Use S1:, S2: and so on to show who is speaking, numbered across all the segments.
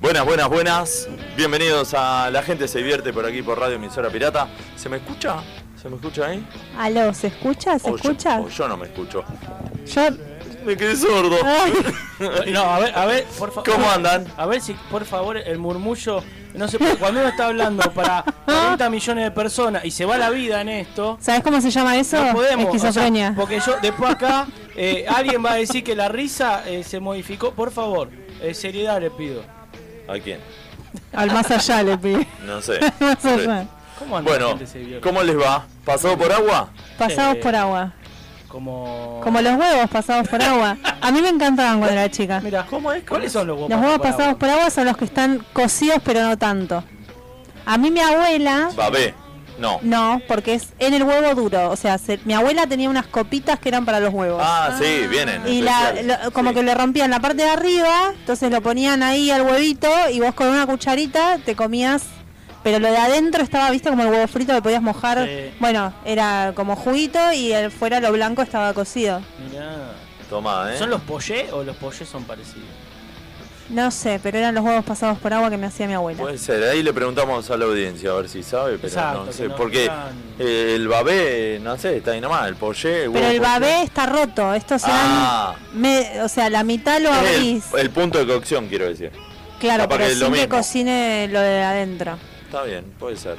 S1: Buenas, buenas, buenas. Bienvenidos a La Gente Se Divierte por aquí por Radio Emisora Pirata. ¿Se me escucha? ¿Se me escucha ahí?
S2: Aló, ¿se escucha? ¿Se
S1: O yo-
S2: escucha?
S1: o yo no me escucho.
S2: Yo.
S1: Me quedé sordo.
S2: Ay,
S3: No, a ver, a ver, por favor.
S1: ¿Cómo andan?
S3: A ver si, por favor, el murmullo. No sé, porque cuando uno está hablando para
S2: ¿Ah?
S3: 40 millones de personas y se va la vida en esto.
S2: ¿Sabes cómo se llama eso?
S3: No podemos. o sea,
S2: Esquizofrenia.
S3: porque yo, después acá, eh, alguien va a decir que la risa eh, se modificó. Por favor, eh, seriedad le pido.
S1: ¿A quién?
S2: Al más allá le pide.
S1: No sé.
S2: Más allá.
S3: ¿Cómo anda la
S1: Bueno,
S3: gente se divierte?
S1: ¿cómo les va? ¿Pasado por agua?
S2: Pasados
S3: Eh,
S2: por agua.
S3: Como.
S2: Como los huevos pasados por agua. A mí me encantaban cuando era chica.
S3: Mira, ¿cómo es? ¿Cuáles son los huevos?
S2: Los huevos
S3: por agua?
S2: pasados por agua son los que están cocidos, pero no tanto. A mí mi abuela.
S1: Babé. No.
S2: No, porque es en el huevo duro. O sea, se- mi abuela tenía unas copitas que eran para los huevos.
S1: Ah, sí, vienen.
S2: y la,
S1: especial.
S2: lo- como
S1: Sí.
S2: que le rompían la parte de arriba, entonces lo ponían ahí al huevito y vos con una cucharita te comías, pero lo de adentro estaba, viste, como el huevo frito que podías mojar.
S3: Sí.
S2: Bueno, era como juguito y el fuera lo blanco estaba cocido.
S3: Mirá.
S1: Tomá, ¿eh?
S3: ¿Son los pollés o los pollés son parecidos?
S2: No sé, pero eran los huevos pasados por agua que me hacía mi abuela.
S1: Puede ser, ahí le preguntamos a la audiencia a ver si sabe, pero
S3: Exacto,
S1: no
S3: que
S1: sé.
S3: no
S1: porque
S3: digan.
S1: eh, el babé, no sé, está ahí nomás, el pollé.
S2: pero el babé está roto, estos eran,
S1: Ah.
S2: me- o sea, la mitad lo
S1: el,
S2: abrís.
S1: el punto de cocción, quiero decir.
S2: claro,
S1: capaz
S2: pero
S1: que es lo
S2: sin que
S1: mismo.
S2: cocine lo de adentro.
S1: Está bien, puede ser.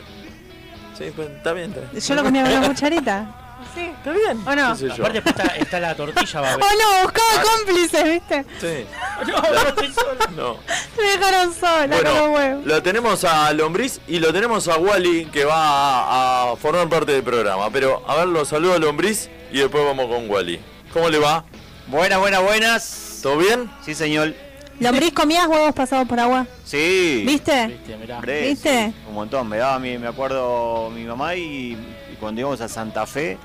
S1: Sí, pues, está bien. Está
S2: Yo lo comía con una cucharita. Sí. ¿Está bien? ¿O no?
S1: qué sé yo.
S3: Aparte, después está, está la tortilla, va a
S2: ¡Oh
S3: ver.
S2: no! Buscaba cómplices, ¿viste?
S1: Sí,
S3: No, no estoy solo.
S1: no.
S2: Me dejaron sola como
S1: Bueno,
S2: huevo.
S1: lo tenemos a Lombriz y lo tenemos a Wally que va a, a formar parte del programa. Pero a ver, lo saludo a Lombriz y después vamos con Wally. ¿Cómo le va?
S4: Buenas, buenas, buenas.
S1: ¿Todo bien?
S4: Sí, señor.
S2: Lombriz comías huevos pasados por agua.
S4: Sí.
S2: ¿Viste?
S3: Viste, mirá.
S4: Hombre,
S2: ¿Viste?
S4: sí, un montón. Me daba mi- me acuerdo mi mamá y, y cuando íbamos a Santa Fe,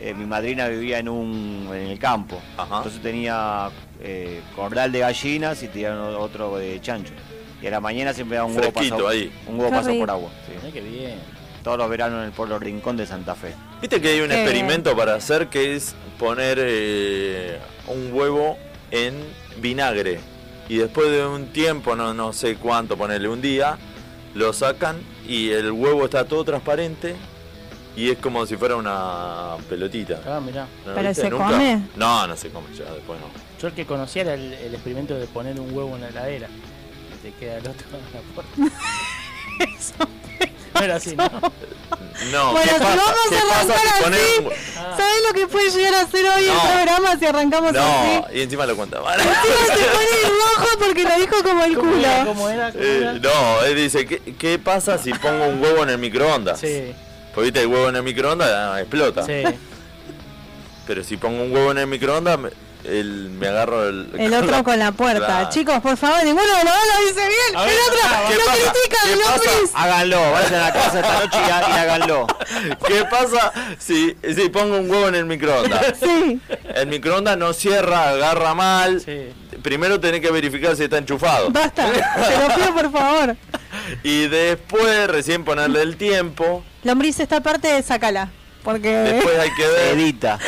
S4: eh, mi madrina vivía en un en el campo.
S1: Ajá.
S4: Entonces tenía eh, cordal de gallinas y tiraron otro de chancho. Y a la mañana siempre daba un huevo
S1: Fresquito
S4: pasado,
S1: ahí.
S4: un huevo
S2: Qué
S4: pasado por
S2: rico.
S4: agua. sí.
S3: Mirá qué bien.
S4: Todos los veranos en el pueblo rincón de Santa Fe.
S1: Viste que hay un
S2: Qué
S1: experimento para hacer que es poner eh, un huevo en vinagre y después de un tiempo, no, no sé cuánto, ponerle un día, lo sacan y el huevo está todo transparente y es como si fuera una pelotita.
S3: Ah, mirá.
S1: ¿No
S2: ¿Pero
S1: viste?
S2: se come?
S1: No, no se come, ya después no.
S3: Yo el que conocía era el, el experimento de poner un huevo en la heladera. Y te queda el otro en la puerta. No era así, ¿no?
S1: No,
S2: Bueno,
S1: ¿qué
S2: si
S1: pasa?
S2: vamos
S1: ¿Qué
S2: a
S1: pasa si
S2: arrancar
S1: pones
S2: así?
S1: un hue-
S3: Ah.
S2: ¿Sabés lo que puede llegar a hacer hoy
S1: No.
S2: el programa si arrancamos así?
S1: No, y encima lo cuenta. mal.
S2: Encima se pone rojo porque lo dijo como el
S3: ¿Cómo era?
S2: culo.
S3: ¿Cómo era? ¿Cómo era?
S1: Eh, no, él dice, ¿qué, qué pasa si pongo un huevo en el microondas?
S3: Sí,
S1: Porque viste, el huevo en el microondas ah, explota.
S3: sí.
S1: Pero si pongo un huevo en el microondas, me, el- me agarro el...
S2: El otro con la puerta.
S1: Claro.
S2: Chicos, por favor, ninguno de los dos lo dice bien.
S3: A ver,
S2: el otro
S3: pará,
S2: lo critica,
S1: ¿Qué
S2: el Lombriz.
S1: pasa?
S4: Háganlo, vayan a la casa esta noche y, ha- y háganlo.
S1: ¿Qué pasa si, si pongo un huevo en el microondas?
S2: Sí.
S1: El microondas no cierra, agarra mal.
S3: Sí.
S1: Primero tenés que verificar si está enchufado.
S2: Basta. Te lo pido, por favor.
S1: Y después recién ponerle el tiempo.
S2: Lombriz, esta parte, sacala. Porque
S1: Después hay que ver.
S4: Edita.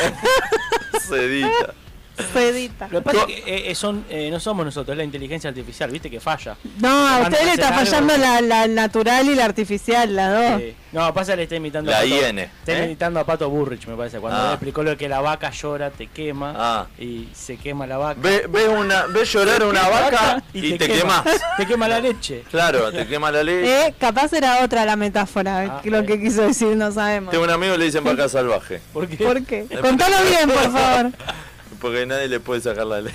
S1: Se edita.
S2: se edita.
S3: Lo que pasa es que eh, eh, son, eh, no somos nosotros, es la inteligencia artificial, viste que falla.
S2: No, a usted le
S3: hacer
S2: está
S3: algo.
S2: fallando la, la natural y la artificial, las dos.
S3: Eh, no, pasa que le está imitando
S1: La
S3: a Pato,
S1: hiene,
S3: Está
S1: ¿eh?
S3: imitando a Pato Burrich, me parece. Cuando
S1: Ah.
S3: le explicó lo que la vaca llora, te quema.
S1: Ah.
S3: Y se quema la vaca.
S1: Ves ve una, ve llorar una vaca y te
S3: quema.
S1: quemas.
S3: Te quema la leche.
S1: Claro, te quema la ley.
S2: Eh, capaz era otra la metáfora,
S3: Ah,
S2: que lo
S3: eh.
S2: que quiso decir no sabemos.
S1: Tengo un amigo que le dicen vaca salvaje.
S3: ¿Por qué?
S2: ¿Por qué? Contalo bien, por favor.
S1: Porque nadie le puede sacar la ley.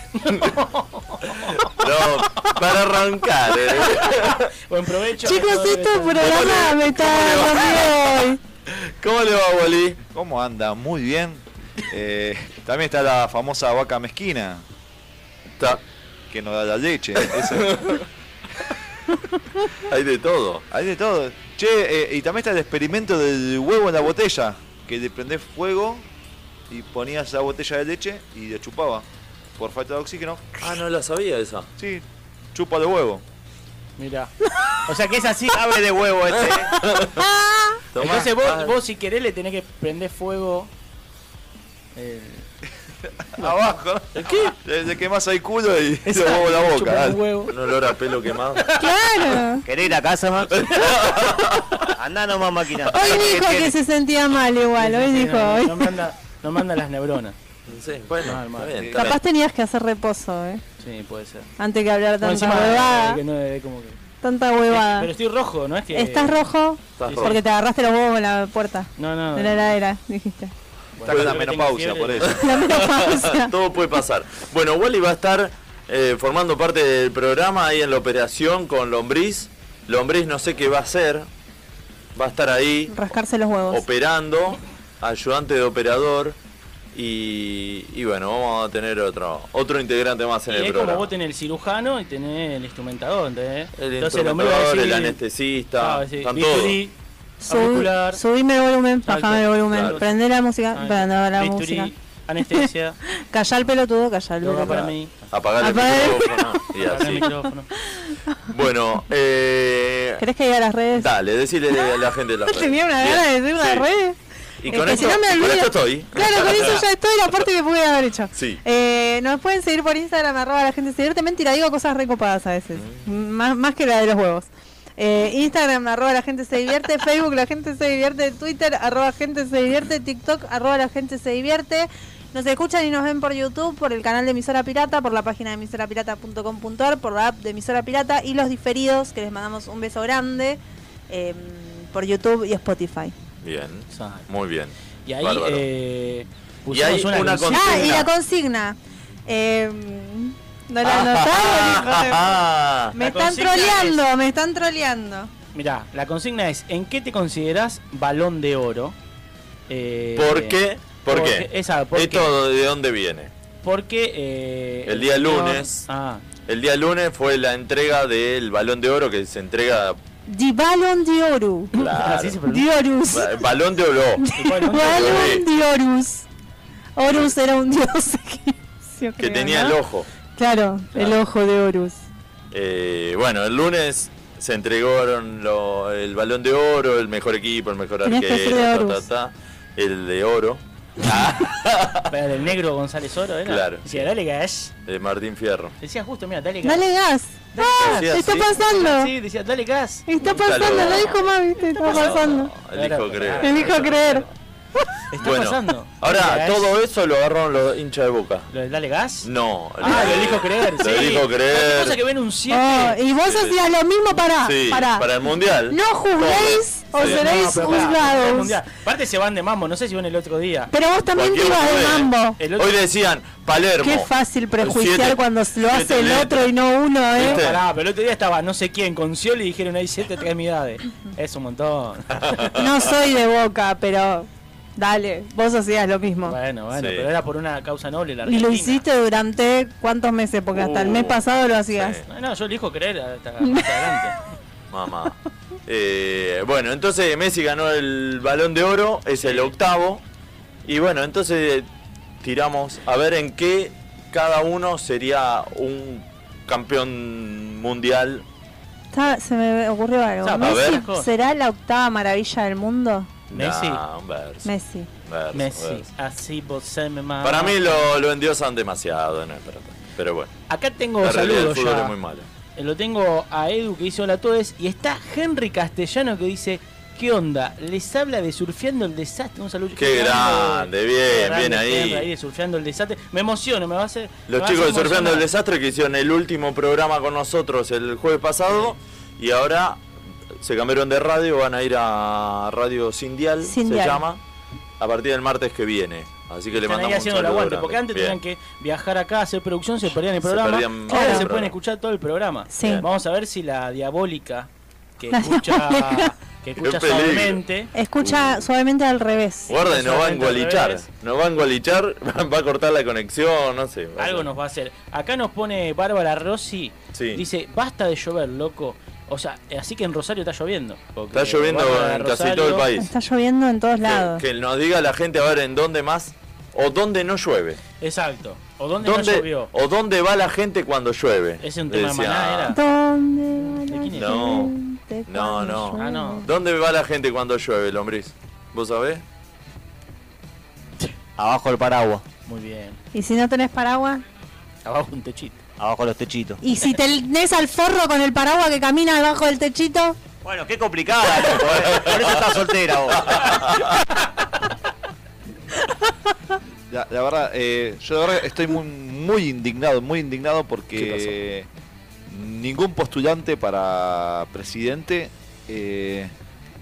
S1: no, para arrancar. eh.
S3: Buen provecho.
S2: Chicos,
S3: Esto
S2: este
S3: debe
S2: programa me está dando miedo hoy.
S1: ¿Cómo le va, Wally?
S5: ¿Cómo anda? Muy bien. Eh, también está la famosa vaca mezquina
S1: Está-
S5: que nos da la leche. Eso.
S1: hay de todo.
S5: Hay de todo. Che, eh, y también está el experimento del huevo en la botella, que le prendés fuego y ponías la botella de leche y le chupaba. Por falta de oxígeno,
S1: Ah, no la sabía esa.
S5: sí, chupa de huevo.
S3: ser- Mirá. O sea que es así.
S4: Sabe de huevo este. ¿eh?
S1: Tomá.
S3: Entonces vos,
S1: Ah,
S3: vos si querés le tenés que prender fuego. eh,
S5: abajo. ¿Qué? Le quemás el culo y te huevo la boca.
S3: Chupan
S5: dale.
S3: un huevo.
S1: Un olor a pelo quemado.
S2: Claro.
S4: ¿Querés ir a casa, Max? Andá nomás, máquina.
S2: Hoy
S4: ¿Qué
S2: dijo que
S4: querés?
S2: se sentía mal igual, hoy dijo.
S3: No,
S2: hoy-
S3: no me anda, no me anda las neuronas.
S1: Sí, bueno,
S3: Mal, mal.
S1: está bien, está
S2: Capaz tenías que hacer reposo, eh.
S3: Sí, puede ser.
S2: Antes que hablar
S3: No,
S2: tanta
S3: encima, eh,
S2: huevada.
S3: que no, eh, como que- Eh,
S2: Tanta huevada.
S3: Pero estoy rojo, ¿no? Es que...
S2: Estás rojo
S1: Estás rojo.
S2: porque te agarraste los huevos en la puerta
S3: No, no.
S2: de la heladera, dijiste.
S5: Está con la
S3: Yo que tengo
S5: menopausia,
S3: fiebre.
S5: por eso.
S2: La menopausia.
S1: Todo puede pasar. Bueno, Wally va a estar eh, formando parte del programa ahí en la operación con Lombriz. Lombriz no sé qué va a hacer. Va a estar ahí
S2: Rascarse los huevos.
S1: operando, ayudante de operador. Y, y bueno, vamos a tener otro otro integrante más en
S3: Y
S1: el
S3: es como
S1: programa.
S3: vos tenés el cirujano y tenés el instrumentador, ¿entendés?
S1: El
S3: hombre va a
S1: instrumentador, el
S3: decir-
S1: anestesista,
S3: Ah, sí,
S1: están
S3: bisturí, auricular,
S2: Sub- subime el volumen,
S3: Exacto.
S2: bajame el volumen,
S1: Claro.
S2: prende la música,
S3: ah,
S2: prende la
S3: bisturí,
S2: música.
S3: anestesia,
S2: Callá el pelotudo, callá el
S3: yoga
S2: pelotudo.
S3: para mí,
S1: Apagar el
S2: Apagar el
S1: micrófono y
S3: para el
S1: así.
S3: micrófono.
S1: Bueno, eh,
S2: ¿Querés que diga las redes?
S1: dale, decirle a la gente de la
S2: Yo tenía una
S1: Bien,
S2: gana de decir las
S1: sí.
S2: redes.
S1: Y
S2: Es
S1: con
S2: que
S1: esto-
S2: si no me
S1: y con
S2: olvido.
S1: esto estoy.
S2: Claro, con eso ya estoy, la parte que pude haber hecho.
S1: Sí.
S2: Eh, nos pueden seguir por Instagram, arroba la gente se divierte. Mentira, digo cosas recopadas a veces. Más, más que la de los huevos. Eh, Instagram, arroba la gente se divierte. Facebook, la gente se divierte. Twitter, arroba gente se divierte. TikTok, arroba la gente se divierte. Nos escuchan y nos ven por YouTube, por el canal de Emisora Pirata, por la página de emisorapirata.com.ar, por la app de Emisora Pirata y los diferidos, que les mandamos un beso grande, eh, por YouTube y Spotify.
S1: Bien,
S3: Exacto.
S1: muy bien.
S3: Y ahí
S1: Bárbaro.
S3: eh,
S1: Y hay una
S3: canción.
S1: con-
S2: Ah, y
S1: Consigna.
S2: la consigna. Eh, no la anotaron, hijo de
S1: Ah,
S2: Me
S3: La
S2: están
S3: consigna
S2: troleando, me están troleando.
S3: Mirá, la consigna es, ¿en qué te considerás balón de oro? Eh,
S1: ¿Por qué? ¿Por
S3: porque-
S1: qué?
S3: Esa, ¿por qué?
S1: ¿Esto de dónde viene?
S3: Porque... eh,
S1: El día
S3: señor-
S1: lunes.
S3: Ah,
S1: El día lunes fue la entrega del balón de oro que se entrega.
S2: Di Balón de Oru.
S1: Claro.
S3: así se pronuncia.
S2: Diorus.
S1: Ba- Balón de oro.
S3: Bueno,
S2: Balón de Horus. Horus era un dios egipcio,
S1: Que
S2: creo,
S1: tenía
S2: ¿no?
S1: el ojo.
S2: Claro, el
S1: Claro.
S2: ojo de Horus.
S1: Eh, bueno, el lunes se entregaron lo- el balón de oro, el mejor equipo, el mejor
S2: Tenías que
S1: arquero,
S2: decir de
S1: ta,
S2: Horus.
S1: ta, ta, el de oro,
S3: Pero Ah, el negro González Oro, ¿era?
S1: Claro.
S3: Decía, dale gas.
S1: de Martín Fierro.
S3: Decía justo, mira, dale gas.
S2: Dale gas. Ah,
S1: Decía
S2: está
S1: así.
S2: pasando.
S3: Sí, decía, dale gas.
S2: Está
S1: Nunca lo-
S2: pasando, lo dijo más, viste, está pasando.
S1: No, el hijo
S3: Claro,
S1: creo.
S3: claro.
S2: Elijo creer.
S3: Está
S1: Bueno,
S3: pasando. Dale
S1: Ahora,
S3: gas.
S1: todo eso lo agarraron los hinchas de boca.
S3: ¿Lo del dale gas?
S1: No,
S3: Ah, lo dijo creer.
S1: Lo
S3: sí.
S1: dijo
S3: Otra
S1: creer.
S3: cosa que Ah, ven un 7.
S2: Oh, y vos
S1: Sí.
S2: hacías lo mismo para.
S1: Sí,
S2: para.
S1: para el mundial.
S2: No juzguéis o
S1: Sí.
S2: seréis juzgados.
S3: Aparte se van de mambo, no sé si van el otro día.
S2: Pero vos también te ibas de
S1: Cualquiera puede.
S2: mambo.
S3: El otro
S1: Hoy decían Palermo.
S2: Qué fácil prejuiciar
S1: Siete-
S2: cuando se lo
S1: siete
S2: hace el
S1: letras.
S2: otro y no uno, ¿eh?
S1: ¿Viste?
S3: Pará, pero el otro día estaba no sé quién con Cioli y dijeron hay 7 extremidades. Es un montón.
S2: No soy de boca, pero dale, vos hacías lo mismo.
S3: bueno, bueno,
S1: Sí.
S3: pero era por una causa noble la
S2: Y
S3: Argentina.
S2: lo hiciste durante cuántos meses, porque hasta el mes
S1: Uh,
S2: pasado lo hacías.
S1: sí.
S3: No, no, yo elijo creer hasta, hasta adelante.
S1: Mamá. Eh, bueno, entonces Messi ganó el balón de oro, es el octavo. Y bueno, entonces tiramos a ver en qué cada uno sería un campeón mundial.
S2: Está- se me ocurrió algo.
S3: Ya, a
S2: ¿Messi
S3: ver.
S2: será la octava maravilla del mundo?
S3: Messi.
S1: Nah, un verso,
S2: Messi.
S1: verso,
S3: Messi, Ah.
S1: verso.
S3: así vos se me mama.
S1: Para mí lo, lo endiosan demasiado, no es para tanto. Pero bueno,
S3: Acá tengo
S1: la realidad del
S3: saludos
S1: fútbol
S3: ya.
S1: es muy mala.
S3: Eh, Lo tengo a Edu que dice hola a todos y está Henry Castellano que dice ¿Qué onda? Les habla de Surfeando el Desastre. Un saludo.
S1: Qué grande, bien,
S3: Qué
S1: bien ahí.
S3: Henry, de Surfeando el Desastre. Me emociono, me va a hacer... me
S1: Los
S3: va a
S1: chicos de
S3: hacer
S1: Surfeando el
S3: emocionar.
S1: Desastre que hicieron el último programa con nosotros el jueves pasado y ahora se cambiaron de radio, van a ir a Radio Sindial,
S2: Sindial.
S1: se llama, a partir del martes que viene. Así que le
S3: Están ahí
S1: mandamos un
S3: haciendo el
S1: saludo
S3: aguante,
S1: grande.
S3: porque antes
S1: Bien.
S3: tenían que viajar acá, hacer producción, se perdían el
S1: Se
S3: programa.
S1: perdían
S3: Ahora
S2: el
S3: se
S1: programa.
S3: pueden escuchar todo el programa.
S2: Sí.
S1: Bien.
S3: Vamos a ver si la diabólica que
S2: La
S3: escucha, que escucha
S1: peligro.
S3: suavemente...
S2: Escucha suavemente al revés.
S1: Guarda, y nos va a
S3: Solamente al
S1: engualichar,
S3: revés.
S1: nos va a engualichar, va a cortar la conexión, no sé. va a
S3: Algo
S1: ser.
S3: nos va a hacer. Acá nos pone Bárbara Rossi.
S1: Sí.
S3: Dice, basta de llover, loco. O sea, así que en Rosario está lloviendo. porque
S1: Está lloviendo
S3: Bárbara
S1: en
S3: Rosario-
S1: casi todo el país.
S2: Está lloviendo en todos lados.
S1: Que, que nos diga la gente a ver en dónde más o dónde no llueve.
S3: Exacto. ¿O dónde, no
S1: ¿Dónde,
S3: llovió?
S1: o dónde va la gente cuando llueve.
S3: Ese es un tema de
S1: Decía,
S3: Maná, era.
S2: ¿Dónde
S3: ¿De
S2: va
S3: quién
S2: la
S3: es?
S1: No.
S2: gente
S1: No,
S2: cuando
S1: no.
S2: llueve?
S3: Ah, no.
S1: ¿Dónde va la gente cuando llueve, lombriz? ¿Vos sabés?
S4: Abajo el paraguas,
S3: Muy bien.
S2: Y si no tenés paraguas.
S3: Abajo un techito.
S4: abajo los techitos.
S2: Y si tenés al forro con el paraguas que camina debajo del techito.
S4: Bueno, qué complicada, loco, eh. Por eso estás soltera vos.
S5: La, la verdad, eh, yo la verdad estoy muy, muy indignado, muy indignado
S4: ¿Qué
S5: porque ningún postulante para presidente eh,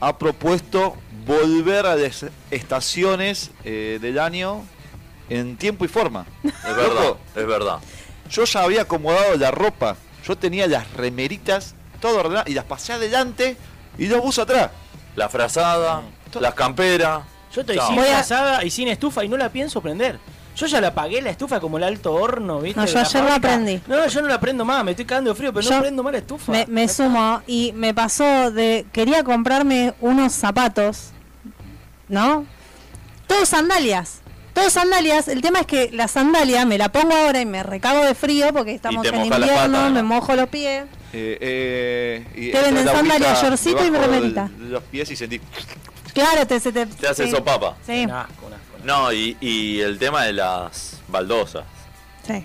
S5: ha propuesto volver a las estaciones eh, del año en tiempo y forma.
S1: Es verdad,
S5: Loco,
S1: es verdad.
S5: yo ya había acomodado la ropa, yo tenía las remeritas, todo ordenado, y las pasé adelante y los puse atrás. Mm.
S1: La frazada,
S5: To-
S1: las camperas.
S3: Yo estoy
S1: Chao.
S3: sin
S2: Voy a-
S3: asada y sin estufa y no la pienso prender. Yo ya la pagué la estufa como el alto horno, ¿viste?
S2: No,
S3: de
S2: yo
S3: la
S2: ayer la
S3: fábrica.
S2: prendí.
S3: No, yo no la prendo más, me estoy cagando de frío, pero
S2: Yo
S3: no prendo más la estufa.
S2: Me, me sumo y me pasó de. Quería comprarme unos zapatos, ¿no? Todos sandalias. Todos sandalias. El tema es que la sandalia me la pongo ahora y me recago de frío porque estamos
S1: te
S2: en
S1: mojas las
S2: invierno,
S1: patas, ¿no?
S2: me mojo los pies.
S5: Eh, eh, y
S2: Te
S5: entra
S2: venden
S5: la
S2: sandalias,
S5: agüita
S2: shortcito y
S5: debajo del-
S2: remerita.
S5: de los pies y sentí
S2: Claro, te, se te.
S1: Te hace
S2: sí.
S1: sopapa.
S2: Sí,
S3: Un asco, un asco.
S1: No, y, y el tema de las baldosas.
S2: sí.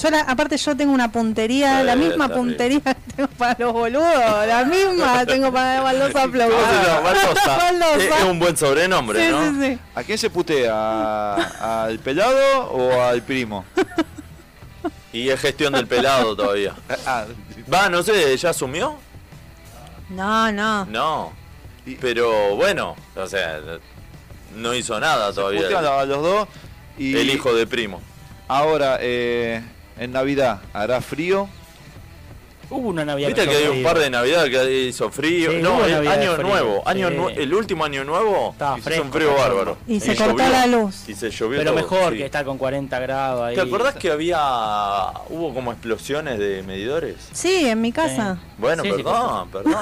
S2: Yo la- aparte yo tengo una puntería,
S1: Eh,
S2: la misma
S1: terrible.
S2: puntería que tengo para los boludos, la misma tengo para la baldosa
S1: Ah,
S2: aplaudida.
S1: Baldosa.
S2: Baldosa.
S1: Es, es un buen sobrenombre,
S2: Sí,
S1: ¿no?
S2: sí, sí.
S5: ¿A quién se putea? ¿Al pelado o al primo?
S1: Y es gestión del pelado todavía.
S5: Ah,
S1: Va, no sé, ¿ya asumió?
S2: No, no.
S1: No. Pero bueno, o sea, no hizo nada todavía.
S5: putean a los dos. Y
S1: El hijo de primo.
S5: Ahora, eh, en Navidad, ¿hará frío?
S3: Hubo una Navidad.
S1: Viste
S3: yo
S1: que hay un
S3: frío.
S1: par de Navidad que hizo frío.
S3: Sí, hubo
S1: no, el
S3: Navidad de
S1: año
S3: frío,
S1: nuevo.
S3: sí.
S1: Año nue- el último año nuevo
S3: Estaba
S1: hizo
S3: fresco,
S1: un frío
S3: estaba
S1: bárbaro.
S3: frío.
S2: Y se cortó la luz.
S1: Y se llovió
S3: Pero
S1: todo,
S3: mejor
S1: sí.
S3: que estar con 40 grados ahí.
S1: ¿Te acordás que había. hubo como explosiones de medidores?
S2: Sí, en mi casa.
S3: Sí.
S1: Bueno,
S3: Sí, sí,
S1: perdón, perdón.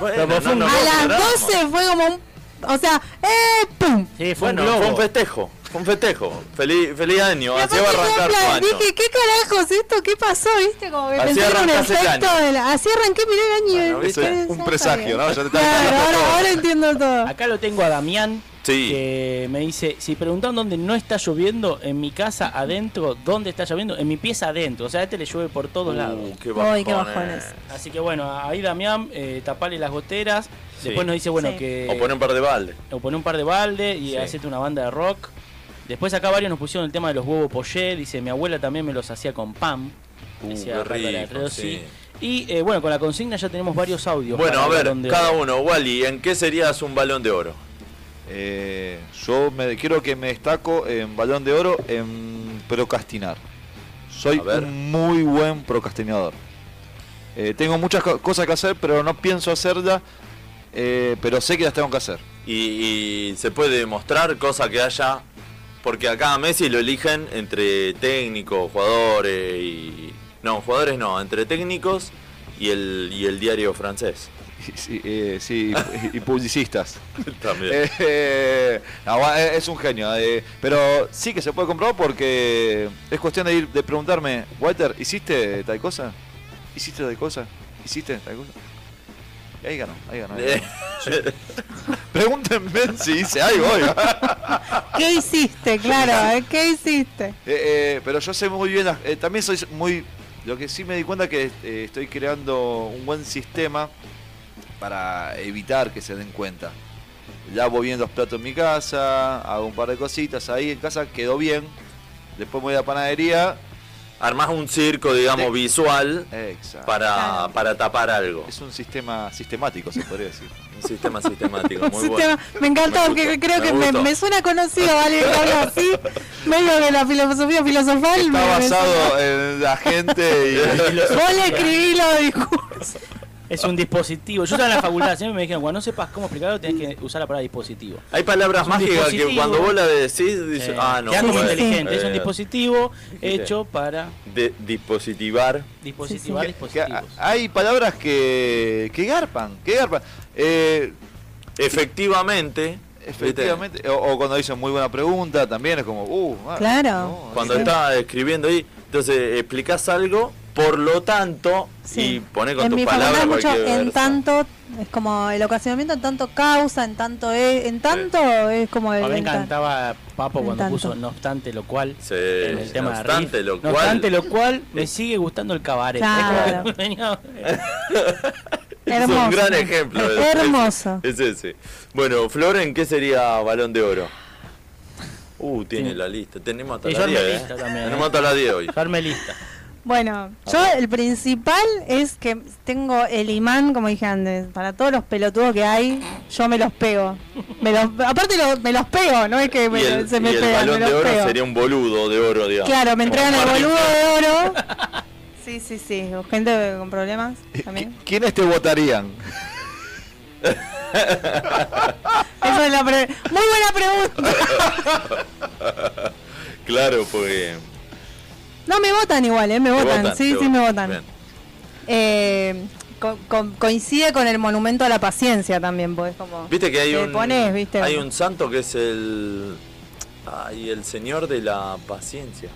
S1: Bueno,
S3: Pero fue un-
S1: no,
S2: A
S1: nos
S2: las
S1: aclaramos.
S2: 12 fue como un. O sea, ¡eh! ¡Pum!
S3: Sí, fue
S1: Bueno,
S3: un globo.
S1: fue un festejo. Fue un festejo. Feliz, feliz año.
S2: Y
S1: Así
S2: aparte
S1: va
S2: fue
S1: a
S2: en
S1: arrancar tu
S2: plan,
S1: año.
S2: Dije, ¿qué carajos esto? ¿Qué pasó? ¿Viste? Como que
S1: Así
S2: pensé que era un
S1: arrancás el
S2: efecto
S1: año.
S2: de la- Así arranqué, miré el año. y
S1: Bueno,
S2: dije,
S1: viste,
S2: "Ustedes
S5: un
S2: ya
S5: presagio,
S2: saben".
S5: ¿no? Ya te están
S2: Claro,
S5: contando
S2: ahora,
S5: todo.
S2: ahora entiendo todo.
S3: Acá lo tengo a Damián.
S1: Sí.
S3: Que me dice, si preguntan dónde no está lloviendo, en mi casa adentro, ¿dónde está lloviendo? En mi pieza adentro. O sea, a este le llueve por todos lados.
S1: Uh, qué
S2: Ay, qué
S1: bajones.
S2: bajones.
S3: Así que bueno, ahí Damián, eh, tapale las goteras.
S1: Sí.
S3: Después nos dice, bueno,
S2: Sí.
S3: que...
S1: O poner un par de balde.
S3: o poné un par de balde y
S1: Sí.
S3: hacete una banda de rock. Después acá varios nos pusieron el tema de los huevos poché, dice mi abuela también me los hacía con pan.
S1: Uh,
S3: decía
S1: qué
S3: Bárbara
S1: rico,
S3: Rossi.
S1: sí.
S3: Y eh, bueno, con la consigna ya tenemos varios audios.
S1: Bueno,
S3: para
S1: a
S3: el
S1: ver,
S3: Balón de
S1: cada
S3: Oro.
S1: uno. Wally, ¿en qué serías un balón de oro?
S5: Eh, yo me, quiero que me destaco en Balón de Oro en procrastinar. Soy
S1: A ver.
S5: un muy buen procrastinador. Eh, tengo muchas co- cosas que hacer, pero no pienso hacerlas, eh, pero sé que las tengo que hacer.
S1: Y, y se puede demostrar cosa que haya. Porque acá a Messi lo eligen entre técnicos, jugadores y. No, jugadores no, entre técnicos y el, y el diario francés.
S5: Y- Sí, eh, sí, y- y publicistas.
S1: También.
S5: Eh, eh, no, va, eh, es un genio, eh, pero sí que se puede comprobar porque es cuestión de ir de preguntarme, Walter, ¿hiciste tal cosa? ¿Hiciste tal cosa? ¿Hiciste tal cosa? Y ahí ganó, ahí ganó. ahí ganó. Pregúntenme si hice algo, oiga.
S2: ¿Qué hiciste? Claro, ¿eh? ¿qué hiciste?
S5: Eh, eh, pero yo sé muy bien, las- eh, también soy muy... Lo que sí me di cuenta que eh, estoy creando un buen sistema para evitar que se den cuenta. Lavo bien los platos en mi casa, hago un par de cositas ahí en casa, quedó bien. Después me voy a la panadería.
S1: Armás un circo, digamos,
S5: Sí.
S1: visual
S5: Exacto.
S1: para,
S2: Claro.
S1: para tapar algo.
S5: Es un sistema sistemático, se podría decir.
S1: Un sistema sistemático,
S2: Un
S1: muy
S2: sistema-
S1: bueno.
S2: Me encantó,
S1: Me
S2: porque
S1: gustó,
S2: creo
S1: me
S2: que me,
S1: gustó.
S2: me suena conocido, ¿vale? Algo así, medio de la filosofía filosofal.
S5: Está
S2: me- me suena.
S5: basado en Eh, la gente y...
S2: Vos le escribí los discursos.
S3: Es un dispositivo. Yo estaba en la facultad, siempre me dijeron, cuando no sepas cómo explicarlo, tenés que usar la palabra dispositivo.
S1: Hay palabras
S3: Es un
S1: mágicas que
S3: dispositivo.
S1: cuando vos la decís, dices,
S3: Eh,
S1: ah, no.
S3: queda como
S2: sí, sí.
S1: bueno,
S3: inteligente, es
S1: eh,
S3: un dispositivo
S1: Dijiste.
S3: hecho para
S1: de dispositivar.
S2: Sí,
S3: dispositivar
S5: que
S3: dispositivos.
S5: a- hay palabras que, que garpan, que garpan. Eh,
S1: Efectivamente.
S5: Efectivamente, o, o cuando dicen muy buena pregunta, también es como, uh, ah,
S2: Claro.
S5: no,
S1: ¿viste? Cuando
S5: no.
S1: estás escribiendo ahí, entonces explicás algo Por lo tanto, y
S2: Sí.
S1: poné con
S2: en
S1: tus
S2: mi
S1: palabras
S2: facultad mucho
S1: cualquier
S2: en
S1: verso.
S2: tanto es como el ocasionamiento en tanto causa en tanto es, en tanto es como el
S3: A mí me
S2: en tan-
S3: encantaba Papo
S2: en
S3: cuando
S2: tanto.
S3: puso no obstante lo cual.
S1: Sí,
S3: en el tema
S1: no
S3: de
S1: obstante,
S3: riff.
S1: lo
S3: No
S1: cual,
S3: obstante lo cual, me sigue gustando el cabaret.
S2: Claro.
S3: Es como que venía-
S1: es
S2: hermoso.
S1: un gran ejemplo. es- es-
S2: hermoso
S1: Es ese. Bueno, Floren, ¿qué sería balón de oro? Uh, tiene la lista. Tenemos hasta
S3: Y
S1: las
S3: yo armé
S1: 10.
S3: lista
S1: eh.
S3: también,
S1: Tenemos
S3: eh.
S1: hasta las 10 hoy.
S3: Carmelista.
S2: Bueno, yo el principal es que tengo el imán, como dije antes, para todos los pelotudos que hay, yo me los pego. Me los, aparte lo- me los pego, no es que me-
S1: Y el,
S2: se me
S1: y el
S2: pegan,
S1: balón
S2: me
S1: de
S2: los
S1: oro
S2: pego.
S1: sería un boludo de oro, digamos.
S2: Claro, me entregan el
S1: Como
S2: boludo de oro. Sí, sí, sí, gente con problemas también.
S5: ¿Qui- ¿Quiénes te votarían?
S2: Eso es la pre- muy buena pregunta.
S1: Claro, porque.
S2: No, me votan igual, ¿eh? Me
S1: te
S2: votan, sí,
S1: te
S2: sí, me votan.
S1: Bien.
S2: Eh, co- co- coincide con el monumento a la paciencia también, pues como...
S1: Viste que hay
S2: te
S1: un.
S2: pones, ¿viste?
S1: Hay un santo que es el. Ay, el señor de la paciencia.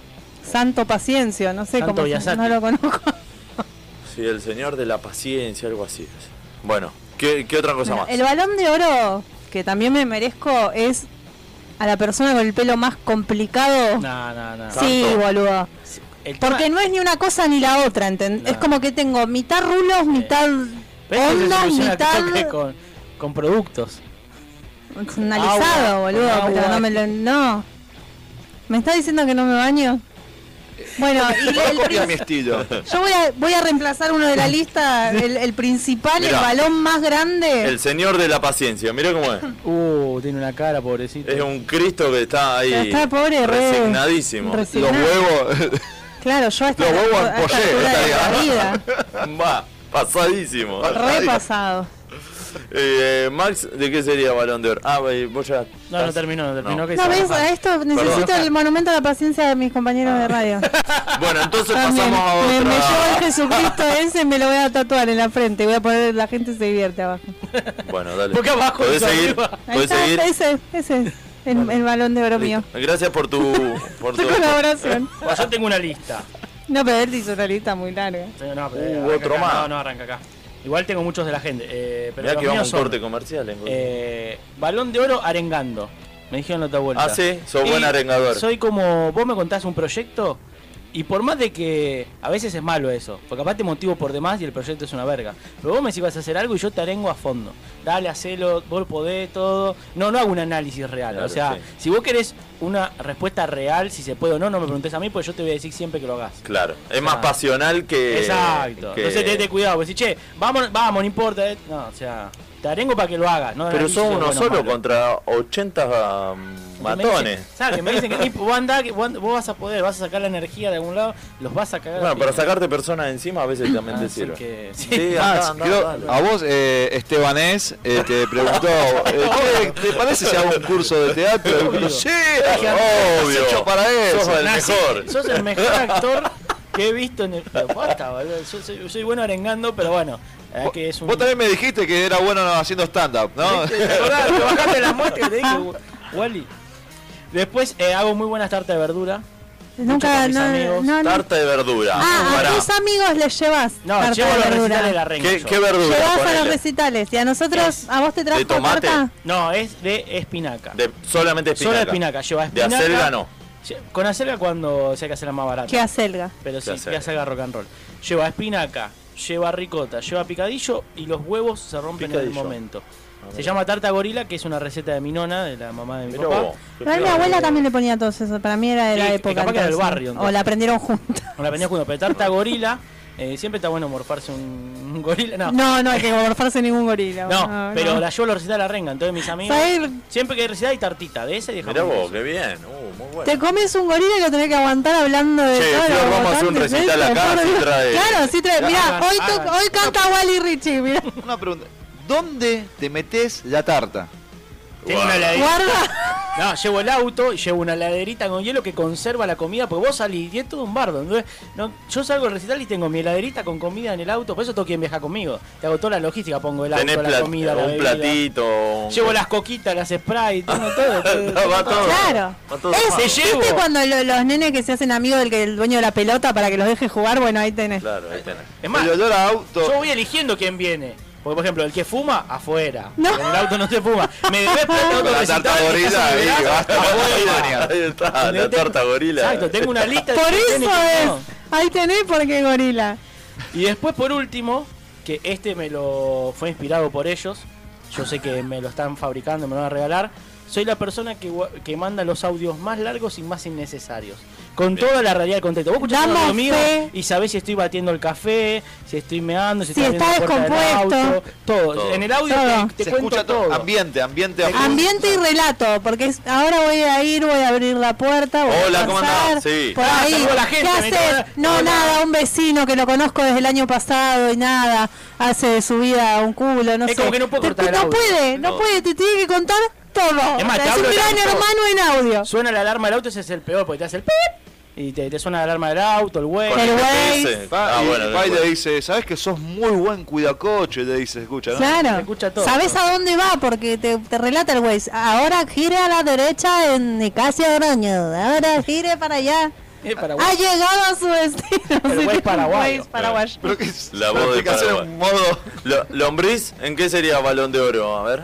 S2: Santo Paciencia, no sé
S3: Santo
S2: cómo... se-
S3: Biasati.
S2: No lo conozco.
S1: Sí, el señor de la paciencia, algo así es. Bueno, ¿qué, qué otra cosa
S2: Bueno,
S1: más?
S2: el balón de oro que también me merezco es a la persona con el pelo más complicado.
S3: No, no, no.
S2: sí,
S1: Tanto.
S2: boludo.
S3: El tema-
S2: Porque no es ni una cosa ni la otra, ¿entendés?
S3: No.
S2: Es como que tengo mitad rulos, mitad
S3: pero esto se
S2: ondas,
S3: soluciona,
S2: mitad
S3: creo que con, con productos.
S2: analizado,
S3: Agua,
S2: boludo.
S3: con
S2: Pero
S3: agua.
S2: no me lo. No. ¿Me estás diciendo que no me baño? Bueno, y el
S5: Copia
S2: prin-
S5: mi estilo.
S2: yo voy a, voy a reemplazar uno de la lista, el, el principal,
S1: Mirá.
S2: el balón más grande.
S1: El señor de la paciencia, mirá cómo es.
S3: Uh, tiene una cara, pobrecito.
S1: Es un Cristo que está ahí.
S2: Pero está pobre, re-
S1: resignadísimo.
S2: resi-
S5: Los huevos.
S2: Claro, yo hasta
S5: Los huevos en pollé,
S2: la vida.
S1: Va, pasadísimo.
S2: Repasado.
S1: Eh, Max, ¿de qué sería balón de oro? Ah, eh, vos ya.
S3: No, no terminó, no terminó.
S1: No.
S3: Que
S2: No,
S3: se va a
S2: ves,
S3: bajar.
S2: a esto necesito el monumento a la paciencia de mis compañeros de radio.
S1: Bueno, entonces
S2: También,
S1: Ah. pasamos a
S2: me,
S1: otra.
S2: me llevo el Jesucristo ese y me lo voy a tatuar en la frente. y Voy a poner la gente se divierte abajo.
S1: Bueno, dale.
S3: Porque abajo
S1: Podés
S3: es
S1: seguir.
S3: arriba.
S2: Ahí
S1: Podés
S2: está,
S1: seguir.
S2: ese, ese es el, el balón de oro mío.
S1: Listo. Gracias por tu. Por tu.
S2: Su colaboración.
S3: Bueno, yo tengo una lista.
S2: No, pero él hizo una lista muy larga.
S3: Sí, No, pero
S1: Uh,
S3: arranca
S1: otro
S3: acá.
S1: más.
S3: No, no, arranca acá. Igual tengo muchos de la gente. Eh, pero
S1: Mirá
S3: los
S1: que
S3: míos
S1: vamos a un
S3: son,
S1: corte comercial. eh.
S3: eh, balón de oro arengando. Me dijeron la otra vuelta.
S1: ah, sí, sos
S3: Y
S1: buen arengador.
S3: Soy como, vos me contás un proyecto y por más de que a veces es malo eso, porque capaz te motivo por demás y el proyecto es una verga. Pero vos me decís vas a hacer algo y yo te arengo a fondo. Dale, hacelo, vos podés, todo. No, no hago un análisis real.
S1: Claro,
S3: o sea,
S1: sí.
S3: si vos querés una respuesta real, si se puede o no, no me preguntes a mí, pues yo te voy a decir siempre que lo hagas.
S1: Claro, es más
S3: Ah.
S1: pasional que.
S3: Exacto.
S1: que-
S3: Entonces tenete cuidado, pues si che, vamos, vamos, no importa. eh. No, o sea, te arengo para que lo hagas. No
S1: Pero
S3: analices si
S1: son
S3: es
S1: uno
S3: bueno o
S1: solo
S3: malo.
S1: contra 80 um,
S3: Que me dicen-
S1: matones.
S3: ¿Sabes? Que me dicen que tipo, vos, andá, que vos, vos vas a poder, vas a sacar la energía de algún lado, los vas a cagar.
S1: Bueno,
S3: a
S1: para
S3: piña.
S1: sacarte personas encima a veces también te
S3: Así
S1: sirve.
S3: Ah, que-
S1: Sí,
S5: Max,
S1: andá, andá,
S5: creo-
S1: dale.
S5: Ah, a vos, eh, Estebanés, eh, te preguntó, eh, che, ¿te parece si hago un curso de teatro? Y dijo, sí,
S1: Obvio.
S5: has hecho para
S1: Sos
S5: eso.
S1: el
S3: Nazi,
S1: mejor.
S3: Sos el mejor actor que he visto en el. Pero Basta, boludo. Yo soy, yo soy bueno arengando, pero bueno. la verdad que es un...
S5: Vos también me dijiste que era bueno haciendo stand-up, ¿no?
S3: ¿Te acordás? Te bajaste la muestra y te dije, Wally. Después eh, hago muy buenas tartas de verdura.
S2: Nunca,
S3: con mis
S2: no,
S3: amigos.
S2: no, no.
S1: Tarta de verdura.
S2: Ah,
S1: Pará.
S2: a tus amigos les llevas
S3: No,
S2: tarta
S3: llevo
S2: de
S3: los
S2: verdura.
S3: recitales de la renga.
S1: ¿Qué,
S3: yo.
S1: qué verdura?
S2: Llevás a los
S1: ponele?
S2: recitales y a nosotros, a vos te trajo
S1: tomate?
S2: tarta.
S3: No, es de espinaca.
S1: De- solamente espinaca.
S3: Solo espinaca. Lleva
S1: De
S3: espinaca.
S1: acelga no.
S3: Lle- Con acelga cuando se hay que hacerla más barata.
S2: Que acelga.
S3: Pero sí,
S1: Ya sé.
S3: que haga rock and roll. Lleva espinaca, lleva ricota, lleva picadillo y los huevos se rompen en
S1: Picadillo.
S3: el momento. Se
S1: mira.
S3: llama tarta gorila, que es una receta de mi nona, de la mamá de mi
S1: Mirá
S3: papá.
S1: vos.
S2: Igual mi abuela también le ponía todo eso, para mí era de
S3: Sí,
S2: la
S3: que
S2: época.
S3: capaz que era del
S2: entonces.
S3: barrio,
S2: O
S3: entonces.
S2: la aprendieron juntas.
S3: No la venía junto, pero tarta gorila, eh, siempre está bueno morfarse un, un gorila. No, no,
S2: No, no hay que morfarse ningún gorila.
S3: pero la llevo a la receta de la renga, entonces mis amigos.
S2: ¿Sabés?
S3: Siempre que hay receta hay tartita, de esa y de
S1: Mirá
S3: jamón y
S1: vos,
S3: queso.
S1: qué bien. Uh, muy bueno.
S2: Te comes un gorila y lo tenés que aguantar hablando de
S1: Che,
S2: todo.
S1: Flor,
S2: lo
S1: vamos a hacer un
S2: importante,
S1: recital
S2: ¿sí?
S1: acá,
S2: Por
S1: sí
S2: Dios.
S1: trae-
S2: Claro, sí trae. Mirá,
S3: Hagan,
S2: hoy, to-
S3: hagan.
S2: hoy canta Wally Richie, mirá.
S5: Una pregunta, ¿dónde te metes la tarta?
S3: Tengo una heladerita.
S2: Guarda.
S3: No, llevo el auto, llevo una heladerita con hielo que conserva la comida, porque vos salís y es todo un bardo. Entonces, no, yo salgo del recital y tengo mi heladerita con comida en el auto, por eso todo quien viaja conmigo. Te hago toda la logística, pongo el auto,
S1: Tenés
S3: la
S1: plat-
S3: comida, la
S1: un
S3: bebida.
S1: platito. un-
S3: Llevo las coquitas, las sprays, tengo todo.
S1: No, va todo.
S2: Claro. Este
S1: Va todo
S2: Es-
S1: armado.
S3: Se llevo.
S2: ¿Viste cuando lo- los nenes que se hacen amigos del que el dueño de la pelota para que los deje jugar? Bueno, ahí tenés.
S1: Claro, ahí tenés.
S3: Es más,
S5: El olor a auto.
S3: yo voy eligiendo quién viene. Porque, por ejemplo, el que fuma, afuera.
S2: No.
S3: En el auto no se fuma. Me debes plata
S5: Con
S3: otro
S5: la
S3: recital,
S5: tarta
S3: estás
S5: gorila ahí,
S3: acelerado,
S5: basta.
S3: afuera.
S1: Ahí está, la
S3: Tengo-
S1: tarta gorila.
S3: Exacto, tengo una lista de
S2: Por
S3: que
S2: eso
S3: tiene que-
S2: es.
S3: no.
S2: Ahí tenés porque gorila.
S3: Y después, por último, que este me lo fue inspirado por ellos. Yo sé que me lo están fabricando, me lo van a regalar. Soy la persona que, gua- que manda los audios más largos y más innecesarios. Con toda la realidad del contexto. Vos escuchás un
S2: Damos
S3: audio mío
S2: fe.
S3: y sabés si estoy batiendo el café, si estoy meando, si,
S2: Si
S3: estoy
S2: está
S3: abriendo la puerta del
S2: descompuesto.
S3: auto. Todo.
S1: Todo.
S3: En el audio
S2: Todo.
S3: te, te
S5: Se
S3: cuento
S5: escucha
S3: todo.
S5: Ambiente, ambiente a full.
S2: Ambiente y relato, porque es- ahora voy a ir, voy a abrir la puerta, voy
S1: Hola,
S2: a
S1: ¿cómo
S2: pasar
S1: andás? Sí.
S2: por
S3: Ah,
S2: ahí.
S3: saludo a la gente,
S2: ¿Qué
S3: me
S2: haces?
S3: dice,
S2: No,
S3: hola.
S2: nada, un vecino que lo conozco desde el año pasado y nada, hace de su vida un culo, no
S3: Es
S2: sé.
S3: como que no puedo
S2: Te-
S3: cortar el
S2: no
S3: audio.
S2: puede, no,
S1: No.
S2: puede, te tiene que contar todo.
S3: Es más, te
S2: es
S3: abro
S2: un
S3: el
S2: gran
S3: auto.
S2: hermano en audio.
S3: Suena la alarma del auto, ese es el peor, porque te hace el pip y te, te suena la alarma del auto, el güey.
S1: Con
S2: Pero
S1: el
S2: Waze.
S1: GPS.
S5: Va,
S1: Ah,
S5: y
S1: bueno,
S5: va y le
S1: después.
S5: dice, ¿sabes que sos muy buen cuidacoche? Le dice, escucha, ¿no?
S2: Claro.
S3: Se escucha todo.
S2: Sabes a dónde va porque te, te relata el güey. Ahora gire a la derecha en Nicasio Oroño. Ahora gire para allá.
S3: Eh, para
S2: Ha
S3: güey.
S2: llegado a su destino.
S3: El
S2: Sí,
S3: güey
S2: el
S3: paraguayo.
S2: güey paraguayo.
S5: Pero que es
S1: La voz de
S5: aplicación
S1: Paraguay.
S5: en modo...
S1: Lo- ¿Lombriz? ¿En qué sería balón de oro? A ver.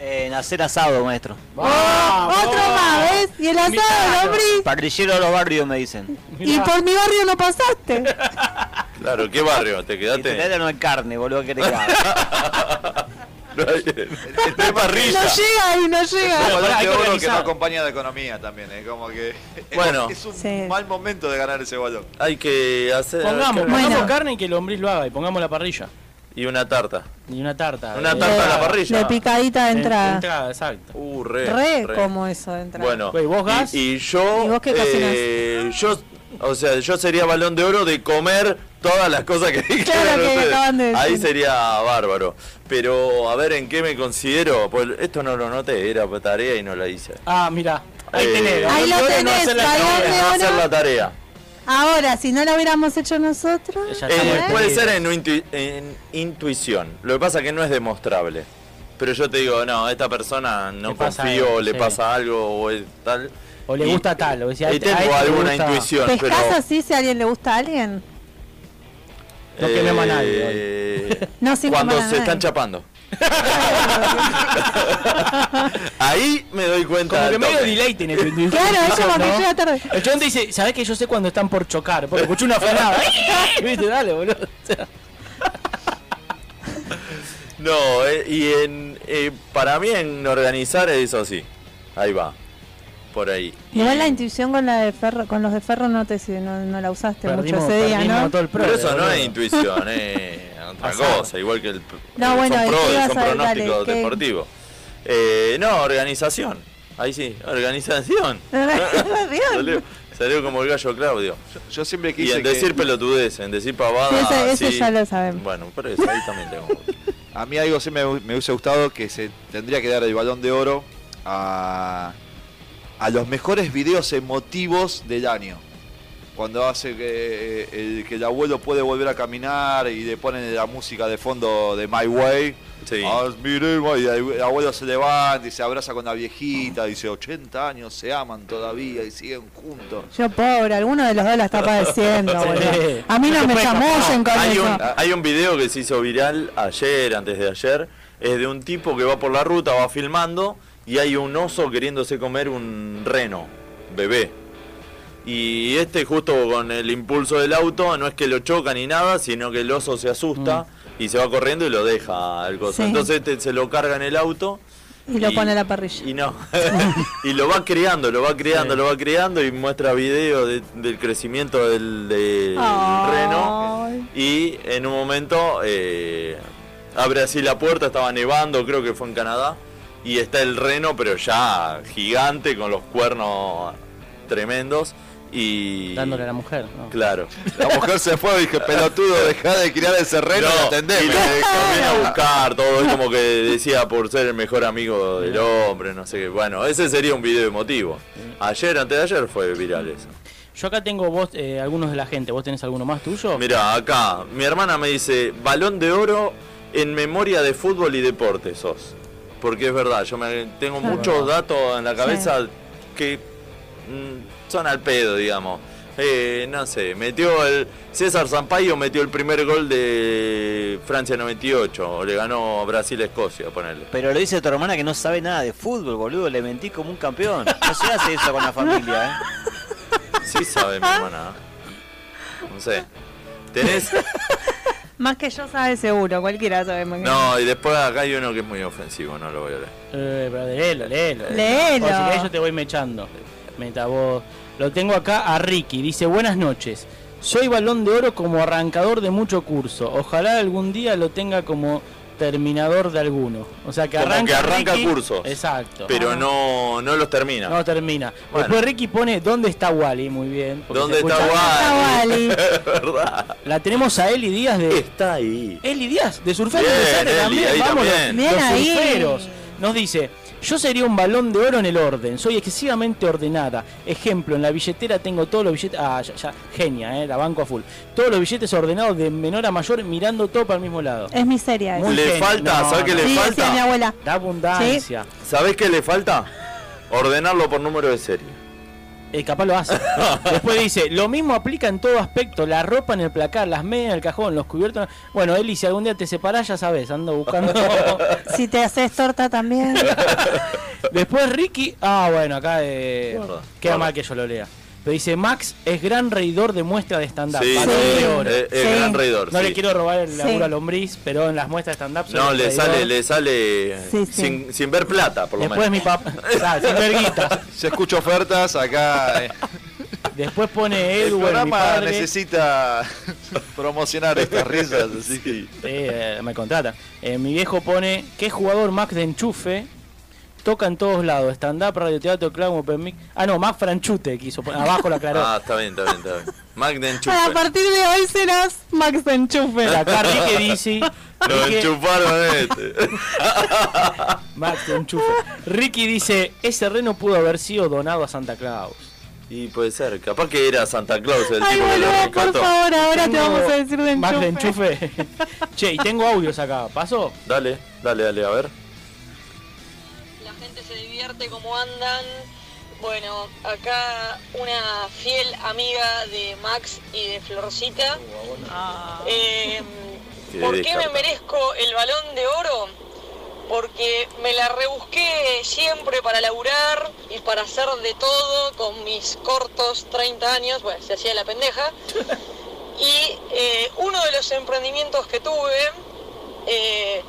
S4: En hacer asado, maestro.
S3: Vamos.
S2: Otro más, ¿ves? Y el
S3: Mirá.
S2: asado, hombre.
S4: Parrillero de los barrios, me dicen.
S2: Y por mi barrio no pasaste.
S1: Claro, ¿qué barrio? ¿Te
S4: Y
S1: quedaste?
S4: te no hay carne, boludo, que te cagas.
S1: No hay- El tema
S2: No
S1: risa.
S2: llega y no
S5: Como
S2: llega.
S5: el
S3: pará, hay
S5: de oro
S3: que
S5: que
S3: organizar.
S5: no acompaña la economía también, es como que... es-
S1: Bueno.
S5: Es un
S2: Sí.
S5: mal momento de ganar ese balón.
S1: Hay que hacer.
S3: Pongamos,
S1: hay que-
S3: pongamos
S2: Bueno.
S3: carne y que el lombriz lo haga y pongamos la parrilla.
S1: Y una tarta.
S3: Y una tarta. eh,
S1: Una
S3: de-
S1: tarta
S2: De-
S1: a la parrilla.
S2: De picadita de
S3: de- de
S2: entrada.
S3: entrada, exacto.
S1: Uh, re.
S2: Re como eso de entrada.
S1: Bueno,
S3: Güey, ¿vos gas?
S1: Y, y yo.
S2: ¿Y vos qué
S1: eh, Yo. O sea, yo sería balón de oro de comer todas las cosas que dijeron
S2: que
S1: ustedes.
S2: acaban de decir.
S1: Ahí sería bárbaro. Pero a ver en qué me considero. Pues esto no lo noté, era tarea y no la hice.
S3: Ah, mira. Ahí
S1: Eh,
S3: tenés.
S1: Ahí
S2: lo
S3: Balón de oro y
S2: tenés,
S3: hacer la
S2: balón
S3: tarea.
S2: de
S1: No
S2: oro.
S1: hacer la tarea.
S2: Ahora, si no lo hubiéramos hecho nosotros.
S3: Ya
S1: Eh,
S3: estamos
S1: puede
S3: despedidos.
S1: ser en, intu- en intuición. Lo que pasa es que no es demostrable. Pero yo te digo, no, a esta persona no
S3: Le pasa
S1: confío,
S3: algo,
S1: le
S3: sí.
S1: pasa algo o es tal.
S3: O le
S1: Y-
S3: gusta tal. O decía,
S1: y
S3: a este- a
S1: tengo
S3: este le
S1: alguna
S3: gusta-
S1: intuición, pero.
S2: ¿Pescás así si a alguien le gusta a alguien?
S3: No quememos a nadie hoy.
S1: eh,
S2: No, sin
S1: Cuando
S2: quemar a
S1: se
S2: nadie.
S1: están chapando. Ahí me doy cuenta.
S3: Como
S1: al
S3: que medio
S1: toque.
S3: delay tiene tu intuición.
S2: Claro, es como que
S3: ¿no?
S2: llega tarde.
S3: El chabón te dice, ¿sabés que yo sé cuando están por chocar? Porque escuché una frenada. Viste, dale, boludo. O sea,
S1: No, eh, y en, eh, para mí en organizar eso sí. Ahí va. Por ahí.
S2: Igual la intuición con la de Ferro, con los de Ferro no te sir- no, no la usaste
S3: perdimos-
S2: mucho ese día,
S3: perdimos
S2: ¿no?
S3: todo el
S1: Pero
S3: prode,
S1: eso no
S3: boludo.
S1: es intuición, eh, otra
S3: Azar.
S1: cosa, igual que el, pro-
S2: No,
S1: eh,
S2: bueno,
S1: son
S2: ¿y qué
S1: pro-
S2: ibas
S1: son
S2: a-
S1: pronósticos
S2: dale, ¿qué?
S1: deportivos. Eh, no, organización. Ahí sí, organización. Salió, salió como el gallo Claudio.
S5: Yo siempre
S1: Y
S5: quise
S1: en
S5: que
S1: decir pelotudez, en decir pavada.
S2: Sí, ese- ese
S1: sí.
S2: ya lo sabemos.
S1: Bueno, pero eso ahí también tengo.
S5: a mí algo sí me, me hubiese gustado que se tendría que dar el balón de oro a, a los mejores videos emotivos del año. Cuando hace que, eh, el, que el abuelo puede volver a caminar y le ponen la música de fondo de My Way.
S1: Sí.
S5: Ah, miremos, y el el abuelo se levanta y se abraza con la viejita, dice 80 años, se aman todavía y siguen juntos.
S2: Yo pobre, alguno de los dos la está padeciendo, boludo. A mí no me chamullen con
S1: Hay un,
S2: eso.
S1: hay un video que se hizo viral ayer, antes de ayer, es de un tipo que va por la ruta, va filmando y hay un oso queriéndose comer un reno, bebé. Y este justo con el impulso del auto, no es que lo choca ni nada, sino que el oso se asusta y se va corriendo y lo deja al coso.
S2: Sí.
S1: Entonces este se lo carga en el auto.
S2: Y lo pone a la parrilla.
S1: Y no. y lo va creando, lo va creando, lo va creando y muestra video de- del crecimiento del, del
S6: Ah,
S2: Ay.
S1: reno. Y en un momento eh, abre así la puerta, estaba nevando, creo que fue en Canadá. Y está el reno, pero ya gigante, con los cuernos tremendos. y...
S3: Dándole a la mujer. ¿no?
S1: Claro.
S5: La mujer se fue y dije, pelotudo, dejá de criar el serrero y atendeme.
S1: y lo vine a
S5: Claro.
S1: buscar, todo es como que decía por ser el mejor amigo del hombre, no sé qué. Bueno, ese sería un video emotivo. Ayer, antes de ayer fue viral eso.
S3: Yo acá tengo vos, eh, algunos de la gente. ¿Vos tenés alguno más tuyo?
S1: Mira, acá, mi hermana me dice, balón de oro en memoria de fútbol y deporte sos. Porque es verdad, yo me, tengo
S2: Claro.
S1: muchos datos en la cabeza que mm, son al pedo, digamos. Eh, no sé, metió el. César Sampaio metió el primer gol de Francia 98, o le ganó Brasil a Escocia, ponerle.
S4: Pero lo dice tu hermana que no sabe nada de fútbol, boludo. Le mentí como un campeón. No se hace eso con la familia, ¿eh?
S1: Sí sabe mi hermana. No sé. ¿Tenés?
S2: Más que yo sabe seguro, cualquiera sabe más que
S1: No, y después acá hay uno que es muy ofensivo, no lo voy a leer.
S3: Eh, pero léelo, léelo.
S2: Léelo.
S3: O si querés, yo te voy mechando. Meta vos. Lo tengo acá a Ricky. Dice, buenas noches. Soy balón de oro como arrancador de mucho curso. Ojalá algún día lo tenga como terminador de alguno. O sea, que
S1: Como
S3: arranca,
S1: que arranca
S3: Ricky-
S1: cursos.
S3: Exacto.
S1: Pero no, no los termina.
S3: No termina.
S1: Bueno.
S3: Después Ricky pone, ¿dónde está Wally? Muy bien. porque
S1: ¿Dónde
S3: se
S1: está
S3: escucha-
S2: Está Wally.
S1: Wally? Es verdad.
S3: La tenemos a Eli Díaz de...
S1: Está ahí.
S3: Eli Díaz, de surfero
S1: Bien,
S3: desastre
S1: Eli,
S3: también,
S1: ahí
S3: vamos,
S1: también.
S3: los- los
S2: Bien ahí.
S3: surferos. Nos dice, yo sería un balón de oro en el orden, soy excesivamente ordenada. Ejemplo, en la billetera tengo todos los billetes, ah, ya, ya, genia, eh, la banco a full. Todos los billetes ordenados de menor a mayor mirando todo para el mismo lado.
S2: Es miseria eso.
S3: Muy
S1: le
S3: genio.
S1: falta,
S3: No,
S1: ¿sabes qué
S3: no.
S1: le
S2: Sí, decía mi
S1: falta?
S2: abuela.
S3: La abundancia.
S1: ¿Sabés qué le falta? Ordenarlo por número de serie.
S3: Eh, capaz lo hace. Después dice, lo mismo aplica en todo aspecto, la ropa en el placar, las medias en el cajón, los cubiertos. Bueno, Eli, si algún día te separás, ya sabes, ando buscando
S2: Si te haces torta también.
S3: Después Ricky. Ah, bueno, acá. Eh,
S1: Guarda,
S3: queda
S1: guarda.
S3: mal que yo lo lea. Pero dice: Max es gran reidor de muestra de stand-up.
S1: Sí,
S3: Balón
S1: sí,
S3: de oro.
S1: es, es
S2: Sí.
S1: gran reidor.
S3: no
S1: sí.
S3: le quiero robar el laburo
S2: Sí.
S3: a Lombriz, pero en las muestras de stand-up. soy
S1: No,
S3: un
S1: le
S3: reidor.
S1: sale, le sale
S2: Sí, sí.
S1: Sin, sin ver plata, por lo
S3: Después
S1: menos.
S3: mi papá. Ah, sin verguita.
S5: Se escucha ofertas acá. eh.
S3: Después pone
S5: El
S3: Edu, bueno, mi
S5: programa
S3: padre.
S5: necesita promocionar estas risas, así que.
S3: Eh, me contratan. Eh, mi viejo pone: ¿Qué jugador Max de enchufe? Toca en todos lados, stand-up, radioteatro, clown, open mic. Ah, no, Max Franchute quiso poner. Abajo la aclaró.
S1: Ah, está bien, está bien, está bien. Magda
S2: A
S1: enchufe.
S2: partir de hoy serás Max de Enchufe.
S3: La carne que dice.
S1: Lo
S3: dije,
S1: enchufaron este.
S3: Max, te enchufe. Ricky dice, ese reno pudo haber sido donado a Santa Claus.
S1: Y puede ser, capaz que era Santa Claus el
S2: Ay,
S1: tipo que lo
S2: boludo, por
S1: rescató.
S2: favor, ahora te
S3: Tengo
S2: vamos a decir de
S3: Max,
S2: enchufe.
S3: de enchufe. che, y tengo audios acá. ¿Pasó?
S1: Dale, dale, dale, a ver.
S7: La gente se divierte como andan. Bueno, acá una fiel amiga de Max y de Florcita. Eh,
S1: Que
S7: ¿Por qué me
S1: descarta.
S7: merezco el balón de oro? Porque me la rebusqué siempre para laburar y para hacer de todo con mis cortos 30 años, bueno, se hacía la pendeja. Y eh, uno de los emprendimientos que tuve eh,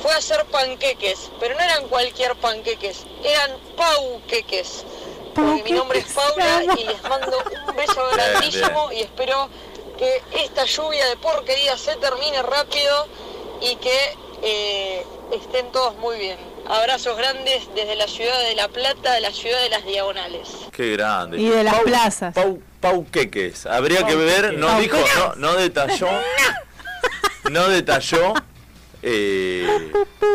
S7: fue hacer panqueques, pero no eran cualquier panqueques, eran pauqueques. Porque mi nombre es Paula y les mando un beso grandísimo y espero que esta lluvia de porquería se termine rápido y que eh, estén todos muy bien. Abrazos grandes desde la ciudad de La Plata, de la ciudad de las Diagonales.
S1: Qué grande.
S2: Y de las plazas.
S1: Pau, Pauqueques. Habría que ver, no dijo,
S2: Pauqueques.
S1: no, no detalló. No detalló. eh,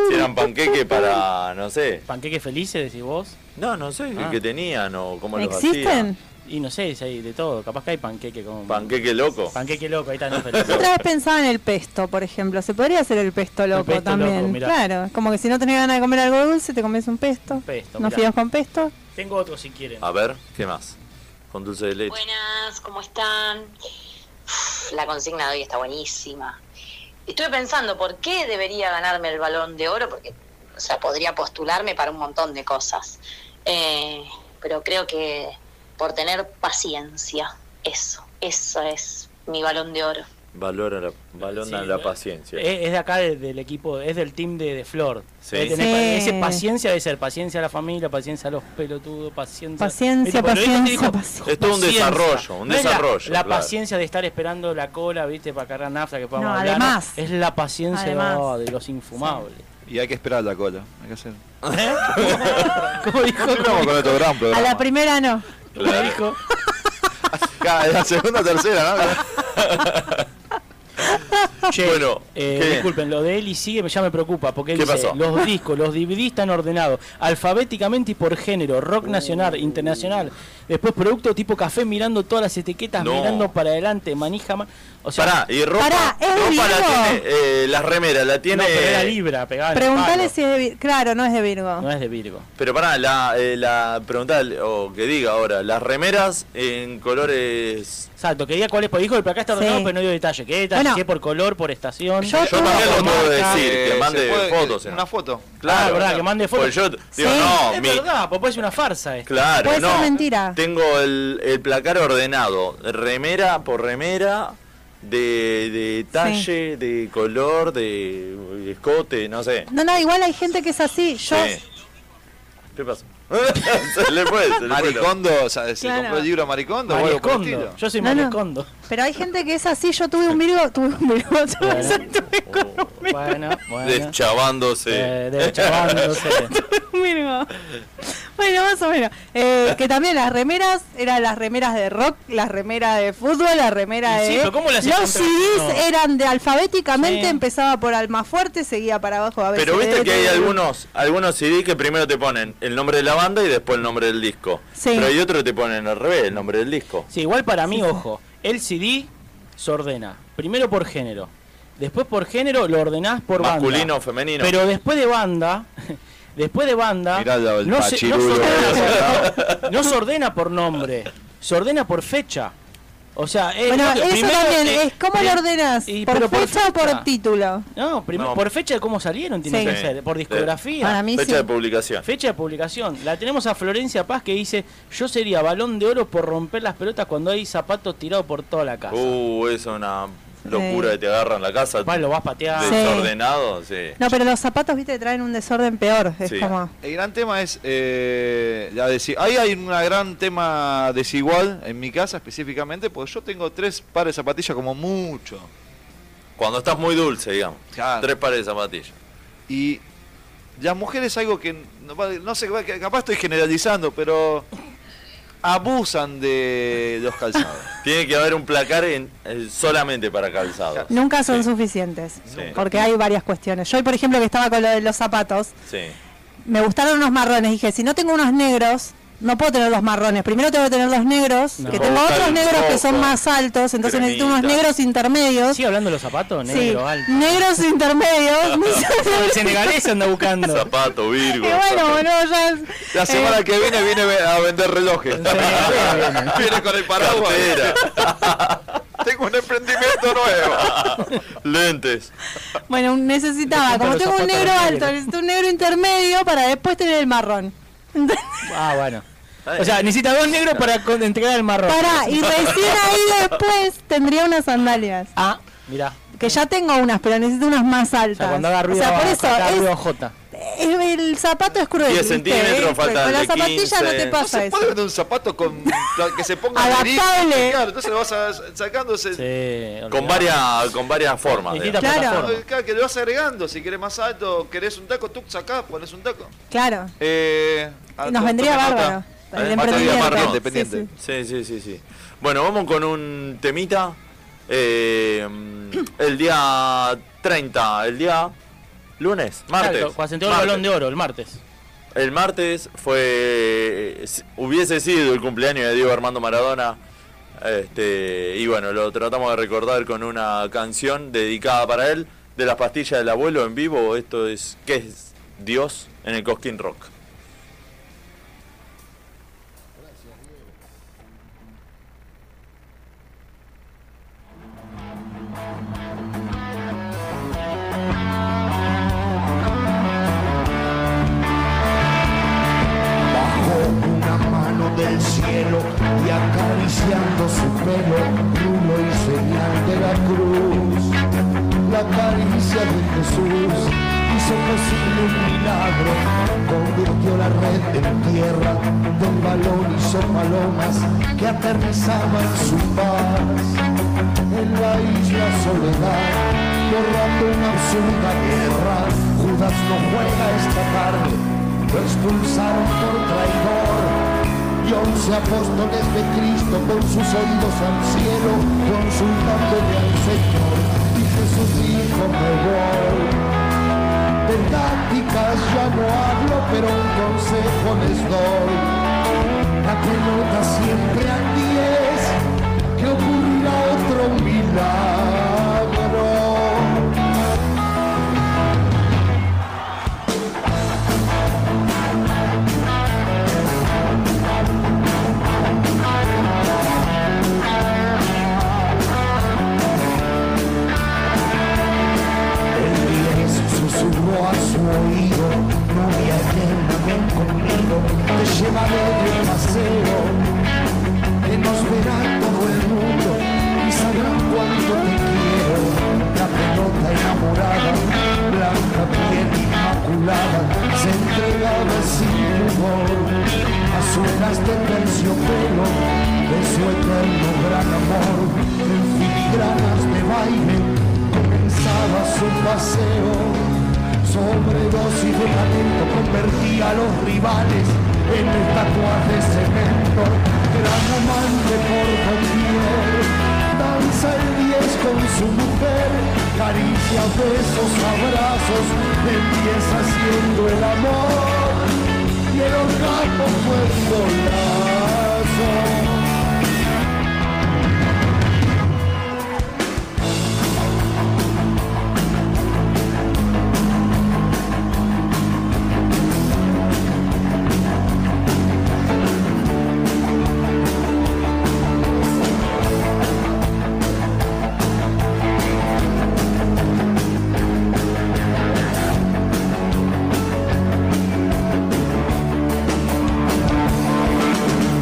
S1: si eran panqueques para, no sé.
S3: Panqueques felices, decís vos.
S1: No, no sé,
S3: Ah.
S1: qué tenían o cómo los
S2: ¿Existen?
S1: hacían.
S3: Y no sé, si hay de todo. Capaz que hay panqueque con...
S1: Panqueque loco.
S3: Panqueque loco, ahí están los felices.
S2: Otra vez pensaba en el pesto, por ejemplo. Se podría hacer el pesto loco
S3: pesto loco,
S2: también.
S3: mirá.
S2: claro, como que si no tenés ganas de comer algo dulce, te comes un pesto.
S3: Pesto,
S2: no
S3: mirá.
S2: fías con pesto.
S3: Tengo otro si quieren.
S1: A ver, ¿qué más? Con dulce de leche.
S8: Buenas, ¿cómo están? Uf, La consigna de hoy está buenísima. Estuve pensando, ¿por qué debería ganarme el balón de oro? Porque, o sea, podría postularme para un montón de cosas. Eh, pero creo que por tener paciencia, eso, eso es mi balón de oro.
S1: Valora la, valona
S3: Sí, eh,
S1: la
S3: ¿no?
S1: paciencia.
S3: Es, es de acá, de- del equipo, es del team de, de Flor.
S1: Sí.
S3: Debe tener pa-
S2: Sí.
S3: ese paciencia de ser, paciencia a la familia, paciencia a los pelotudos, paciencia...
S2: Paciencia,
S3: Viste, cuando viste,
S2: paciencia,
S3: dijo,
S2: paciencia.
S1: Es todo un
S3: Paciencia.
S1: desarrollo, un
S3: No es la-
S1: desarrollo.
S3: La,
S1: claro.
S3: paciencia de estar esperando la cola, viste, para cargar nafta que podamos
S2: No,
S3: hablar, ¿no?
S2: además.
S3: Es la paciencia
S2: Además.
S3: oh, de los infumables.
S5: Y hay que esperar la cola. Hay que hacer.
S3: ¿Eh? ¿Cómo dijo?
S5: Continuamos con otro gran
S2: A
S5: programa.
S3: Ah,
S2: la primera no.
S3: ¿Cómo dijo?
S5: Cada- Ah, la segunda, tercera,
S3: Che,
S1: Bueno,
S3: eh,
S1: ¿qué?
S3: disculpen, lo de Eli sigue, ya me preocupa, porque él
S1: ¿Qué
S3: dice,
S1: pasó?
S3: los discos, los DVD están ordenados alfabéticamente y por género,
S1: Uh.
S3: rock nacional, internacional, después producto tipo café, mirando todas las etiquetas,
S1: No.
S3: mirando para adelante, manija, ma- o sea,
S1: Pará, y ropa,
S2: Pará, ¿es de
S1: ropa la
S2: Virgo?
S1: tiene, eh, las remeras, la
S3: no,
S1: tiene...
S3: pero era libra, pegada en el
S2: Preguntale
S3: palo.
S2: si es de Virgo. Claro, no es de Virgo.
S3: No es de Virgo.
S1: Pero pará, la, eh, la preguntá, o que diga ahora, las remeras en colores...
S3: Exacto, quería cuál es por hijo, pero acá está
S2: Sí.
S3: ordenado, pero no dio detalle. ¿Qué detalle?
S2: Bueno.
S3: ¿Qué por color, por estación?
S2: Yo-
S1: Yo también lo puedo decir, que
S5: ¿no?
S1: mande
S5: ¿Se puede- eh,
S1: fotos.
S5: Una
S1: ¿no?
S5: foto.
S1: Claro,
S3: Ah, verdad, que mande fotos.
S1: Porque yo digo,
S2: Sí.
S1: no,
S3: es
S1: mi-
S3: verdad, papá es una farsa esto.
S1: Claro,
S2: Puede
S1: no.
S2: ser mentira.
S1: Tengo el, el placar ordenado, remera por remera, de, de talle, de color, de escote, no sé.
S2: No, no, igual hay gente que es así. Yo.
S1: Sí. ¿Qué pasó? se le fue, se le fue.
S5: Maricondo, o sea, se
S2: Claro.
S5: compró el libro a Maricondo. o algo por el
S3: Maricondo.
S5: estilo.
S3: Yo soy
S2: No, no.
S3: maricondo.
S2: Pero hay gente que es así. Yo tuve un Virgo. Tuve un Virgo. Tuve,
S3: Bueno.
S2: tuve con un Virgo.
S3: Bueno, bueno.
S1: Deschavándose.
S3: Eh, de chavándose.
S2: Un Virgo. Bueno, más o menos. Eh, que también las remeras, eran las remeras de rock, las remeras de fútbol, las remeras
S3: Y
S2: de...
S3: sí, pero ¿cómo las
S2: Los
S3: encontrás?
S2: CDs
S3: No.
S2: eran de alfabéticamente,
S3: Sí.
S2: empezaba por Almafuerte, seguía para abajo a veces.
S1: Pero viste que hay algunos algunos CD que primero te ponen el nombre de la banda y después el nombre del disco.
S2: Sí.
S1: Pero hay otros que te ponen al revés, el nombre del disco.
S3: Sí, igual para mí, ojo, el CD se ordena primero por género, después por género lo ordenás por
S1: Masculino o
S3: banda.
S1: femenino.
S3: Pero después de banda, después de banda,
S5: Mirá la- el
S3: no, se, no, se
S5: pachirulo
S3: ordena, no- no se ordena por nombre, se ordena por fecha. O sea, es-
S2: Bueno, eso
S3: primero,
S2: también,
S3: eh,
S2: es cómo
S3: pri-
S2: lo ordenás,
S3: y-
S2: por
S3: pero
S2: fecha o por título.
S3: No, primero
S1: No.
S3: por fecha de cómo salieron tiene
S2: Sí.
S3: que
S1: Sí.
S3: ser, por
S1: Sí.
S3: discografía.
S2: Para mí
S1: Fecha
S2: sí.
S1: de publicación.
S3: Fecha de publicación. La tenemos a Florencia Paz que dice, yo sería balón de oro por romper las pelotas cuando hay zapatos tirados por toda la casa.
S1: Uh, eso es una locura
S2: Sí.
S1: que te agarran la casa.
S3: Papá, lo vas pateando.
S2: Sí.
S1: Desordenado, sí.
S2: No, pero los zapatos, viste, traen un desorden peor. Es
S1: Sí.
S2: como.
S5: El gran tema es eh, la desi- Ahí hay un gran tema desigual en mi casa específicamente, porque yo tengo tres pares de zapatillas como mucho.
S1: Cuando estás muy dulce, digamos.
S5: Claro.
S1: Tres pares de zapatillas.
S5: Y las mujeres algo que no, va- no sé, que capaz estoy generalizando, pero abusan de los calzados.
S1: Tiene que haber un placar en- eh, solamente para calzados.
S2: Nunca son
S1: Sí.
S2: suficientes,
S1: Sí.
S2: porque hay varias cuestiones. Yo, por ejemplo, que estaba con lo de los zapatos,
S1: Sí.
S2: me gustaron unos marrones. Dije, si no tengo unos negros, no puedo tener los marrones. Primero tengo que tener los negros,
S3: No.
S2: que tengo
S1: Busca
S2: otros
S1: el
S2: negros que son
S1: rojo.
S2: más altos, entonces necesito unos
S1: Cremita.
S2: negros intermedios.
S3: ¿Sigue hablando de los zapatos?
S2: Sí,
S3: Negro, alto.
S2: negros intermedios. no sé.
S3: El senegalés anda buscando.
S1: Zapato,
S2: y
S1: Virgo.
S2: bueno,
S1: zapato.
S2: boludo, ya. es- eh,
S5: La semana que viene viene a vender relojes. viene con el eh, paraguas.
S1: Cartera,
S5: Tengo un emprendimiento nuevo.
S1: lentes.
S2: Bueno, un- necesitaba,
S3: Le compra
S2: como
S3: los
S2: tengo un
S3: zapatos
S2: negro
S3: al
S2: alto,
S3: negro.
S2: necesito un negro intermedio para después tener el marrón.
S3: Ah, bueno. O sea, necesita dos negros para con- entregar el marrón.
S2: Pará, y recién ahí después tendría unas sandalias.
S3: Ah, mirá.
S2: Que ya tengo unas, pero necesito unas más
S3: O
S2: altas.
S3: sea, cuando haga ruido,
S2: O sea, por eso,
S3: haga
S2: es-
S3: ruido J.
S2: es- el zapato es cruel.
S1: 10
S2: ¿viste?
S1: centímetros,
S2: Es-
S1: faltan
S2: Con la
S1: de
S2: zapatilla no
S1: 15.
S2: te
S5: No
S2: pasa
S5: se
S2: eso.
S5: puede vender un zapato con que se ponga
S2: Adaptable.
S5: ridículo, Claro, entonces lo vas a, sacándose.
S3: Sí,
S1: Con
S3: olvidá.
S1: varias, con varias formas.
S3: Distintas
S1: digamos.
S2: Claro.
S3: plataformas.
S5: Claro, que lo vas agregando, si querés más alto, querés un taco, tú sacás, pones un taco.
S2: Claro,
S5: Eh, a-
S2: nos
S5: to-
S2: vendría
S5: tome nota.
S2: bárbaro. El
S1: Eh,
S2: emprendimiento.
S1: material marrón,
S2: Sí,
S5: dependiente.
S2: sí.
S1: Sí, sí, sí, sí. Bueno, vamos con un temita. Eh, el día 30, el día lunes, martes.
S3: Claro, cuando se entregó el
S1: martes.
S3: balón de oro el martes.
S1: El martes fue. s- Hubiese sido el cumpleaños de Diego Armando Maradona. Este, y bueno, lo tratamos de recordar con una canción dedicada para él, de las pastillas del abuelo en vivo. Esto es. ¿Qué es Dios en el Cosquín Rock?
S6: bajo una mano del cielo y acariciando su pelo, rulo y señal de la cruz. La caricia de Jesús hizo posible un milagro, convirtió la red en tierra de un balón hizo palomas que aterrizaban su paz en la isla soledad, borrando una absurda guerra. Judas no juega esta tarde, lo expulsaron por traidor. y once apóstoles de Cristo con sus oídos al cielo, consultándole al Señor. Y Jesús dijo, me voy. De tácticas ya no hablo, pero un consejo les doy. La pelota siempre al 10, que ocurrirá otro milagro. El diez susurró a su oído, novia eterna, ven conmigo, te llevaré de paseo, que nos verá todo el mundo y sabrán cuánto te quiero. La pelota enamorada, blanca piel inmaculada, se entregaba sin humor a su gas de terciopelo, de su eterno gran amor, en filigranas de baile comenzaba su paseo. Sobredosis de talento convertía a los rivales en estatuas de cemento. Gran amante por doquier, danza el 10 con su mujer, caricia, besos, abrazos, empieza haciendo el amor. Y el orgasmo fue un golazo.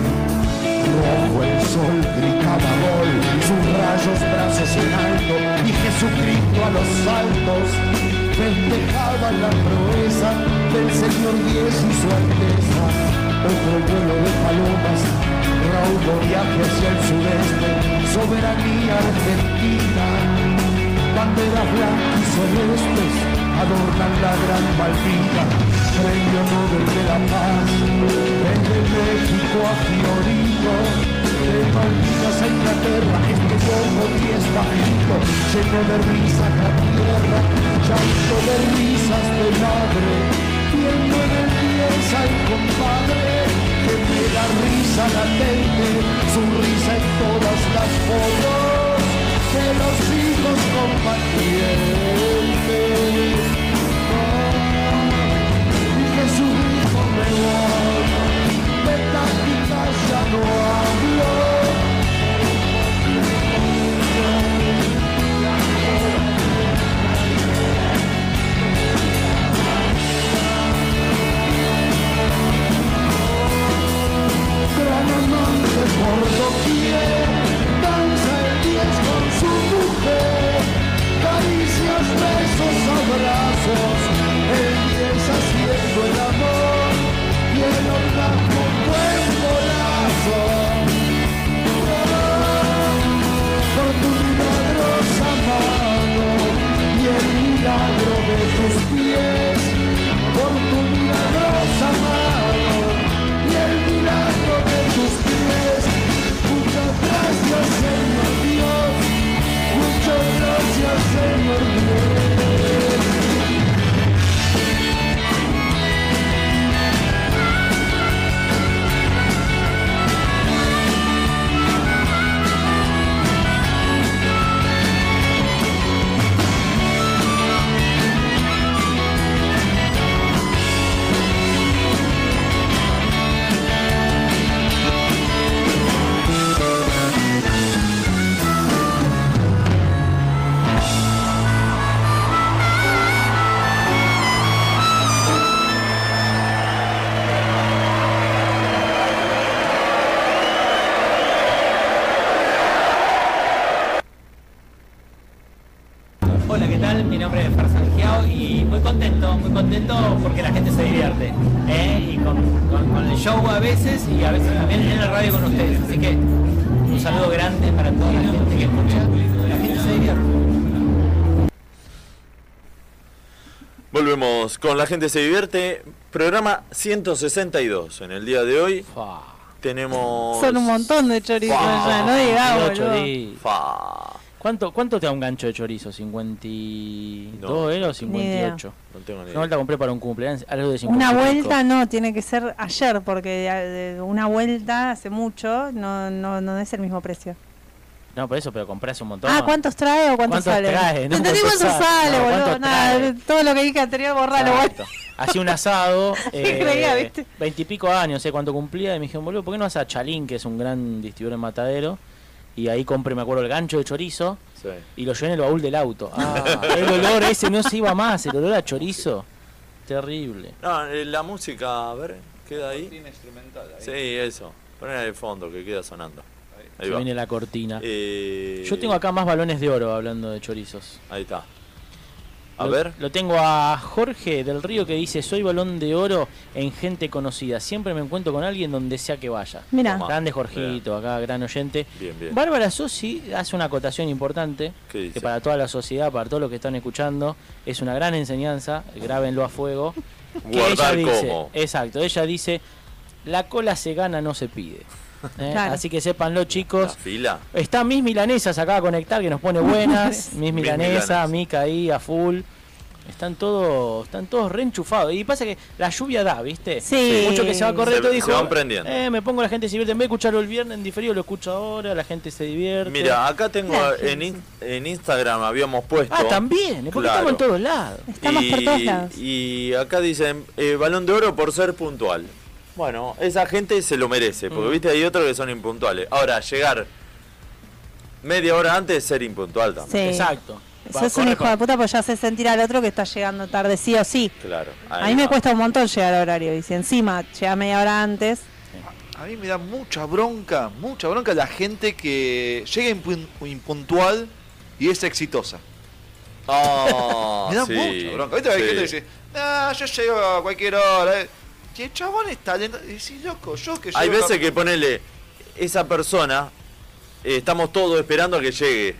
S6: Rojo el sol gritaba gol, sus rayos brazos en alto y Jesucristo a los saltos festejaba la proeza del Señor Diez y su Alteza. Otro vuelo de palomas, raudo viaje hacia el sudeste, soberanía argentina. Banderas blancas y celestes adornan la gran Malvina, premio Nobel de la Paz, el de México a Fiorito, de Malvinas a Inglaterra, este como diez bajito, lleno de risas la tierra, llanto de risas de madre, viendo en el pies al compadre, que la risa latente, su risa en todas las fotos, de los hijos combatientes. Oh, y Jesús dijo, me voy, de tácticas ya no hablo, gran amante por doquier, danza el diez con su mujer, caricias, besos, abrazos, el diez haciendo el amor, y el orgasmo fue un golazo. Oh, Por tu milagrosa mano y el milagro de tus pies, por tu milagrosa mano y el milagro de tus pies. Muchas gracias, Señor Dios. Muchas gracias, Señor Dios.
S3: Hola, ¿qué tal? Mi nombre es Farzan Giao y muy contento, muy contento porque la gente se divierte. ¿eh? Y con, con- con el show a veces y a veces también en la radio con ustedes. Así que un saludo grande para toda la gente que escucha. La gente se divierte.
S1: Volvemos con La gente se divierte, programa 162 en el día de hoy.
S3: Fua.
S1: tenemos.
S2: Son un montón de chorizos ya, no digamos.
S3: Kilo
S2: boludo.
S3: chorizo.
S1: Fa,
S3: ¿Cuánto, ¿Cuánto te da un gancho de chorizo? ¿52
S1: No.
S3: era o 58?
S1: No tengo ni
S3: Una
S1: idea.
S3: vuelta compré para un cumpleaños, algo de 50
S2: Una vuelta no, tiene que ser ayer, porque eh, de- de- una vuelta hace mucho no, no, no es el mismo precio.
S3: No, por eso, pero compré hace un montón.
S2: Ah, ¿cuántos trae o cuántos
S3: ¿Cuántos
S2: sale?
S3: trae? No,
S2: Entendí cuántos
S3: ¿cuántos sale?
S2: sale,
S3: No,
S2: boludo.
S3: ¿cuántos
S2: Nada,
S3: trae? Ah.
S2: todo lo que dije anterior,
S1: Ah,
S2: borralo, boludo.
S3: Exacto. Hacía un asado, eh,
S2: creía, viste?
S3: veintipico años, sé cuánto cumplía, y me dijeron, boludo, ¿por qué no vas a Chalín, que es un gran distribuidor en Matadero? Y ahí compré, me acuerdo, el gancho de chorizo
S1: Sí.
S3: y lo llevé en el baúl del auto. Ah, el olor ese no se iba más, el olor a chorizo. Terrible.
S1: No, eh, la música, a ver, queda ahí. Sí, eso. Poner el fondo que queda sonando. Ahí
S3: Se
S1: va.
S3: viene la cortina.
S1: Eh,
S3: Yo tengo acá más balones de oro hablando de chorizos.
S1: Ahí está. A
S3: Lo-
S1: ver.
S3: Lo tengo a Jorge del Río que dice, soy balón de oro en gente conocida. Siempre me encuentro con alguien donde sea que vaya.
S2: Mira,
S1: Toma.
S3: Grande Jorgito, acá gran oyente.
S1: Bien, bien.
S3: Bárbara Sosi hace una acotación importante
S1: ¿Qué dice?
S3: que para toda la sociedad, para todos los que están escuchando, es una gran enseñanza, grábenlo a fuego. que
S1: Guardar
S3: ella dice,
S1: como.
S3: Exacto, ella dice, la cola se gana, no se pide. ¿Eh?
S2: Claro.
S3: Así que sépanlo
S1: La
S3: chicos.
S1: fila.
S3: Está Mis Milanesas acá a conectar, que nos pone buenas. Mis Milanesa,
S1: Milanesas.
S3: Mica ahí a full. Están todos, están todos reenchufados. Y pasa que la lluvia da, ¿viste?
S2: Sí.
S3: Mucho que se va a correr,
S1: Se-
S3: todo
S1: se
S3: dijo.
S1: van prendiendo.
S3: "Eh, me pongo la gente se divierte. En vez de escucharlo el viernes en diferido, lo escucho ahora, la gente se divierte.
S1: Mira, acá tengo
S2: Claro,
S1: en,
S2: sí,
S1: in- en Instagram habíamos puesto.
S3: Ah, también, porque
S1: Claro.
S3: estamos en todos lados.
S2: estamos por todos lados.
S1: y acá dicen eh, balón de oro por ser puntual. Bueno, esa gente se lo merece,
S3: Mm.
S1: porque viste hay otros que son impuntuales. Ahora, llegar media hora antes es ser impuntual también.
S2: Sí.
S3: Exacto. Va,
S2: Sos un
S3: corre
S2: hijo
S3: con-
S2: de puta, pues ya hace sentir al otro que está llegando tarde, sí o sí.
S1: Claro.
S2: A mí me
S1: va.
S2: cuesta un montón llegar al horario, y si encima llega media hora antes,
S5: A mí me da mucha bronca, mucha bronca la gente que llega impun- impuntual y es exitosa.
S1: Ah,
S5: me da
S1: sí,
S5: mucha bronca. Viste, hay
S1: sí.
S5: gente que dice, ah, yo llego a cualquier hora. eh". Che, chabón está lento. Y decís, loco, yo que llego.
S1: Hay veces
S5: tam-
S1: que ponele esa persona, eh, estamos todos esperando a que llegue.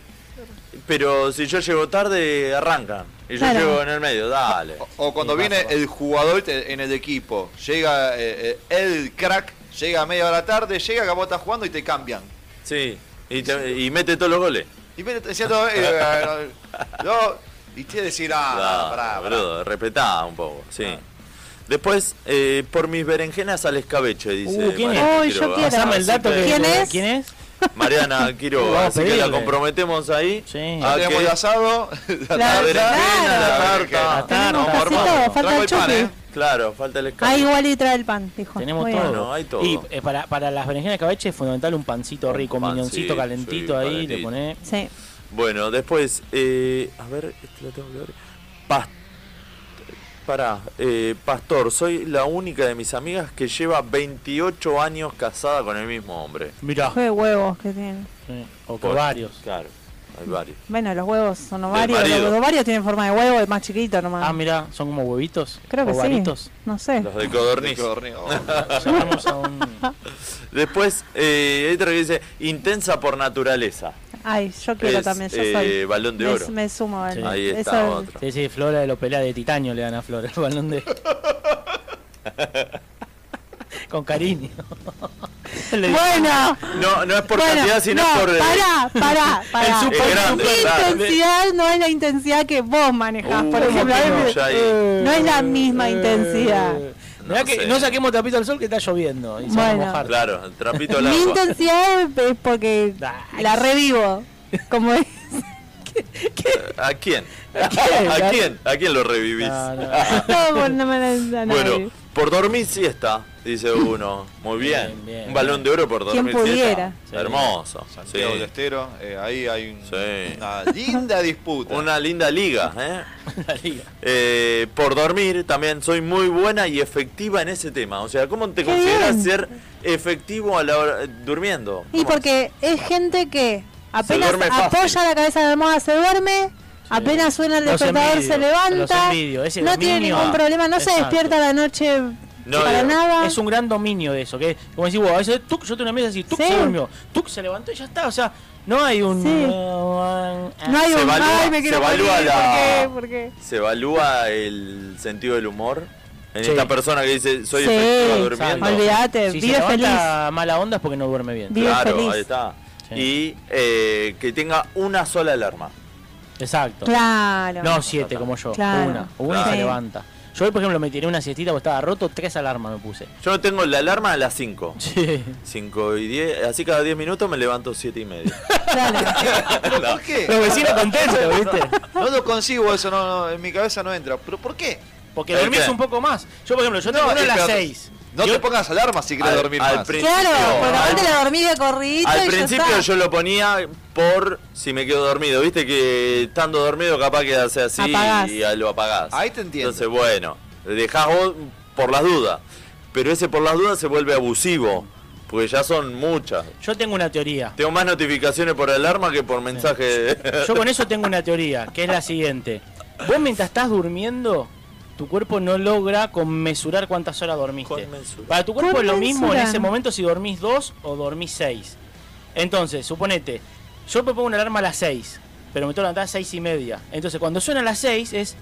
S1: Pero si yo llego tarde, arrancan. Y yo
S2: Claro.
S1: llego en el medio, dale.
S5: O, o cuando
S3: Sí,
S5: viene
S3: pasa, pasa.
S5: el jugador te- en el equipo, llega eh, eh, el crack, llega a media hora tarde, llega que vos estás jugando y te cambian.
S1: Sí. Y, te- y mete todos los goles.
S5: Y viene te decía todo. eh, eh, no, y te decir, ah,
S1: Claro,
S5: pará, pará". Ah.
S1: boludo, respetá un poco, sí. Después, eh, por mis berenjenas al escabeche, dice.
S3: Uh, ¿quién es?
S1: Mariana
S2: Uy, yo
S1: Quiroga.
S2: quiero.
S3: Pasame el dato que
S2: ¿Quién es?
S3: ¿Quién es?
S1: Mariana Quiroga,
S3: Vamos a
S1: así que la
S3: pedirle.
S1: comprometemos ahí.
S3: Sí.
S1: A
S5: Tenemos
S1: que-
S5: el asado, la
S2: La-
S5: tarde,
S1: berenjena,
S2: Claro.
S1: la tarta. Ah,
S2: tenemos
S3: no,
S2: casi
S1: hermano,
S2: todo, falta
S5: trajo
S2: el
S5: el pan,
S2: choque.
S5: ¿eh?
S1: Claro, falta el
S2: Ah,
S1: escabeche.
S2: igual y trae el pan, dijo.
S3: Tenemos
S2: Muy
S3: todo.
S2: bien.
S1: Bueno, hay todo.
S3: Y eh, para, para las berenjenas cabeche es fundamental un pancito
S1: Un
S3: rico, un
S1: pancito,
S3: miñoncito calentito
S1: sí,
S3: ahí, le
S1: calentito.
S3: pone
S2: Sí.
S1: Bueno, después, eh, a ver, este lo tengo que abrir. Pas- Pará, eh, Pastor, soy la única de mis amigas que lleva 28 años casada con el mismo hombre.
S3: Mirá.
S2: Qué huevos que tienen.
S3: Sí, O que
S1: Por-
S3: varios.
S1: Claro, hay varios.
S2: Bueno, los huevos son ovarios.
S1: marido.
S2: Los ovarios tienen forma de huevo, es más chiquito nomás.
S3: Ah, mira, son como huevitos.
S2: Creo que
S3: o
S2: sí.
S3: varitos.
S2: No sé.
S1: Los de
S5: De
S1: codorniz.
S5: codorniz, oh.
S3: Llamamos a un.
S1: Después, eh, hay otro que dice, intensa por naturaleza.
S2: Ay, yo quiero
S1: Es,
S2: también, yo
S1: eh,
S2: soy.
S1: balón de
S2: me,
S1: oro.
S2: me sumo al-
S3: Sí.
S1: Ahí está
S2: eso-
S1: otro.
S3: Sí, sí, Flora de los pelea de titanio le dan a Flora el balón de. Con cariño. Le dice,
S2: Bueno,
S1: No, no es por
S2: bueno,
S1: cantidad, sino
S2: no,
S1: por... eh,
S2: pará, pará, pará. Eh,
S1: super- Es grande,
S2: Mi
S1: claro.
S2: intensidad no es la intensidad que vos manejás,
S1: Uh,
S2: por ejemplo.
S1: no,
S2: a mí me-
S1: ya ahí.
S2: No es la
S3: Eh.
S2: misma intensidad.
S3: Mirá
S1: No
S3: que
S1: sé.
S3: no saquemos tapito al sol que está lloviendo. Y se va a
S2: Bueno.
S3: mojar.
S1: Claro, el trapito al
S2: Mi
S1: agua.
S2: intensidad es porque
S3: Dai.
S2: la revivo. Como es.
S1: ¿A quién?
S3: ¿A quién?
S1: ¿A quién? ¿A quién lo revivís?
S3: No, no, no.
S2: No, por- no me la- a nadie.
S1: Bueno, por dormir siesta, dice uno. Muy bien.
S3: Bien, bien,
S1: Un balón de oro por dormir
S2: Quien pudiera.
S1: siesta. Hermoso.
S5: Santiago del
S1: Sí.
S5: Estero, eh, ahí hay un-
S1: Sí.
S5: una linda disputa.
S1: Una linda liga, ¿eh?
S3: La liga.
S1: Eh, por dormir también soy muy buena y efectiva en ese tema. O sea, ¿cómo te
S2: Qué
S1: consideras
S2: bien.
S1: ser efectivo a la hora, eh, durmiendo?
S2: Y
S1: ¿Cómo
S2: porque es gente que apenas
S1: duerme fácil.
S2: apoya la cabeza de la almohada, se duerme, apenas suena el
S3: Los
S2: despertador,
S3: envidio,
S2: se levanta,
S3: los envidio, ese
S2: no tiene
S3: dominio.
S2: ningún problema, no se
S3: Exacto.
S2: despierta a la noche
S1: No,
S2: para
S1: no,
S2: nada.
S3: Es un gran dominio de eso, que como decís vos, a veces tuc, yo tengo una mesa así, tuc
S2: Sí.
S3: se durmió, tuc se levantó y ya está, o sea, no hay un...
S2: Sí. No hay
S1: Se
S2: un
S1: evalúa-
S2: ay, me
S1: se
S2: quiero morir,
S1: evalúa la-
S2: ¿por qué? ¿Por qué?
S1: ¿Se evalúa el sentido del humor? En
S3: Sí.
S1: esta persona que dice, soy
S2: Sí.
S1: efectiva durmiendo.
S2: Olvidá. Olvídate,
S3: si
S2: vive
S3: se levanta mala onda es porque no duerme bien.
S2: Vi- Vive
S1: claro,
S2: feliz.
S1: ahí está.
S3: Sí.
S1: Y eh, que tenga una sola alarma.
S3: Exacto.
S2: Claro.
S3: No, siete como yo.
S2: Claro.
S3: Una. Una
S1: Claro.
S3: se
S2: Sí.
S3: levanta. Yo hoy, por ejemplo, me tiré una siestita porque estaba roto, tres alarmas me puse.
S1: Yo tengo la alarma a las 5.
S3: Sí.
S1: 5 y 10, así cada 10 minutos me levanto 7 y media.
S2: Claro.
S5: ¿Pero por qué?
S3: Los vecinos contentos, ¿viste?
S5: No lo consigo eso, no, no, en mi cabeza no entra. ¿Pero por qué?
S3: Porque
S1: ¿El
S3: dormís
S1: qué?
S3: un poco más. Yo, por ejemplo, yo tengo
S5: No,
S3: una a las
S5: espera,
S3: seis.
S5: No
S3: Y
S5: te
S3: hoy-
S5: pongas alarmas si querés
S1: Al-
S5: dormir
S1: al
S5: más.
S1: principio-
S2: Claro, porque
S1: al-
S2: aparte la dormí de corridito y
S1: Al
S2: ya
S1: principio
S2: está.
S1: yo lo ponía por si me quedo dormido, viste que estando dormido capaz que hace así
S2: Apagás.
S1: y ahí lo apagás.
S5: Ahí te entiendo.
S1: Entonces, bueno, dejás vos por las dudas. Pero ese por las dudas se vuelve abusivo, porque ya son muchas.
S3: Yo tengo una teoría.
S1: Tengo más notificaciones por alarma que por mensaje.
S3: Yo con eso tengo una teoría, que es la siguiente. Vos mientras estás durmiendo, tu cuerpo no logra conmesurar cuántas horas dormiste.
S1: Conmensurar.
S3: Para tu cuerpo es lo mismo en
S2: Conmensurar.
S3: ese momento si dormís dos o dormís seis. Entonces, suponete, yo me pongo una alarma a las seis, pero me tengo que levantar a las seis y media. Entonces, cuando suena a las seis es,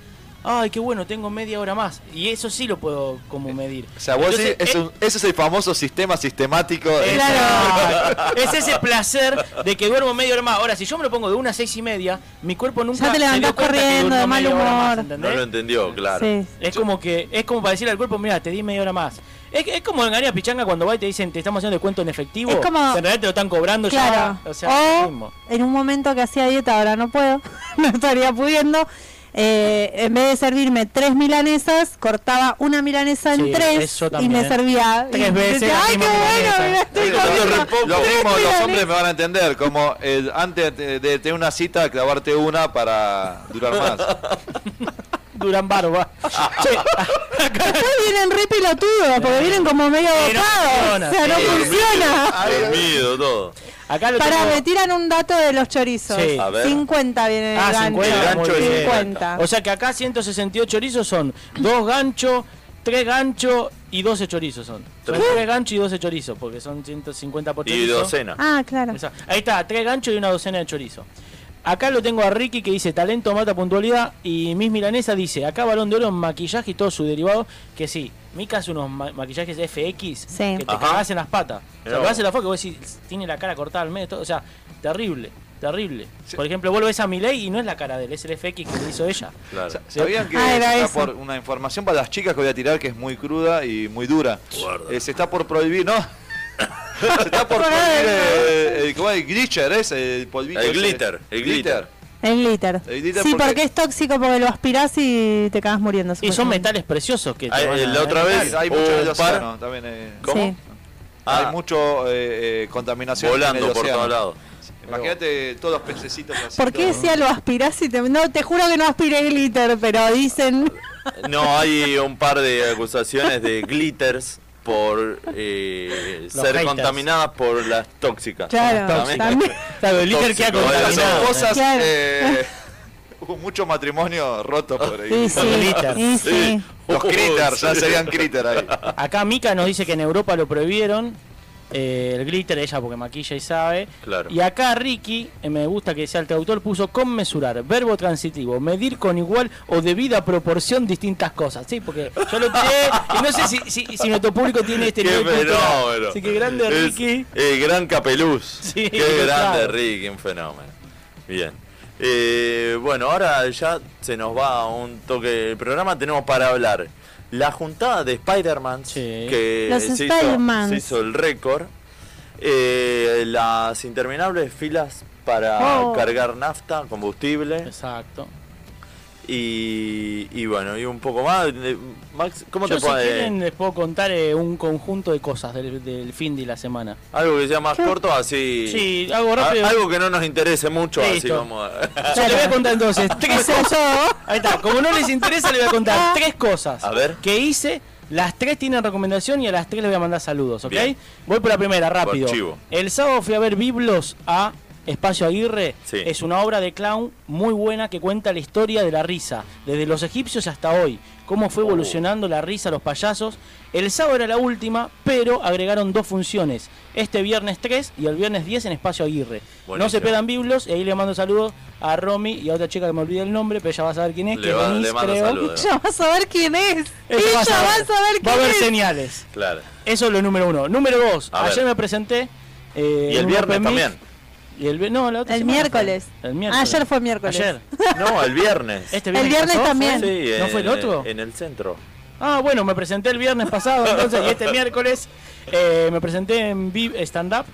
S3: ay, qué bueno, tengo media hora más. Y eso sí lo puedo como medir.
S5: Eh, O sea, vos
S3: Entonces,
S5: decís, es
S3: eh,
S5: un- ese es el famoso sistema sistemático. de-
S3: Claro. Es ese placer de que duermo media hora más. Ahora, si yo me lo pongo de una a seis y media, mi cuerpo
S2: Ya
S3: nunca
S2: te
S3: se dio
S2: levantás
S3: cuenta que
S2: corriendo,
S3: durmió
S2: de mal
S3: media hora más,
S2: humor.
S1: no
S3: ¿entendés?
S1: lo entendió, claro.
S2: Sí.
S3: es como que es como para decirle al cuerpo, mira, te di media hora más. Es, es como en Galería Pichanga cuando va y te dicen, te estamos haciendo descuento en efectivo.
S2: Es como-
S3: En realidad te lo están cobrando
S2: Claro.
S3: ya. O sea, es lo
S2: o
S3: mismo.
S2: en un momento que hacía dieta, ahora no puedo, no estaría pudiendo. eh, en vez de servirme tres milanesas, cortaba una milanesa en
S3: Sí,
S2: tres
S3: eso
S2: y
S3: también,
S2: me
S3: ¿eh?
S2: servía.
S3: Tres
S2: y
S3: veces
S2: decía,
S3: la
S2: ¡Ay, qué
S3: misma milanesa".
S2: bueno! mirá, estoy
S5: Lo
S2: comiendo
S5: mismo, lo
S2: tres
S5: mismo los
S2: milanesas.
S5: hombres me van a entender, como el- antes de, de tener una cita, clavarte una para durar más.
S3: Durán Barba. Che, acá-
S2: Después vienen re pelotudos, porque vienen como medio
S3: Sí, no
S2: bocados.
S3: funciona,
S2: o sea, no
S3: sí.
S2: funciona.
S1: Dormido todo.
S3: acá lo
S2: Para,
S3: tengo-
S2: me tiran un dato de los chorizos.
S3: Sí.
S1: A ver.
S2: 50 viene el
S3: Ah,
S2: gancho.
S3: 50.
S1: El gancho
S3: muy bien.
S2: 50.
S3: O sea que acá 168 chorizos son dos ganchos, tres ganchos y 12 chorizos son. Son
S1: ¿Qué?
S3: tres ganchos y 12 chorizos, porque son 150 por chorizo.
S1: Y docena.
S2: Ah, claro.
S3: Esa- Ahí está, tres ganchos y una docena de chorizo. Acá lo tengo a Ricky que dice talento mata puntualidad y Miss Milanesa dice acá balón de oro en maquillaje y todo su derivado que sí, Mica hace unos ma- maquillajes FX
S2: Sí.
S3: que te
S1: Ajá.
S3: cagás en las patas. O sea,
S1: Mirá
S3: lo
S1: vos.
S3: hace la foto que vos decís, tiene la cara cortada al medio, todo, o sea, terrible, terrible. Por ejemplo, vos lo ves a Miley y no es la cara de él, es el FX que le hizo ella.
S1: Claro.
S5: Sa- ¿Sabían que
S2: Ah,
S5: se
S2: era
S5: está
S2: eso.
S5: por una información para las chicas que voy a tirar que es muy cruda y muy dura?
S1: Guarda.
S5: Eh, se está por prohibir, ¿no? se está por prohibir eh, el, ¿cómo es? el glitter, es el polvito.
S1: El
S5: ese.
S1: glitter, el glitter.
S2: El glitter.
S5: El glitter
S2: Sí, porque...
S5: porque-
S2: es tóxico, porque lo aspirás y te acabas muriendo.
S3: Y son
S2: supuestamente.
S3: metales preciosos que te
S1: Ay, eh,
S3: van a-
S1: la otra vez
S5: Hay mucho en el
S1: un par-
S5: océano también. eh,
S1: ¿Cómo?
S2: Sí.
S1: Ah,
S5: Hay mucho eh, eh, contaminación en
S1: volando
S5: el
S1: por
S5: océano.
S1: todos lados.
S5: Imagínate todos los pececitos así.
S2: ¿Por qué
S5: todo.
S2: decía lo aspirás y te.? No, te juro que no aspiré glitter, pero dicen.
S1: No, hay un par de acusaciones de glitters por eh,
S3: Los
S1: ser
S3: haters.
S1: contaminadas por las tóxicas.
S2: Claro,
S1: También.
S2: también.
S3: Claro, el líder queda
S1: Tóxico,
S5: Esas son
S3: contaminado.
S5: cosas.
S2: Claro.
S5: eh, hubo mucho matrimonio roto por ahí.
S2: Y sí.
S3: glitter.
S2: Y
S1: Sí.
S2: sí.
S5: Los critters, ya
S1: Sí.
S5: serían critters ahí.
S3: Acá Mica nos dice que en Europa lo prohibieron. eh, el glitter, ella porque maquilla y sabe.
S1: Claro.
S3: Y acá Ricky, eh, me gusta que sea el traductor, puso conmesurar, verbo transitivo, medir con igual o debida proporción distintas cosas. Sí, porque yo lo tiré y no sé si, si- si nuestro público tiene este
S1: Qué
S3: nivel de cultura.
S1: fenómeno.
S3: Así que grande
S1: Es
S3: Ricky.
S1: El gran Capeluz.
S3: Sí,
S1: Qué
S3: claro.
S1: grande Ricky, un fenómeno. Bien. Eh, bueno, ahora ya se nos va un toque el programa. Tenemos para hablar la juntada de Spider-Man.
S3: Sí.
S1: Que
S2: Los
S1: se, hizo,
S2: Spider-Mans.
S1: se hizo el récord. Eh, las interminables filas para
S2: Oh.
S1: cargar nafta, combustible
S3: Exacto.
S1: y, y bueno, y un poco más. De- Max, ¿cómo
S3: Yo
S1: te
S3: si
S1: puedo
S3: quieren les puedo contar eh, un conjunto de cosas del, del fin de la semana.
S1: Algo que sea más corto, así.
S3: Sí, algo rápido.
S1: A- algo que no nos interese mucho, así eh.
S3: Listo.
S1: vamos a...
S3: Yo te voy a contar entonces tres
S2: Eso yo.
S3: Ahí está, como no les interesa, les voy a contar tres cosas
S1: A ver.
S3: que hice. Las tres tienen recomendación y a las tres les voy a mandar saludos, ¿ok?
S1: Bien.
S3: Voy por la primera, rápido.
S1: Archivo.
S3: El sábado fui a ver Biblos a Espacio Aguirre
S1: Sí.
S3: es una obra de clown muy buena que cuenta la historia de la risa, desde los egipcios hasta hoy, cómo
S1: Oh.
S3: fue evolucionando la risa a los payasos. El sábado era la última, pero agregaron dos funciones, este viernes 3 y el viernes 10 en Espacio Aguirre. No se
S1: Buenísimo.
S3: pierdan biblos, y ahí le mando saludos a Romy y a otra chica que me olvidé el nombre, pero ella va a saber quién es,
S1: Le
S3: que
S1: va-
S3: es Denise,
S1: le mando
S3: creo.
S1: saludos.
S2: Ya vas a ver quién es.
S3: Ella
S2: Ella
S3: va a saber.
S2: quién
S3: Va a haber
S2: es.
S3: señales.
S1: Claro.
S3: Eso es lo número uno. Número dos,
S1: A ver.
S3: ayer me presenté. eh,
S1: Y
S3: en
S1: el
S3: un
S1: viernes
S3: open mic.
S1: también.
S3: Y el, vi- no, la otra
S2: El
S3: semana fue.
S2: miércoles.
S3: El miércoles.
S2: Ayer fue miércoles.
S3: Ayer.
S1: No, el viernes.
S3: Este
S2: El viernes
S3: pasado
S2: también.
S3: fue?
S1: Sí,
S3: ¿No
S1: en-
S3: fue el otro?
S1: En el centro.
S3: Ah, bueno, me presenté el viernes pasado, entonces, y este miércoles eh, me presenté en Viv Stand Up.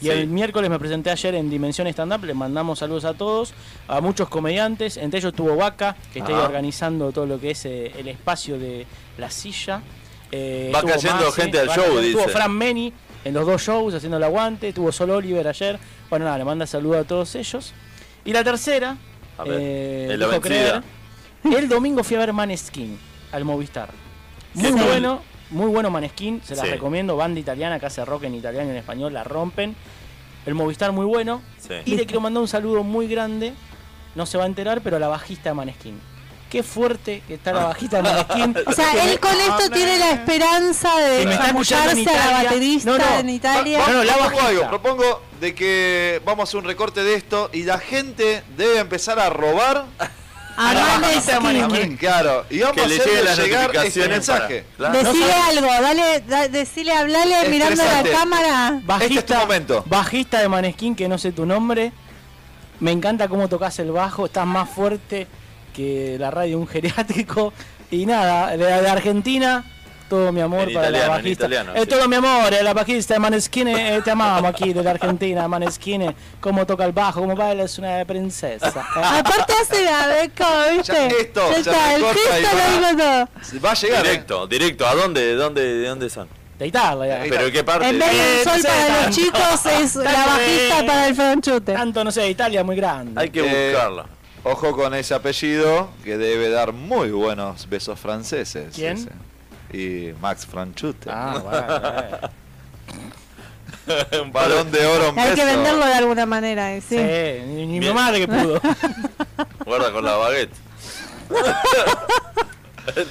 S3: Y
S1: Sí.
S3: el miércoles me presenté ayer en Dimensión Stand Up. Les mandamos saludos a todos, a muchos comediantes. Entre ellos tuvo Vaca, que está ahí
S1: Ajá.
S3: organizando todo lo que es eh, el espacio de la silla. Eh,
S1: Va
S3: estuvo
S1: cayendo gente al
S3: va
S1: show,
S3: cayendo. Estuvo
S1: dice.
S3: Fran Meni en los dos shows haciendo el aguante. Estuvo Sol Oliver ayer. Bueno, nada, le manda saludos a todos ellos. Y la tercera,
S1: A ver,
S3: eh,
S1: es la
S3: dijo
S1: vencida.
S3: creer. El domingo fui a ver Maneskin al Movistar. Muy
S1: Sí.
S3: bueno, muy bueno Maneskin, se las
S1: Sí.
S3: recomiendo. Banda italiana que hace rock en italiano y en español, la rompen. El Movistar muy bueno.
S1: Sí.
S3: Y le quiero mandar un saludo muy grande, no se va a enterar, pero a la bajista de Maneskin. Qué fuerte que está la bajista de Maneskin.
S2: O sea, él con esto tiene la esperanza de
S3: Que me está escuchando en
S2: escucharse a la
S3: Italia.
S2: baterista
S3: No, no.
S2: en Italia.
S3: Va- va- No, no, la
S5: propongo
S3: bajista.
S5: algo, propongo de que vamos a hacer un recorte de esto y la gente debe empezar a robar.
S2: a
S3: bajista de
S2: Maneskin.
S3: Maneskin.
S5: Claro, y vamos
S1: Que
S5: a
S1: le
S5: hacerle
S1: lleguen las
S5: llegar este
S1: notificaciones para-
S5: mensaje.
S1: Claro.
S2: Decile algo, dale, da- decile, hablale mirando a la
S5: Estresate.
S2: cámara.
S5: Este es tu momento.
S3: Bajista de Maneskin, que no sé tu nombre. Me encanta cómo tocas el bajo, estás más fuerte que la radio de un geriátrico. Y nada, de, de Argentina, todo mi amor
S1: En
S3: para
S1: italiano,
S3: la
S1: en
S3: bajista.
S1: italiano,
S3: Eh,
S1: sí.
S3: Todo mi amor, eh, la bajista de Maneskin, eh, te amamos aquí de la Argentina, Maneskin, eh, cómo toca el bajo, cómo baila, es una princesa. Eh,
S2: Aparte hace la beca, ¿viste?
S5: Ya esto,
S2: Ya
S5: ya
S2: está, el
S5: recorta y
S2: gesto lo
S5: va.
S2: digo todo.
S5: Va a llegar. ¿eh?
S1: Directo, directo. ¿A dónde? ¿De dónde, de dónde son?
S3: de Italia.
S5: Ahí
S1: ¿Pero
S5: está.
S1: qué parte?
S2: En vez de un sol para los chicos, es la bajista para el franchute.
S3: Tanto, no sé, Italia muy grande.
S1: Hay que
S5: Eh,
S1: buscarla.
S5: Ojo con ese apellido que debe dar muy buenos besos franceses.
S3: ¿Quién?
S5: ese. Y Max Franchute.
S3: Ah, bueno, eh.
S1: Un
S5: Balón de oro. un
S2: Hay que
S5: beso.
S2: venderlo de alguna manera, eh, sí.
S3: Sí, ni, ni mi
S1: Bien.
S3: madre que pudo.
S1: Guarda con la baguette.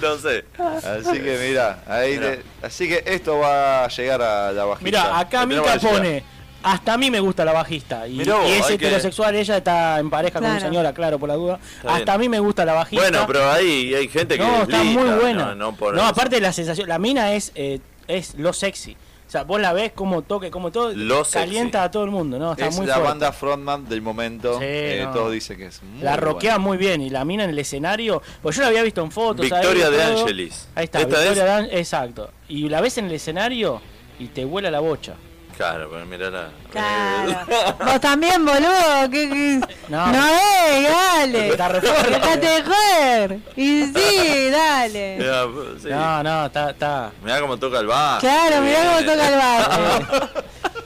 S1: no sé.
S5: Así que mira, ahí
S1: Mirá.
S5: le- así que esto va a llegar a la bajita.
S3: Mirá, acá
S1: Lo
S3: Mica
S1: tenemos que
S3: pone. Hasta a mí me gusta la bajista. Y,
S1: Mirá vos,
S3: y es
S1: hay que-
S3: heterosexual, ella está en pareja con
S2: Claro.
S3: un señor, aclaro por la duda.
S1: Está
S3: Hasta a mí me gusta la bajista.
S1: Bueno, pero ahí hay gente que.
S3: No,
S1: es
S3: está
S1: lista,
S3: muy buena.
S1: No, no por
S3: No, aparte de la sensación. La mina es, eh, es lo sexy. O sea, vos la ves como toque, como todo.
S1: Lo sexy.
S3: calienta a todo el mundo, ¿no? Está
S5: es
S3: muy
S5: la
S3: fuerte.
S5: banda frontman del momento.
S3: Sí,
S5: eh,
S3: no.
S5: Todos dicen que es muy
S3: La roquea
S5: buena.
S3: muy bien. Y la mina en el escenario. Pues yo la había visto en fotos.
S1: Victoria
S3: ahí,
S1: de
S3: todo.
S1: Angelis.
S3: Ahí está,
S1: ¿Esta
S3: Victoria
S1: es?
S3: de An- Exacto. Y la ves en el escenario y te vuela la bocha.
S1: Claro, pero mirá la.
S2: Claro. Vos también, boludo. que- que-
S3: No.
S2: No, eh, dale.
S3: Está re fuerte.
S2: Dejate de joder. Y sí, dale.
S1: Mirá, sí.
S3: No, no, está. está...
S1: Mirá cómo toca el bajo.
S2: Claro, mirá cómo toca el bajo.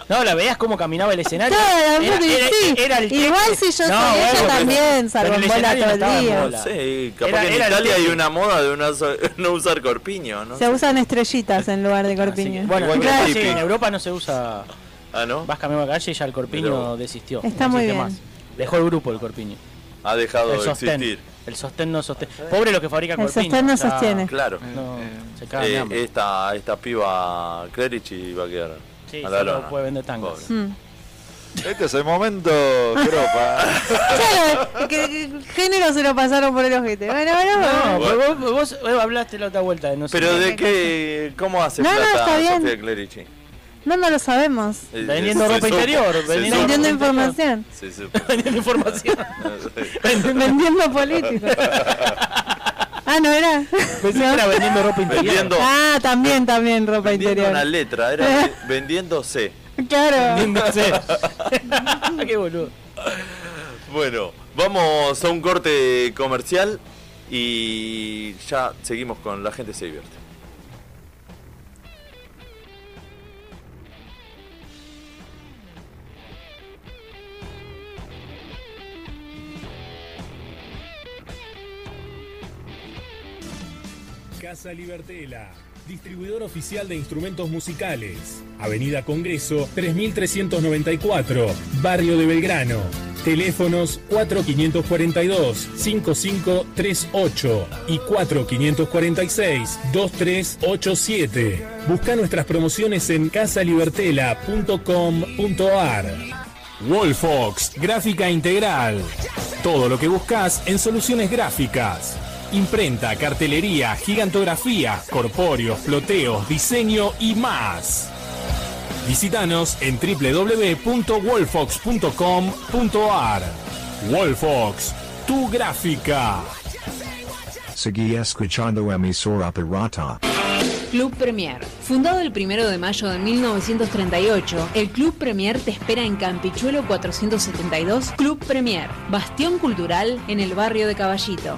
S3: No, la veías como caminaba el escenario.
S2: Claro, puta, y sí. Igual si yo soy ella
S3: bueno,
S2: también,
S3: pero-
S2: salgo
S3: pero
S2: en
S3: el
S2: bola
S3: escenario
S2: todo el
S3: estaba en
S2: día.
S3: bola.
S1: Sí, capaz
S3: Era-
S1: que en
S3: era el
S1: Italia hay
S3: techo.
S1: una moda de una so- no usar corpiño, ¿no?
S2: Se usan estrellitas en lugar de
S3: Así que,
S2: corpiño.
S3: bueno,
S1: Igual que
S3: claro,
S1: el
S3: sí,
S1: hippie.
S3: en Europa no se usa.
S1: Ah, ¿no?
S3: Vas cambiando la calle y ya el
S1: Mirá
S3: corpiño
S1: vos.
S3: desistió.
S2: Está
S3: no
S2: muy
S3: existe
S2: bien.
S3: Dejó el grupo el corpiño.
S1: Ha dejado
S3: El
S1: de
S3: sostén.
S1: existir.
S3: El sostén no sostiene. Pobre los que fabrican
S2: El
S3: corpiño.
S2: sostén no
S3: está-
S2: sostiene.
S1: Ah, Claro.
S3: No, se cagan de
S1: Eh,
S3: hambre.
S1: esta, esta piba Clerici va a quedar.
S3: Sí,
S1: a
S3: solo
S1: la lona.
S3: puede vender tangas.
S1: Pobre.
S2: Mm.
S5: Este es el momento, Cropa.
S2: Claro, que, que el género se lo pasaron por el ojete. Bueno, bueno,
S3: No,
S2: bueno.
S1: Bueno.
S3: vos, vos- vos hablaste la otra vuelta de no sé
S1: Pero
S3: qué.
S1: de qué, ¿cómo hace
S2: No, no, está
S1: plata
S2: bien.
S1: Sofía Clerici? Eh,
S2: No, no lo sabemos.
S3: Eh, Vendiendo
S1: se
S3: ropa
S1: supo,
S3: interior,
S1: se
S3: vendiendo-
S1: supo.
S2: Vendiendo información.
S1: Se supo.
S3: Vendiendo información.
S2: Vendiendo políticos. Ah, ¿no era?
S3: Pensé que era vendiendo ropa interior.
S1: Vendiendo-
S2: Ah, también, también ropa
S1: vendiendo
S2: interior.
S1: una letra, era vendiéndose.
S2: Claro.
S3: Vendiéndose. qué boludo.
S1: Bueno, vamos a un corte comercial y ya seguimos con la gente se divierte.
S9: Casa Libertela, Distribuidor oficial de instrumentos musicales. Avenida Congreso 3394, Barrio de Belgrano. Teléfonos 4542-5538 y 4546-2387. Busca nuestras promociones en casalibertela.com.ar. Wolfox, gráfica integral. Todo lo que buscas en soluciones gráficas. Imprenta, cartelería, gigantografía, corpóreos, floteos, diseño y más. Visítanos en www.wolfox.com.ar. Wolfox, tu gráfica.
S10: Seguí escuchando emisora pirata.
S11: Club Premier. Fundado el 1 de mayo de 1938, el Club Premier te espera en Campichuelo 472, Club Premier, bastión cultural en el barrio de Caballito.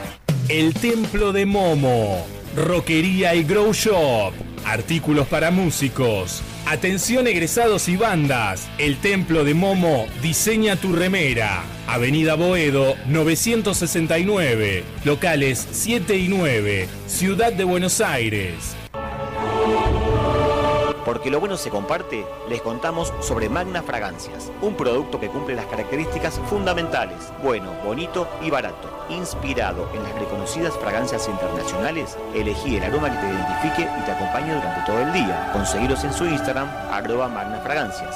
S9: El Templo de Momo, Roquería y Grow Shop, artículos para músicos. Atención egresados y bandas. El Templo de Momo diseña tu remera. Avenida Boedo 969, locales 7 y 9, Ciudad de Buenos Aires.
S4: Porque lo bueno se comparte, les contamos sobre Magna Fragancias, un producto que cumple las características fundamentales, bueno, bonito y barato. Inspirado en las reconocidas fragancias internacionales, elegí el aroma que te identifique y te acompañe durante todo el día. Conseguiros en su Instagram, arroba Magna Fragancias.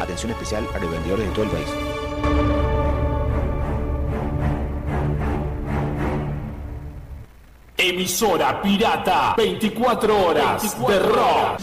S4: Atención especial a los vendedores de todo el país.
S9: Emisora pirata, 24 horas de rock.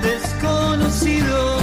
S12: desconocido.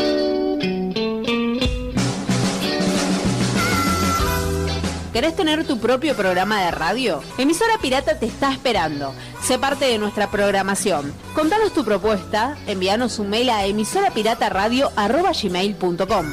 S11: ¿Querés tener tu propio programa de radio? Emisora Pirata te está esperando. Sé parte de nuestra programación. Contanos tu propuesta, envíanos un mail a emisorapirataradio.com.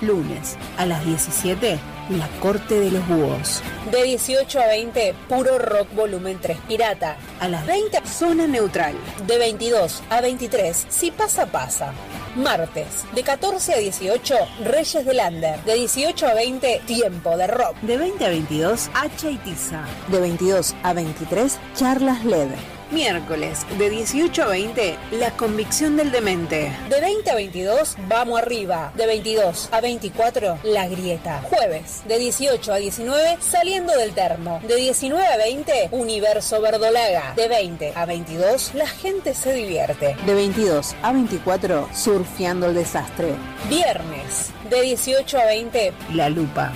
S13: Lunes a las 17, La Corte de los Búhos. De 18 a 20, Puro Rock Volumen 3 Pirata. A las 20, Zona Neutral. De 22 a 23, Si pasa, pasa. Martes, de 14 a 18, Reyes del Lander. De 18 a 20, Tiempo de Rock. De 20 a 22, Hacha y Tiza. De 22 a 23, Charlas LED. Miércoles, de 18 a 20, La Convicción del Demente. De 20 a 22, Vamos Arriba. De 22 a 24, La Grieta. Jueves, de 18 a 19, Saliendo del Termo. De 19 a 20, Universo Verdolaga. De 20 a 22, La Gente se divierte. De 22 a 24, Surfeando el Desastre. Viernes, de 18 a 20, La Lupa.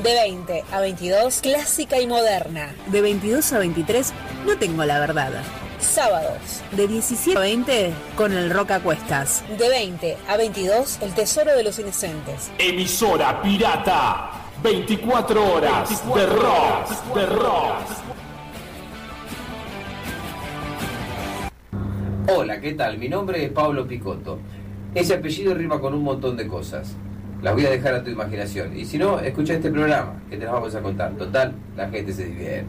S13: De 20 a 22, clásica y moderna. De 22 a 23, no tengo la verdad. Sábados. De 17 a 20, con el rock a cuestas. De 20 a 22, el tesoro de los inocentes.
S9: Emisora pirata, 24 horas de rock, de rock.
S14: Hola, ¿qué tal? Mi nombre es Pablo Picotto. Ese apellido rima con un montón de cosas. Las voy a dejar a tu imaginación. Y si no, escucha este programa que te las vamos a contar. Total, la gente se divierte.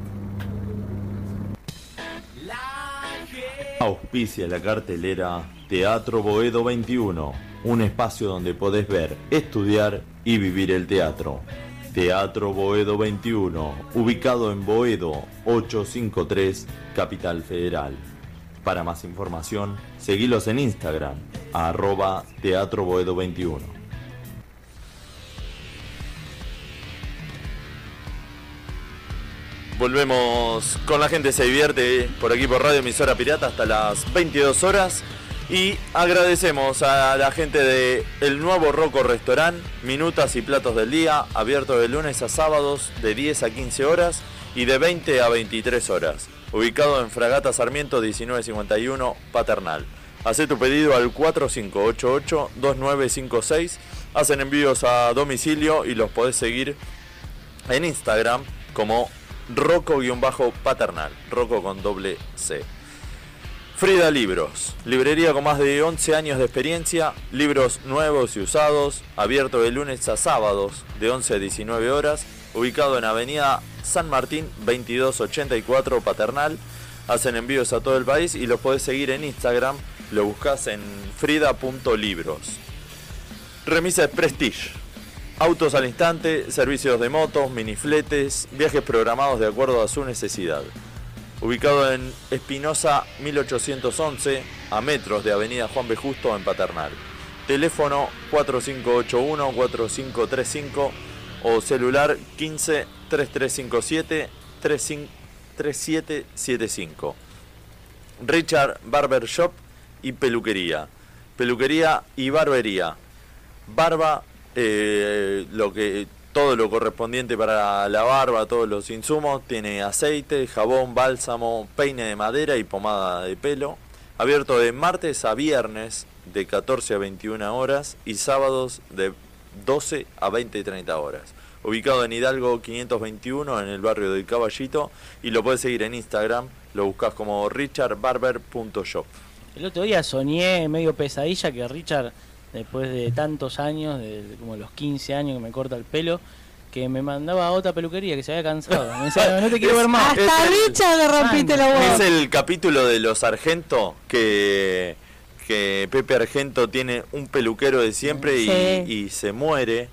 S1: Auspicia la cartelera Teatro Boedo 21, un espacio donde podés ver, estudiar y vivir el teatro. Teatro Boedo 21, ubicado en Boedo 853, Capital Federal. Para más información, seguilos en Instagram, arroba Teatro Boedo 21. Volvemos con la gente se divierte por aquí por Radio Emisora Pirata hasta las 22 horas. Y agradecemos a la gente de El Nuevo Roco Restaurant, Minutas y Platos del Día, abierto de lunes a sábados de 10 a 15 horas y de 20 a 23 horas. Ubicado en Fragata Sarmiento 1951, Paternal. Hace tu pedido al 4588-2956. Hacen envíos a domicilio y los podés seguir en Instagram como roco-paternal, roco con doble C. Frida Libros, librería con más de 11 años de experiencia, libros nuevos y usados, abierto de lunes a sábados de 11 a 19 horas, ubicado en Avenida San Martín 2284 Paternal. Hacen envíos a todo el país y los podés seguir en Instagram, lo buscas en frida.libros. Remises Prestige, Autos al instante, servicios de motos, minifletes, viajes programados de acuerdo a su necesidad. Ubicado en Espinosa 1811, a metros de Avenida Juan B. Justo en Paternal. Teléfono 4581-4535 o celular 15-3357-3775. Richard Barber Shop y Peluquería. Peluquería y Barbería. Barba, eh, lo que todo lo correspondiente para la barba, todos los insumos, tiene aceite, jabón, bálsamo, peine de madera y pomada de pelo, abierto de martes a viernes de 14 a 21 horas y sábados de 12 a 20 y 30 horas. Ubicado en Hidalgo 521 en el barrio del Caballito y lo puedes seguir en Instagram, lo buscas como richardbarber.shop.
S3: El otro día soñé medio pesadilla que Richard después de tantos años, de, de como los 15 años que me corta el pelo, que me mandaba a otra peluquería que se había cansado. Me decía, "No, no te quiero ver más.
S2: Hasta Richard le rompiste la
S1: Es
S2: voz.
S1: el capítulo de los Argento que, que Pepe Argento tiene un peluquero de siempre y-
S2: Sí.
S1: y, se muere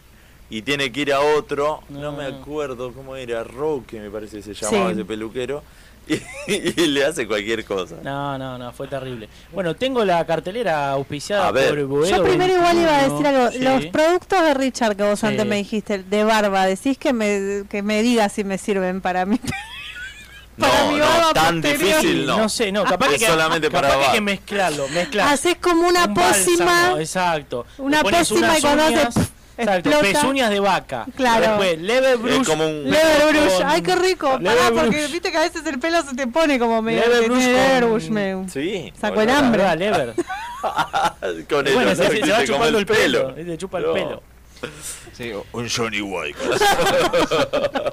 S1: y tiene que ir a otro. No, me acuerdo cómo era, Roque me parece que se llamaba
S3: Sí.
S1: ese peluquero. Y, y le hace cualquier cosa.
S3: No, no, no, fue terrible. Bueno, tengo la cartelera auspiciada
S1: A ver.
S3: por Boedo
S1: Yo
S2: Primero igual iba a decir
S3: 21,
S2: algo,
S3: Este sí.
S2: los productos de Richard que vos
S3: Sí.
S2: antes me dijiste, de barba, decís que me, que me digas si me sirven para mí.
S1: No,
S3: mi
S1: no,
S3: barba
S1: tan
S3: posterior.
S1: difícil no.
S3: No sé, no, capaz
S1: Es
S3: que
S1: solamente
S3: capaz
S1: para
S3: que hay
S1: bar.
S3: que mezclarlo, mezclar.
S2: Haces como una
S3: Un
S2: pócima.
S3: bálsamo, exacto. Le
S2: Una
S3: pones
S2: pócima
S3: unas
S2: y cuando hace,
S3: uñas,
S2: pf,
S3: exacto,
S2: explota.
S3: pezuñas de vaca.
S2: Claro.
S3: Después lever brush.
S1: Es como un-
S2: Leather
S3: con-
S2: brush, ay qué rico,
S3: Leather
S2: pará, porque
S3: brush.
S2: viste que a veces el pelo se te pone como medio
S3: Leather
S2: que
S3: brush
S2: tiene
S3: con-
S2: leather brush, me
S1: Sí.
S2: Mm. sacó el hambre.
S3: Ah, lever.
S1: Con el
S3: Bueno,
S1: olor
S3: se- se
S1: que
S3: va
S1: te come
S3: chupando el pelo,
S1: pelo.
S3: se Este chupa el
S1: No.
S3: pelo.
S5: un Johnny White.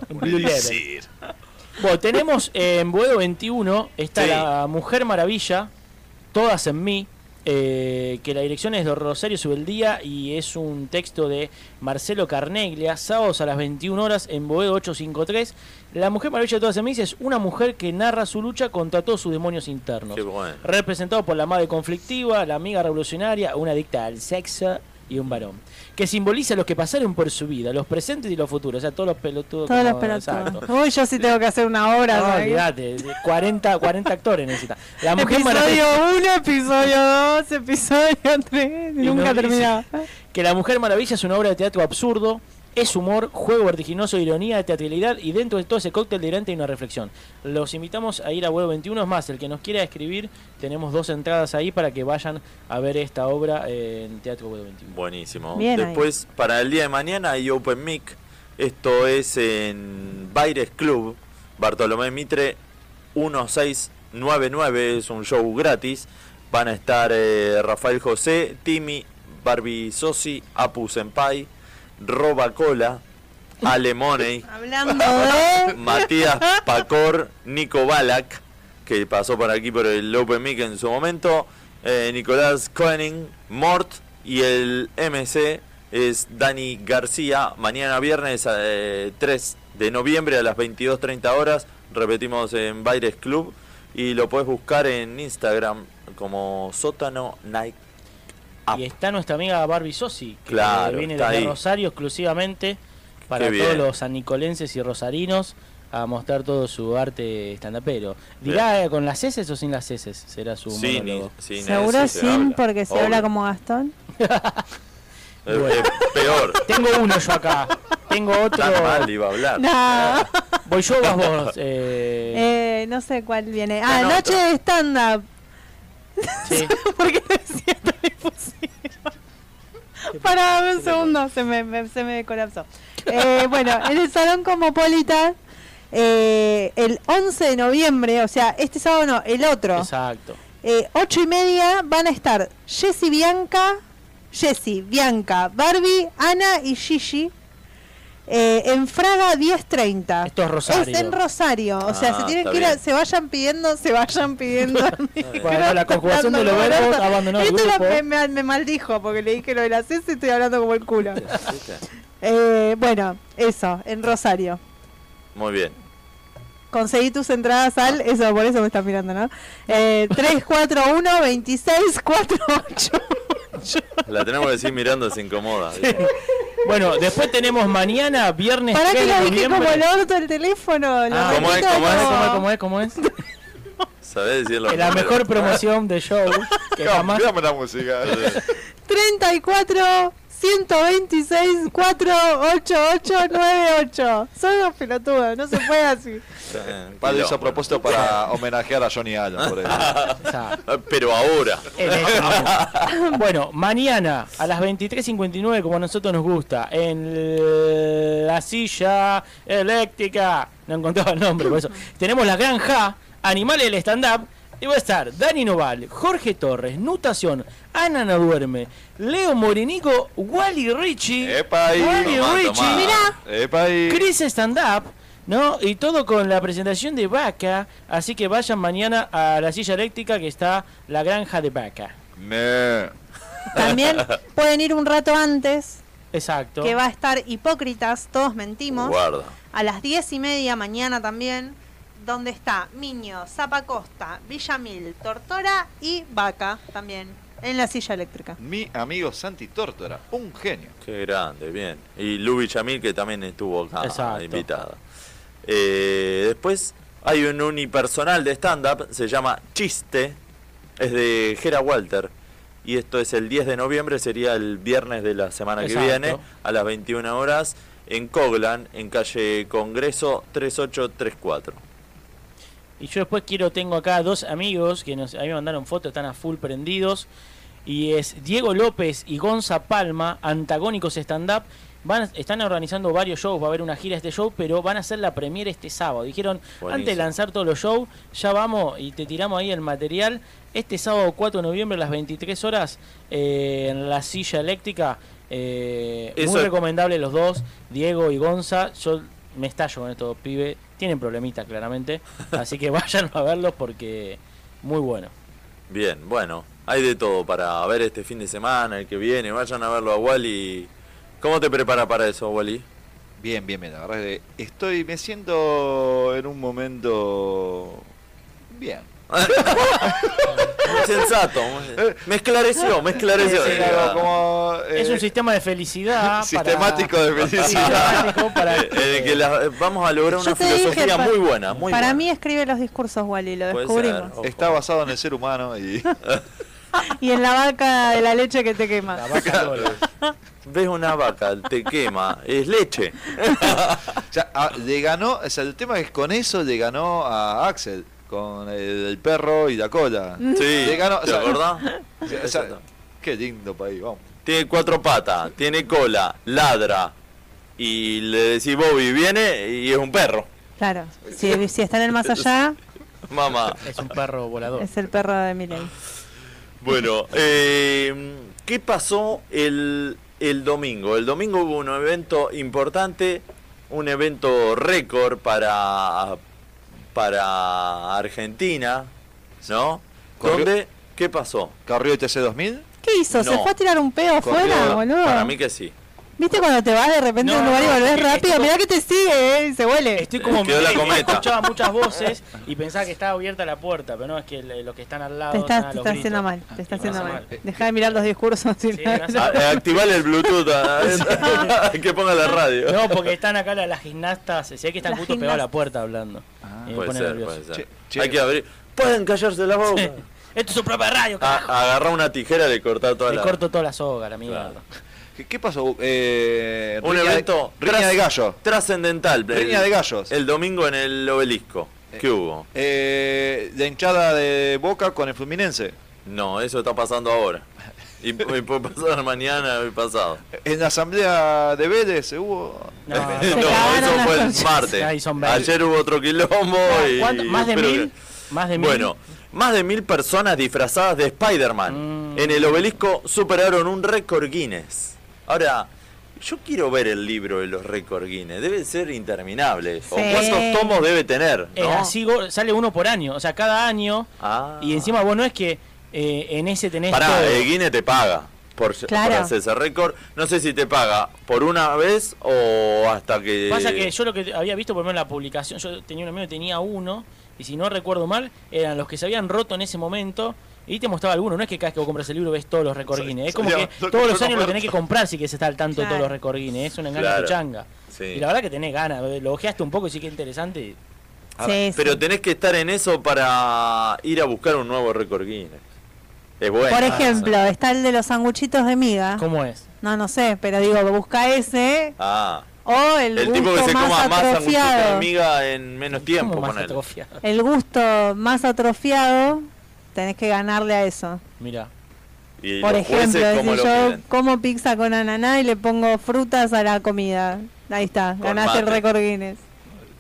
S3: Blue Leather. Bueno, tenemos eh, en Boedo 21 está
S5: Sí.
S3: la Mujer Maravilla, Todas en mí, eh, que la dirección es de Rosario Subeldía y es un texto de Marcelo Carneglia, sábados a las 21 horas en Boedo 853. La Mujer Maravilla de Todas en mí es una mujer que narra su lucha contra todos sus demonios internos.
S1: Qué bueno.
S3: Representado por la madre conflictiva, la amiga revolucionaria, una adicta al sexo y un varón. Que simboliza los que pasaron por su vida, los presentes y los futuros. O sea, todos los pelotudos.
S2: Todas
S3: que
S2: las
S3: no-
S2: pelotas.
S3: exacto.
S2: Uy, yo sí tengo que hacer una obra.
S3: No,
S2: ¿sabes?
S3: olvídate, de 40, 40 actores necesita. La mujer
S2: episodio
S3: maravilla.
S2: 1, episodio 2, episodio 3,
S3: Y
S2: nunca
S3: nos dice
S2: terminaba.
S3: Que La Mujer Maravilla es una obra de teatro absurdo, es humor, juego vertiginoso, ironía, teatralidad y dentro de todo ese cóctel delirante hay una reflexión. Los invitamos a ir a Vuelo 21, es más, el que nos quiera escribir, tenemos dos entradas ahí para que vayan a ver esta obra eh, en Teatro Vuelo 21.
S1: Buenísimo.
S3: Bien ahí.
S1: Después, para el día de mañana hay Open Mic. Esto es en Baires Club, Bartolomé Mitre 1699. Es un show gratis. Van a estar eh, Rafael José, Timmy, Barbie Sosi, Apu Senpai, Roba Cola, Ale Money,
S2: Hablando de.
S1: Matías Pacor, Nico Balak, que pasó por aquí por el Open Mic en su momento, eh, Nicolás Koenig, Mort y el MC es Dani García. Mañana viernes eh, 3 de noviembre a las 22.30 horas, repetimos en Baires Club. Y lo puedes buscar en Instagram como Sótano Nike.
S3: Y está nuestra amiga Barbie Sosi, que
S1: Claro,
S3: viene
S1: está
S3: de
S1: ahí.
S3: Rosario exclusivamente para
S1: Qué bien.
S3: todos los sanicolenses y rosarinos a mostrar todo su arte estandapero. ¿Dirá eh, con las heces o sin las heces? Será su
S1: Sin-
S3: monólogo.
S1: sin
S2: Seguro sin, porque se
S1: Obvio.
S2: habla como Gastón.
S1: Eh, eh, peor.
S3: Tengo uno yo acá. Tengo otro. Ah,
S1: Tan mal iba a hablar.
S2: No.
S3: Voy yo o vas vos. Eh,
S2: Eh, no sé cuál viene. Ah,
S3: No, no,
S2: noche de stand-up.
S3: Sí.
S2: ¿Por qué decía tan imposible? Pará, dame un segundo, se me, me- se me colapsó. Eh, bueno, en el Salón Cosmopolitan, eh, el 11 de noviembre, o sea, este sábado no, el otro.
S3: Exacto.
S2: Eh, ocho y media van a estar Jessy Bianca, Jessy, Bianca, Barbie, Ana y Gigi. eh, en Fraga 1030.
S3: Esto es Rosario.
S2: Es en Rosario. O sea,
S3: Ah,
S2: se tienen
S3: está
S2: que ir a-
S3: bien.
S2: se vayan pidiendo, se vayan pidiendo.
S3: Bueno, la conjugación de los verbos abandonó el
S2: Esto la-
S3: grupo.
S2: me, me- me maldijo porque le dije lo de la C y estoy hablando como el culo. Eh, bueno, eso, en Rosario.
S1: Muy bien.
S2: Conseguí tus entradas
S3: Ah.
S2: al. Eso, por eso me estás mirando, ¿no? Eh, 341-2648.
S1: La tenemos que decir mirando, se incomoda. dice.
S3: Bueno, después tenemos mañana, viernes
S2: Pará
S3: 3
S2: que lo
S3: de
S2: dije como
S3: noviembre.
S2: el orto el teléfono. lo
S3: Ah,
S1: ¿Cómo es,
S2: repito
S1: cómo es?
S2: como-
S3: ¿Cómo es? ¿Cómo es?
S1: ¿Sabés decirlo?
S3: Que La mejor promoción de show que jamás.
S5: la música.
S2: 34 126 48898. Son unos pelotudos, no se puede así.
S5: Para eso a propósito para homenajear a Johnny Allen. Por
S1: Pero ahora.
S3: En el- bueno, mañana a las 23.59, como a nosotros nos gusta, en la silla eléctrica. No encontraba el nombre, por eso. Tenemos la granja, animales del stand-up. Y va a estar Dani Noval, Jorge Torres, Nutación, Ana No Duerme, Leo Morenico, Wally Richie.
S5: ahí.
S3: Wally
S5: Tomá,
S3: Richie.
S5: tomá. Epa ahí.
S3: Chris Stand Up, ¿no? Y todo con la presentación de Vaca. Así que vayan mañana a la silla eléctrica que está la granja de Vaca. Eh.
S5: Me-
S2: También pueden ir un rato antes,
S3: Exacto.
S2: que va a estar Hipócritas, todos mentimos.
S1: Guarda.
S2: A las 10 y media mañana también, donde está Miño, Zapacosta, Villamil, Tortora y Vaca también, en la silla eléctrica.
S5: Mi amigo Santi Tórtora, un genio.
S1: Qué grande, bien. Y Lubi Chamil, que también estuvo acá
S5: Exacto.
S1: invitada. Eh, después hay un unipersonal de stand-up, se llama Chiste, es de Gera Walter. Y esto es el 10 de noviembre, sería el viernes de la semana
S3: Exacto.
S1: que viene, a las 21 horas, en Coglan, en calle Congreso 3834.
S3: Y yo después quiero, tengo acá dos amigos que nos, a mí me mandaron fotos, están a full prendidos. Y es Diego López y Gonza Palma, antagónicos stand-up. Van, a- están organizando varios shows, va a haber una gira este show, pero van a hacer la premiere este sábado. Dijeron,
S1: Buenísimo.
S3: antes de lanzar todos los shows, ya vamos y te tiramos ahí el material. Este sábado 4 de noviembre a las 23 horas eh, en la silla eléctrica. eh,
S1: Eso
S3: muy
S1: es-
S3: recomendable los dos, Diego y Gonza. Yo me estallo con estos pibes. Tienen problemitas, claramente. Así que vayan a verlos porque muy bueno.
S1: Bien, bueno, hay de todo para ver este fin de semana, el que viene. Vayan a verlo a Wally. ¿Cómo te prepara para eso, Wally?
S5: Bien, bien, bien. La verdad que estoy, me siento en un momento bien.
S1: Sensato. Me esclareció, me esclareció.
S5: Sí, claro, como, eh,
S3: es un sistema de felicidad.
S5: sistemático de
S3: felicidad.
S1: Eh, eh, que la- eh, vamos a lograr una
S2: Yo te dije,
S1: filosofía
S2: pa-
S1: muy buena, muy
S2: Para
S1: buena.
S2: mí escribe los discursos, Wally, lo
S1: Puede
S2: descubrimos.
S1: ser, ojo.
S5: Está basado en el ser humano y
S2: Y en la vaca de la leche que te quema.
S1: Claro. Ves una vaca, te quema, es leche.
S5: ya, ah, le ganó, o sea, el tema es que con eso le ganó a Axel con el, el perro y la cola.
S1: Sí,
S5: le ganó, o
S1: ¿te
S5: sea,
S1: acordás?
S5: o sea, o sea, qué lindo país, vamos.
S1: Tiene cuatro patas, tiene cola, ladra. Y le decís Bobby, viene y es un perro.
S2: Claro, si, si está en el más allá,
S1: Mamá.
S3: Es un perro volador.
S2: es el perro de Miley.
S1: Bueno, eh, ¿qué pasó el, el domingo? El domingo hubo un evento importante, un evento récord para, para Argentina, ¿no?
S5: Corrió-
S1: ¿Dónde? ¿Qué pasó?
S5: ¿Carrió el TC 2000?
S2: ¿Qué hizo? ¿Se
S1: No.
S2: fue a tirar un peo afuera,
S1: Corrió-
S2: boludo?
S1: Para mí que sí.
S2: ¿Viste cuando te vas de repente a un lugar y volvés rápido? Mirá que te sigue, eh, y se huele.
S3: Estoy como escuchaba muchas voces y pensaba que estaba abierta la puerta, pero no, es que le- los que están al lado
S2: Te
S3: están
S2: estás,
S3: a
S2: te
S3: los
S2: estás haciendo
S3: gritos. Ah,
S2: mal, te estás haciendo
S3: pasa
S2: mal. Dejá de mirar los discursos. si no-
S1: Ah, eh, activale el Bluetooth. ah, que ponga la radio.
S3: No, porque están acá la- las, gimnastas, se ve que están
S1: Las
S3: justo pegadas a la
S1: gimnastas.
S3: puerta hablando. Y Ah, me
S1: Puede
S3: pone
S1: ser,
S3: nervioso.
S1: puede ser. Hay que abrir. Pueden callarse la boca.
S3: Esto es un programa de radio, carajo.
S1: Ah, agarrá una tijera y le cortá toda
S3: Le
S1: la.
S3: corto toda la soga, la mierda.
S5: ¿Qué, qué pasó? Eh,
S1: Un
S5: riña de-
S1: evento
S5: riña
S1: tras-
S5: de gallo.
S1: Trascendental.
S5: Riña
S1: El-
S5: de gallos.
S1: El domingo en el obelisco. ¿Qué hubo?
S5: Eh, la hinchada de Boca con el Fluminense.
S1: No, eso está pasando ahora. Y, y puede pasar mañana y pasado.
S5: En la asamblea de Vélez se hubo. Eh,
S1: No,
S3: Ah,
S1: eso fue el martes.
S3: Ahí son veinte.
S1: Ayer hubo otro quilombo. y-
S3: ¿Cuánto? ¿Más de
S1: pero-
S3: mil? ¿Más de mil?
S1: Bueno, más de mil personas disfrazadas de
S3: Mm.
S1: Spider-Man en el obelisco superaron un récord Guinness. Ahora, yo quiero ver el libro de los récord Guinness. Debe ser interminable. ¿O
S3: Sí.
S1: cuántos tomos debe tener?
S3: Eh,
S1: ¿no?
S3: así go- sale uno por año, o sea, cada año.
S1: Ah.
S3: Y encima vos no es que eh, en ese tenés todo.
S1: Pará, eh, el Guinness te paga por, por
S3: Claro.
S1: hacer ese récord. No sé si te paga por una vez o hasta que...
S3: Pasa que yo lo que había visto, por lo menos en la publicación, yo tenía un amigo que tenía uno, y si no recuerdo mal, eran los que se habían roto en ese momento, y te mostraba alguno. No es que cada vez que vos compras el libro ves todos los recordines, es como
S1: soy-
S3: que
S1: soy-
S3: todos los
S1: soy
S3: años lo tenés que
S1: Roberto.
S3: comprar si querés estar al tanto de todos
S1: Claro.
S3: los recordines, es una engaño
S1: Claro.
S3: changa.
S1: Sí.
S3: Y la verdad que tenés ganas, lo ojeaste un poco y sí que es interesante.
S1: Ah, pero tenés que estar en eso para ir a buscar un nuevo récord Guinness. Es bueno.
S2: Por ejemplo, está el de los sanguchitos de miga.
S3: ¿Cómo es?
S2: No, no sé, pero digo, busca ese
S1: Ah.
S2: o Oh, el,
S1: El
S2: gusto
S1: tipo que se
S2: más
S1: coma más sanguchitos de
S2: atrofiado.
S1: miga en menos tiempo, ponele.
S2: El gusto más atrofiado, tenés que ganarle a eso.
S3: Mira.
S1: Y
S2: Por
S1: los jueces,
S2: ejemplo,
S1: ¿cómo
S2: si
S1: lo
S2: yo
S1: miden?
S2: como pizza con ananá y le pongo frutas a la comida. Ahí está,
S1: Con
S2: ganaste el
S1: mate.
S2: récord Guinness.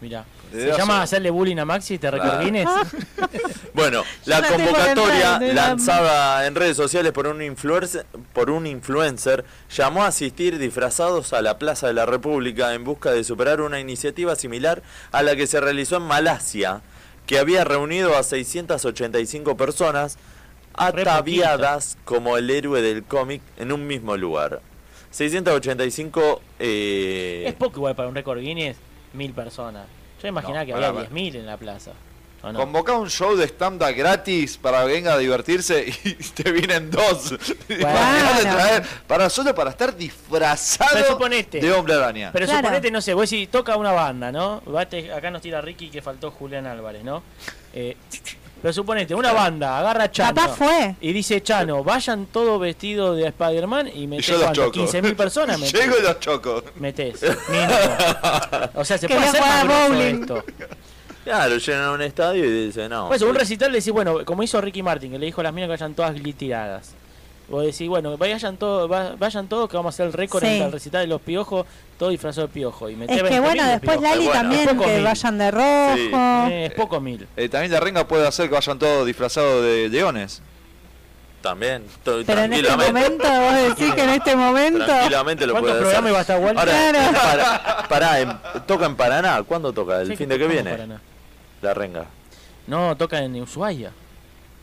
S3: Mira.
S1: De
S3: ¿Se
S1: dos
S3: llama hacerle bullying a Maxi te
S1: Claro.
S3: recordines?
S5: Ah,
S2: Ah,
S1: Bueno, la
S3: la tengo
S1: convocatoria
S3: en la- en la-
S1: lanzada en redes sociales por un influencer, por un influencer llamó a asistir disfrazados a la Plaza de la República en busca de superar una iniciativa similar a la que se realizó en Malasia, que había reunido a 685 personas ataviadas como el héroe del cómic en un mismo lugar. 685 eh,
S3: Es poco igual para un récord Guinness, mil personas. Yo imaginaba
S5: No,
S3: que
S5: pará,
S3: había
S5: pará.
S3: 10.000 en la plaza. ¿o no?
S5: Convoca un show de stand-up gratis para que venga a divertirse y te vienen dos. Para de traer, para solo para estar disfrazado
S3: Pero suponete.
S5: de hombre araña.
S3: Pero suponete, no sé, vos si toca una banda, ¿no? Bate- acá nos tira Ricky que faltó Julián Álvarez, ¿no? Eh, pero suponete, una banda, agarra a Chano.
S2: Capaz fue.
S3: Y dice Chano, vayan todos vestidos de Spider-Man y metés
S5: yo los
S3: ¿cuánto?
S5: choco.
S3: 15.000 personas. metés.
S5: Llego y los choco.
S3: Metés. mínimo. O sea, se
S2: Quería
S3: puede hacer
S2: jugar
S3: más
S2: a
S3: grosso
S2: bowling.
S3: esto.
S1: Claro, llenan un estadio y dicen, no. eh,
S3: Por eso, Pues, un recital le decís, bueno, como hizo Ricky Martin, que le dijo a las minas que vayan todas glitiradas. Vos decís, bueno, vayan todos, va- vayan todos que vamos a hacer el récord
S2: Sí.
S3: en el recital de los piojos, todo disfrazado de piojo. Y metés
S2: Es que
S3: 20.000
S2: bueno,
S3: de
S2: después
S3: piojo.
S2: Lali
S3: Bueno,
S2: también,
S3: pocos
S2: que
S3: mil.
S2: vayan de rojo.
S5: Sí.
S3: Eh, es poco mil.
S5: Eh, también la renga puede hacer que vayan todos disfrazados de leones.
S1: También, to-
S2: Pero en este
S1: tranquilamente.
S2: momento, vos decís que en este momento...
S1: Tranquilamente lo puede hacer.
S3: iba a estar Walter?
S1: Ahora,
S2: Claro.
S1: pará, pará, en- toca en Paraná. ¿Cuándo toca? ¿El
S3: Sí,
S1: fin de que
S3: ¿cómo
S1: viene?
S3: Paraná?
S1: La renga.
S3: No, toca en Ushuaia.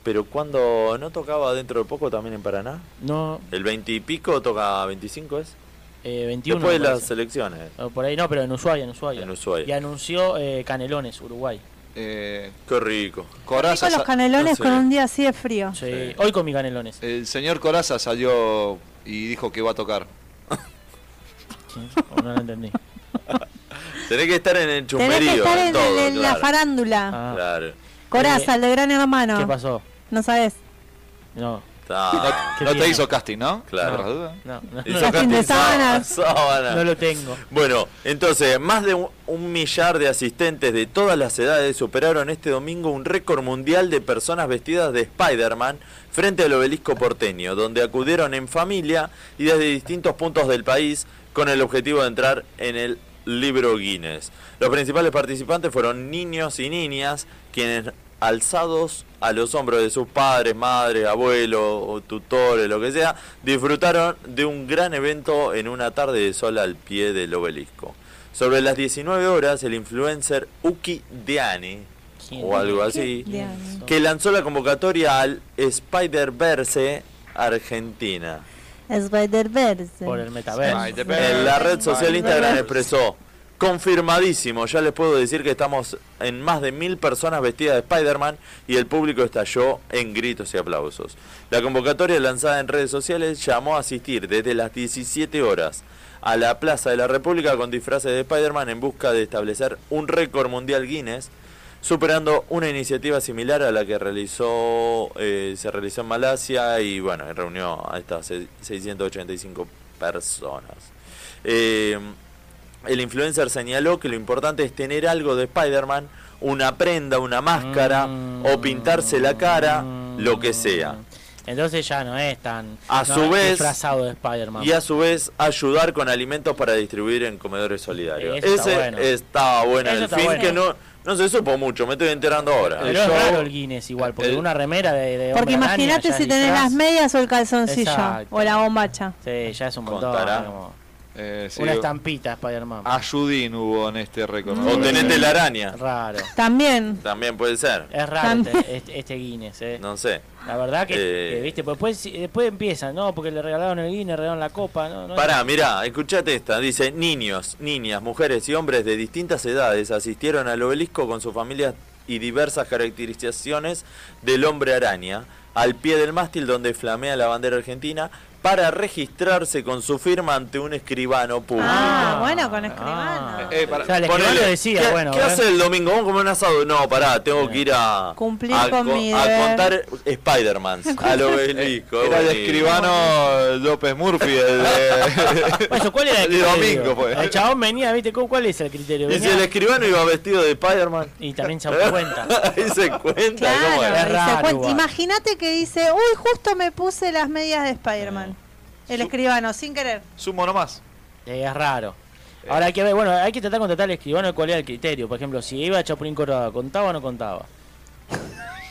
S1: Pero cuando no tocaba dentro de poco también en Paraná.
S3: No,
S1: El 20 y pico toca 25, ¿es?
S3: eh, 21. me
S1: Después de las
S3: parece.
S1: elecciones.
S3: O por ahí no, pero en Ushuaia, en Ushuaia.
S1: En Ushuaia.
S3: Y anunció eh, Canelones, Uruguay.
S5: Eh,
S1: Qué rico.
S5: Coraza
S2: Con los
S5: sa-
S2: canelones con un día así de frío.
S3: Sí. Hoy comí canelones.
S5: El señor Coraza salió y dijo que va a tocar.
S3: O no lo entendí.
S1: Tenés que estar en el
S2: Tenés que
S1: chumerío.
S2: estar en,
S1: en
S2: el-
S1: todo,
S2: en la
S1: claro.
S2: farándula.
S1: Claro.
S2: Coraza, el de Gran Hermano.
S3: Ah, eh, ¿Qué pasó?
S2: No sabes.
S3: No.
S1: Ah,
S5: No, no te hizo casting, ¿no?
S1: Claro.
S5: ¿Por las dudas?
S3: No,
S1: Hizo
S2: Casting de
S1: sábana,
S2: sábanas.
S1: sábana.
S3: No lo tengo.
S1: Bueno, entonces, más de un, un millar de asistentes de todas las edades superaron este domingo un récord mundial de personas vestidas de Spider-Man frente al obelisco porteño, donde acudieron en familia y desde distintos puntos del país con el objetivo de entrar en el libro Guinness. Los principales participantes fueron niños y niñas, quienes alzados a los hombros de sus padres, madres, abuelos, o tutores, lo que sea, disfrutaron de un gran evento en una tarde de sol al pie del obelisco. Sobre las 19 horas, el influencer Uki Deani, o algo así, que lanzó la convocatoria al Spider-Verse Argentina.
S2: Spider-Verse.
S3: Por el metaverso.
S1: En la red social Instagram expresó, confirmadísimo, ya les puedo decir que estamos en más de mil personas vestidas de Spider-Man y el público estalló en gritos y aplausos. La convocatoria lanzada en redes sociales llamó a asistir desde las 17 horas a la Plaza de la República con disfraces de Spider-Man en busca de establecer un récord mundial Guinness superando una iniciativa similar a la que realizó eh, se realizó en Malasia y bueno reunió a estas se- 685 personas. Eh, el influencer señaló que lo importante es tener algo de Spider-Man, una prenda, una máscara o pintarse la cara, lo que sea.
S3: Entonces ya no es tan
S1: A
S3: no
S1: su
S3: es
S1: vez-
S3: disfrazado de Spider-Man.
S1: Y a su vez ayudar con alimentos para distribuir en comedores solidarios.
S3: Eso está
S1: Ese
S3: bueno.
S1: estaba bueno.
S3: Eso
S1: el
S3: está
S1: fin
S3: bueno.
S1: que no, no se supo mucho, me estoy enterando ahora.
S3: Pero es raro el Guinness igual, porque
S1: el-
S3: una remera de, de
S2: Porque
S3: Hombre Araña
S2: imagínate
S3: ya
S2: si
S3: el
S2: tenés
S3: disfraz-
S2: las medias o el calzoncillo.
S3: Exacto. Ah,
S2: O la bombacha.
S3: Sí, ya es un montón.
S5: Contará.
S3: es como
S5: Eh, sí,
S3: una estampita Spider-Man.
S1: Ah.
S5: Ayudín hubo en este récord.
S1: O tenés telaraña.
S3: Raro.
S2: También.
S1: También puede ser.
S3: Es raro este, este- este Guinness, eh.
S1: No sé.
S3: La verdad que,
S1: Eh.
S3: que, viste, pues después, después empiezan, ¿no? Porque le regalaron el Guinness, le regalaron la copa, ¿no? no
S1: Pará, mirá, escuchate esta. Dice, niños, niñas, mujeres y hombres de distintas edades asistieron al obelisco con sus familias y diversas caracterizaciones del hombre araña, al pie del mástil donde flamea la bandera argentina, para registrarse con su firma ante un escribano público.
S2: Ah, bueno, con escribano.
S5: Eh, para-
S3: O sea, ah. el escribano
S1: Ponele,
S3: decía,
S1: ¿qué,
S3: bueno,
S1: ¿Qué
S3: a ver.
S1: hace el domingo? ¿Vamos a comer un asado? No, pará, tengo que ir a...
S2: Cumplir
S1: a
S2: con
S1: co-
S2: mi
S1: A
S2: deber.
S1: contar Spider-Man, al obelisco.
S5: Era el
S1: buenísimo.
S5: escribano López Murphy, el de-
S3: Eso, ¿cuál era el
S5: el
S3: criterio?
S5: domingo fue.
S3: El chabón venía, viste, ¿cu- ¿cuál es el criterio?
S1: pues. Y si
S3: Venía-
S1: el escribano iba vestido de Spider-Man.
S3: Y también se cuenta.
S1: Ahí se cuenta cómo
S2: Claro,
S1: era.
S2: y se cuenta- imagínate que dice, uy, justo me puse las medias de Spider-Man. El escribano, sin querer.
S5: Sumo nomás.
S3: Eh, es raro. Ahora hay que ver, bueno, hay que tratar de contratar al escribano cuál era el criterio. Por ejemplo, si iba a Chapulín Colorado, ¿contaba o no contaba?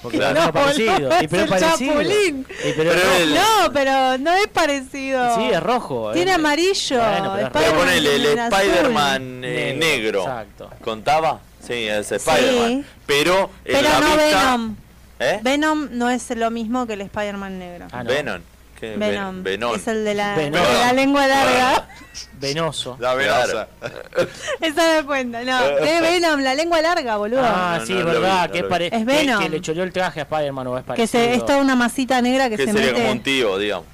S3: Porque
S1: Claro.
S3: era
S1: No,
S3: parecido.
S2: no
S3: y pero
S2: es
S3: es
S2: el
S3: parecido.
S2: Chapulín.
S3: Y pero es
S1: Pero
S3: rojo.
S1: el-
S2: No, pero no es parecido.
S3: Sí, es rojo.
S2: Tiene
S3: eh.
S2: amarillo.
S3: Bueno, pero es
S1: Pero
S2: Spider-Man
S1: ponele el
S2: tiene azul.
S1: Spider-Man eh,
S3: Negro,
S1: negro.
S3: exacto.
S1: ¿Contaba? Sí, es Spider-Man. Pero, en
S2: Pero
S1: Eh, la
S2: no
S1: vista-
S2: Venom.
S1: ¿Eh?
S2: Venom no es lo mismo que el Spider-Man negro.
S3: Ah, no.
S1: Venom. ¿Qué? Ven-
S2: Venom.
S1: Venom. Ah.
S2: Es el de la,
S3: Venom.
S2: de la lengua larga.
S3: Venoso.
S5: La venosa.
S2: Esa me cuenta. No, es Venom, la lengua larga, boludo.
S3: Ah,
S1: No,
S3: sí,
S1: no
S3: es
S1: lo vi,
S3: verdad.
S1: no
S3: que es,
S1: lo vi.
S3: pare-
S2: Es
S3: que-
S2: Venom.
S3: Que le choreó el traje a Spider-Man o es
S2: que
S3: parecido.
S2: se, es toda una masita negra que
S1: Que
S2: se
S1: sería
S2: mete.
S1: como un tío, digamos.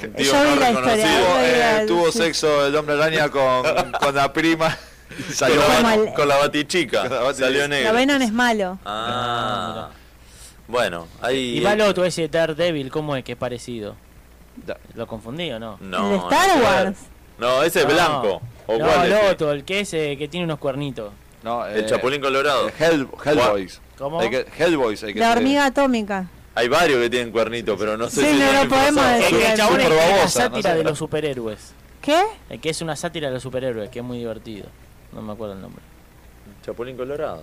S1: Un tío
S2: Yo
S1: no
S2: vi la historia,
S1: reconocido.
S2: yo vi
S1: eh,
S2: la-
S5: Eh, tuvo
S2: sí.
S5: sexo el hombre araña con, con la prima. y
S1: Con
S5: Salió
S1: la,
S2: Como
S1: bat-
S2: el-
S1: con la batichica.
S5: Con la batichica.
S1: Salió
S2: Pero
S1: negro.
S2: Venom es malo.
S1: Ah. Bueno, ahí.
S3: Y va el otro, ese Daredevil, ¿cómo es que es parecido?
S5: Da-
S3: ¿Lo confundí o no?
S1: No,
S2: el de Star
S1: no,
S2: Wars.
S1: No, ese es
S3: No.
S1: blanco. ¿O
S3: no,
S1: cuál
S3: el
S1: es?
S3: otro, el que es, eh, que tiene unos cuernitos.
S5: No,
S1: El
S5: eh,
S1: Chapulín Colorado.
S5: el Hell, Hellboys.
S3: ¿Cómo?
S5: Hay que- Hellboys hay que
S2: La
S5: ser-
S2: hormiga atómica.
S1: Hay varios que tienen cuernitos, pero no sé
S2: Sí,
S1: si
S2: no
S1: tienen
S2: lo podemos
S1: cosas.
S2: decir.
S3: Es que el
S2: Super
S3: chabón es una
S5: babosa, no
S3: sátira
S5: sé.
S3: de los superhéroes.
S2: ¿Qué?
S3: El que es una sátira de los superhéroes, que es muy divertido. No me acuerdo el nombre.
S1: Chapulín Colorado.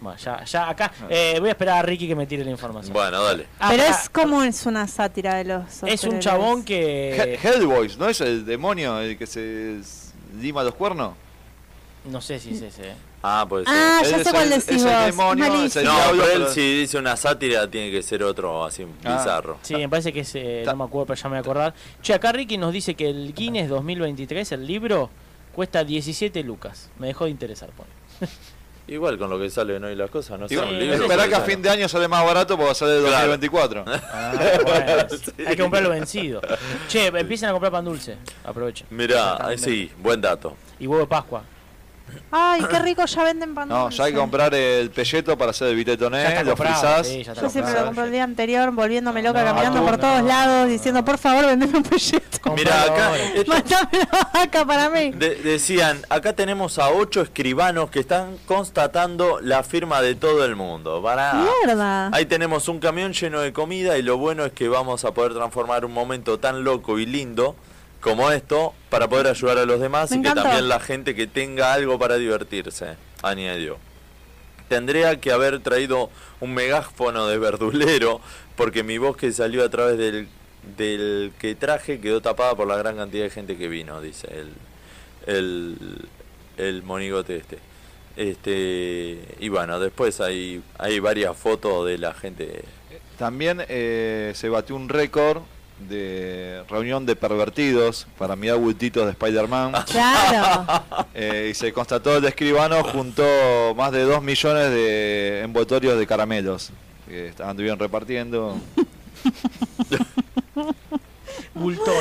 S3: Bueno, ya, ya acá. eh, voy a esperar a Ricky que me tire la información.
S1: Bueno, dale.
S3: Ah,
S2: Pero
S3: pará,
S2: es como es una sátira de los.
S3: es un
S2: superhéroes.
S3: chabón
S5: He-
S3: que.
S5: Hellboys, ¿no es el demonio el que se s- lima los cuernos?
S3: No sé si es ese. eh.
S1: Ah, puede ser.
S2: Ah, ya
S5: Ese
S2: sé
S5: es
S2: cuál
S5: el-
S2: decís
S5: es el
S2: vos.
S5: demonio, es
S2: es
S5: el-
S2: malísimo.
S1: no,
S5: diablo,
S1: pero él
S5: pero-
S1: si dice una sátira tiene que ser otro así
S5: Ah.
S1: bizarro.
S3: Sí, me parece que es. eh,
S5: Ta-
S3: no me acuerdo, pero ya me voy a acordar. Che, acá Ricky nos dice que el Guinness 2023, el libro, cuesta 17 lucas. Me dejó de interesar, pone.
S1: Igual con lo que salen hoy las cosas, no sé.
S5: Igual,
S1: un libro
S5: esperá
S1: puede
S5: que a
S1: ser.
S5: fin de año sale más barato porque sale de
S1: Claro. Ah,
S5: 2024.
S3: Ah, Bueno, Hay que comprarlo vencido. Che, empiecen a comprar pan dulce. Aprovechen.
S1: Mirá, eh,
S3: Exactamente.
S1: sí, buen dato.
S3: Y huevo de Pascua.
S2: Ay, qué rico, ya venden pan
S5: No,
S2: dulce.
S5: ya hay que comprar el pelleto para hacer el
S3: Ya está
S5: bitetoné, los
S3: comprado,
S5: frizás.
S3: sí, ya está
S2: Yo siempre lo
S3: comprado.
S2: compro el día anterior, volviéndome loca,
S3: No,
S2: caminando por
S3: no,
S2: todos
S3: no.
S2: lados, diciendo, por favor, vendeme un pelleto.
S1: Mirá,
S3: Compralo
S1: acá
S3: ahora.
S1: eh,
S2: Matame la vaca para mí.
S1: de- decían, acá tenemos a ocho escribanos que están constatando la firma de todo el mundo. Para
S2: Mierda.
S1: Ahí tenemos un camión lleno de comida y lo bueno es que vamos a poder transformar un momento tan loco y lindo como esto para poder ayudar a los demás
S2: Me
S1: y que
S2: encantó.
S1: también la gente que tenga algo para divertirse, añadió. Tendría que haber traído un megáfono de verdulero porque mi voz que salió a través del, del que traje quedó tapada por la gran cantidad de gente que vino, dice el, el, el monigote este. Este, y bueno, después hay, hay varias fotos de la gente.
S5: También eh, se batió un récord de reunión de pervertidos para mirar bultitos de Spider-Man.
S2: Claro.
S5: Eh, y se constató el escribano juntó más de 2 millones de envoltorios de caramelos que estaban- anduvieron repartiendo.
S3: Bultón.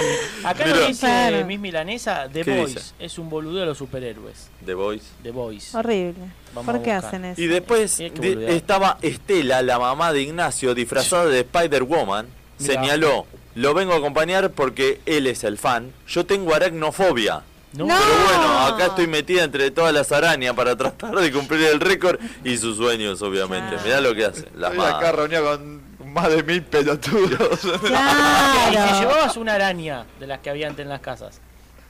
S3: Acá
S5: Mira.
S3: lo dice
S5: Claro.
S3: Miss Milanesa, The
S5: ¿Qué
S3: Voice.
S5: dice?
S3: Es un boludeo de los superhéroes.
S1: The Voice.
S3: The Voice.
S2: Horrible.
S3: Vamos
S2: ¿Por
S3: a
S2: qué
S3: buscar.
S2: hacen eso?
S1: Y después
S3: Mira qué
S1: de-
S3: boludeada.
S1: estaba Estela, la mamá de Ignacio, disfrazada de Spider-Woman.
S3: Mirá.
S1: Señaló, lo vengo a acompañar porque él es el fan. Yo tengo aracnofobia.
S3: No.
S1: Pero bueno,
S2: Ah.
S1: acá estoy metida entre todas las arañas para tratar de cumplir el récord y sus sueños, obviamente. Mirá lo que hace. La
S5: Estoy acá
S1: madre.
S5: reunido con más de mil pelotudos.
S3: Y te llevabas una araña de las que había antes en las casas.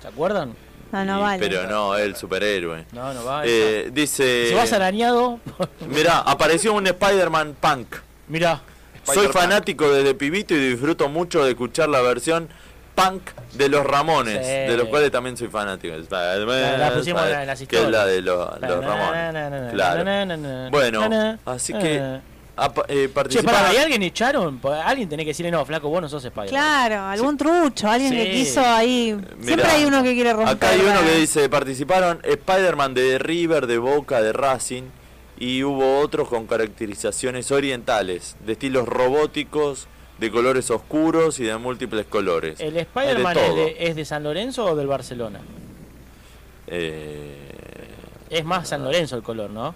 S3: ¿Se acuerdan?
S2: No, no
S1: Y-
S2: vale.
S1: Pero no, el superhéroe.
S3: No, no va.
S1: Eh, dice.
S3: Si vas arañado,
S1: Mirá, apareció un Spider-Man punk.
S3: Mirá.
S1: Soy
S3: Spider-Punk.
S1: fanático desde pibito y disfruto mucho de escuchar la versión punk de los Ramones,
S3: Sí.
S1: de los cuales también soy fanático. Spider-Man,
S3: La- la pusimos en la- en las
S1: que es la
S3: historias.
S1: de los, los Ramones. Claro. Bueno, así que apa-
S3: Ah. Che, pará,
S1: eh,
S3: ¿hay
S1: participaron.
S3: alguien echaron? Pa- Alguien tenés que decirle, no, flaco, vos no sos Spider-Man.
S2: Claro, algún trucho, alguien
S3: Sí.
S2: que quiso ahí. Siempre
S1: Mirá,
S2: hay uno que quiere romper.
S1: Acá hay
S2: la-
S1: uno que dice, participaron Spider-Man de River, de Boca, de Racing y hubo otros con caracterizaciones orientales, de estilos robóticos, de colores oscuros y de múltiples colores.
S3: ¿El
S1: Hay de
S3: Spider-Man es,
S1: todo.
S3: de- es de San Lorenzo o del Barcelona?
S1: Eh,
S3: Es más San Lorenzo el color, ¿no?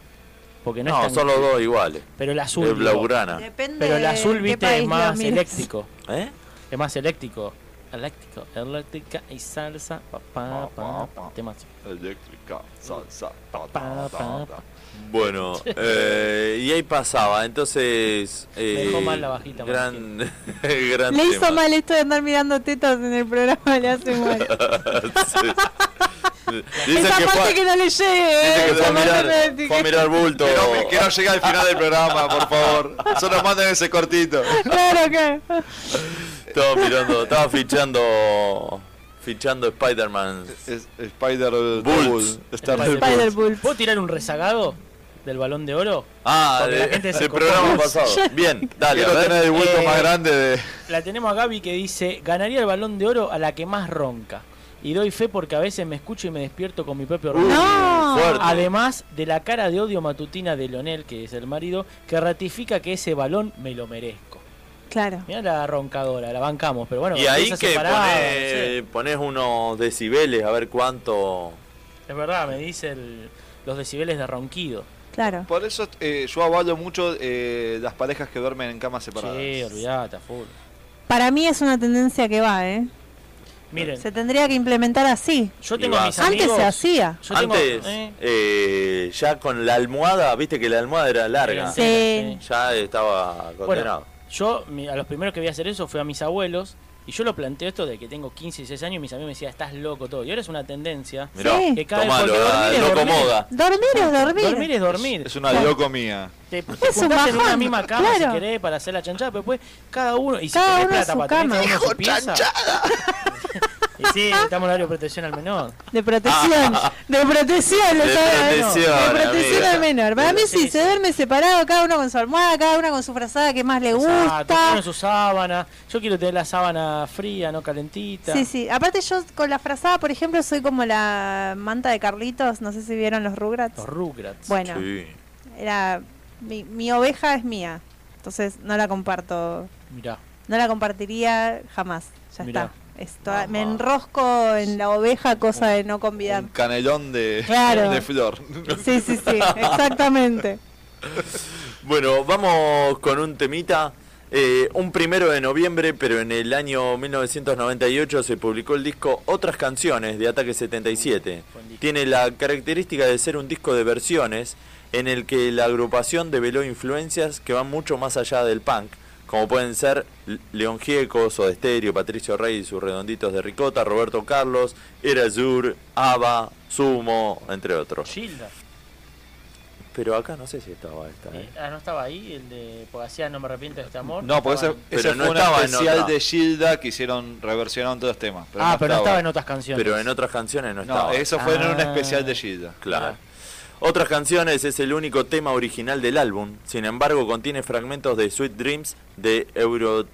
S3: Porque no, es
S1: no,
S3: tan-
S1: son los dos iguales.
S3: Pero el azul.
S1: El
S3: digo.
S1: blaugrana.
S2: Depende
S3: Pero el
S2: de
S3: azul,
S2: qué
S3: viste,
S2: país
S3: es
S2: lo
S3: más
S2: mires.
S3: eléctrico.
S1: ¿Eh?
S3: Es más eléctrico. Eléctrico, eléctrica y salsa. Pa, pa, pa, pa. Temazo.
S5: Eléctrica, salsa, pa,
S3: Pa,
S5: pa,
S3: pa,
S5: pa,
S3: pa.
S5: pa.
S1: Bueno, eh, y ahí pasaba, entonces... eh,
S3: Me dejó mal la bajita,
S1: Gran, gran
S2: Le hizo
S1: tema.
S2: mal esto de andar mirando tetas en el programa, le hace mal.
S1: Sí. Dicen
S2: Esa
S1: que
S2: parte
S1: fue,
S2: que no le llegue,
S1: dicen
S2: eh,
S1: que fue
S2: esa
S1: a
S2: parte
S1: mirar,
S2: no le-
S1: fue a mirar bulto.
S5: Que no, me- que no llegue al final del programa, por favor. Solo manden ese cortito.
S2: Claro que.
S1: Estaba mirando, estaba fichando fichando Spider-Man.
S5: Spider
S1: Bulls.
S3: Spider Bull. ¿Puedo tirar un rezagado del balón de oro?
S1: Ah,
S3: Porque la
S1: de,
S3: gente se
S1: del
S3: copó.
S1: programa pasado. Bien, dale, a
S5: Quiero
S1: ver.
S5: tener el vuelto
S3: Eh,
S5: más grande de.
S3: La tenemos a Gaby que dice, ganaría el balón de oro a la que más ronca. Y doy fe porque a veces me escucho y me despierto con mi propio ronco.
S1: Uh, fuerte.
S3: Además de la cara de odio matutina de Leonel, que es el marido, que ratifica que ese balón me lo merezco.
S2: Claro.
S3: Mira la roncadora, la bancamos, pero bueno,
S1: Y ahí
S3: empieza
S1: que
S3: separado,
S1: pone- pones unos decibeles a ver cuánto.
S3: no sé. Es verdad, me dice el- los decibeles de ronquido.
S2: Claro.
S5: Por eso eh, yo avalo mucho eh, las parejas que duermen en camas separadas.
S3: Sí, olvidate, a full.
S2: Para mí es una tendencia que va, ¿eh?
S3: Miren,
S2: Se tendría que implementar así.
S3: yo
S1: Y
S3: tengo
S1: va.
S3: mis amigos...
S2: Antes se hacía.
S3: Yo tengo-
S1: Antes,
S3: eh.
S1: eh, ya con la almohada, viste que la almohada era larga.
S3: Sí. Sí.
S1: Ya estaba condenado.
S3: Bueno, yo mi- a los primeros que voy a hacer eso fue a mis abuelos y yo lo planteo esto de que tengo 15 y 16 años y mis amigos me decían, estás loco todo. Y ahora es una tendencia.
S1: Mirá,
S2: Sí.
S3: Que cada vez-
S5: ah,
S1: tomalo,
S3: porque
S1: da,
S3: dormir es
S1: loco
S3: dormir.
S1: moda.
S2: Dormir es dormir.
S3: Dormir es dormir.
S5: Es una
S3: Claro.
S5: locomía.
S3: Te, te
S2: Es un
S3: juntás en una
S2: bajón,
S3: misma cama
S2: claro.
S3: si querés para hacer la chanchada, pero después cada uno. Y si
S2: Cada
S3: tenés
S2: uno en
S3: plata
S2: su
S3: para tener
S2: cama.
S3: cada uno su pieza. Y sí, estamos en horario de protección al menor.
S2: De protección,
S1: Ah.
S2: de protección, lo
S3: De
S2: sabe, ¿no?
S3: protección,
S2: de protección
S3: amiga.
S2: al menor. Para mí sí,
S3: Sí,
S2: se duerme separado, cada uno con su almohada, cada uno con su frazada que más le
S3: Exacto,
S2: gusta.
S3: tiene su sábana. Yo quiero tener la sábana fría, no calentita.
S2: Sí, sí. Aparte yo con la frazada, por ejemplo, soy como la manta de Carlitos, no sé si vieron los Rugrats.
S3: Los Rugrats.
S2: Bueno. Era mi, mi oveja es mía, entonces no la comparto,
S3: Mirá.
S2: no la compartiría jamás. Ya
S5: Mirá.
S2: está. Es toda- me enrosco en la oveja, cosa de no convidar.
S5: Un canelón de,
S2: Claro.
S5: de flor.
S2: Sí, sí, sí, exactamente.
S1: Bueno, vamos con un temita. Eh, un primero de noviembre, pero en el año 1998 se publicó el disco Otras Canciones de Ataque 77. Tiene la característica de ser un disco de versiones en el que la agrupación develó influencias que van mucho más allá del punk, como pueden ser L- León Gieco, Soda Stereo, Patricio Rey y sus redonditos de Ricota, Roberto Carlos, Era Zur, ABBA, Sumo, entre otros.
S3: Gilda.
S1: Pero acá no sé si estaba esta. ¿eh?
S3: Ah, no estaba ahí el de Pogacián, no me arrepiento de este amor.
S5: No, porque
S3: Estaba
S5: ese,
S3: en-
S1: Pero
S5: ese
S1: no
S5: fue un
S1: estaba en
S5: especial
S1: otra.
S5: de Gilda que hicieron, reversionaron todos los temas.
S3: Ah, pero no estaba en otras canciones.
S1: Pero en otras canciones no
S5: No,
S1: estaba.
S5: eso fue en un especial de Gilda. Ah.
S1: Claro. Otras canciones es el único tema original del álbum. Sin embargo, contiene fragmentos de Sweet Dreams de Euro,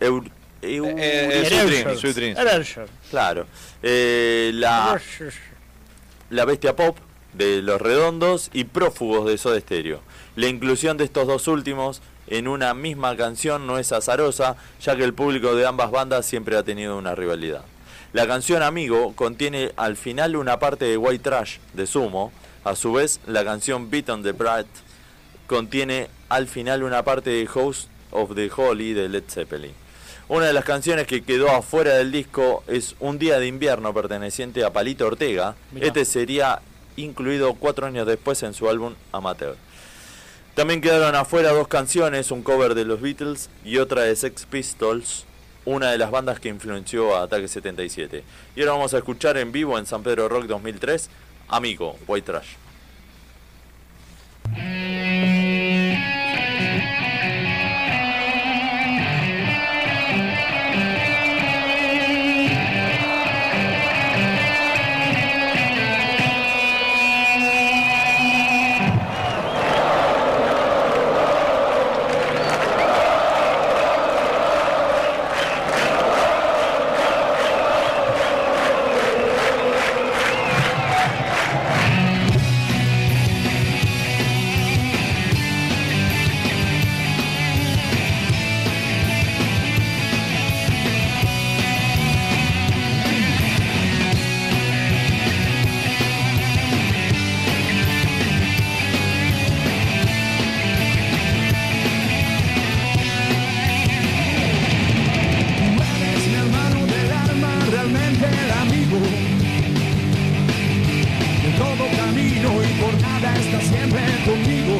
S1: Eur- Eh, uh,
S5: eh,
S1: Sweet
S5: Erasure.
S1: Dreams, Sweet Dreams.
S5: Erasure.
S1: Claro. Eh, la, la bestia pop de Los Redondos y Prófugos de Soda Stereo. La inclusión de estos dos últimos en una misma canción no es azarosa, ya que el público de ambas bandas siempre ha tenido una rivalidad. La canción Amigo contiene al final una parte de White Trash de Sumo. A su vez, la canción Beat on the Brat contiene al final una parte de House of the Holy de Led Zeppelin. Una de las canciones que quedó afuera del disco es Un día de invierno perteneciente a Palito Ortega.
S15: Mirá.
S1: Este sería incluido cuatro años después en su álbum Amateur. También quedaron afuera dos canciones, un cover de los Beatles y otra de Sex Pistols, una de las bandas que influenció a Ataque 77. Y ahora vamos a escuchar en vivo en San Pedro Rock 2003, Amigo, White Trash.
S15: Es mi hermano del alma, realmente el amigo. De todo camino y por nada está siempre conmigo.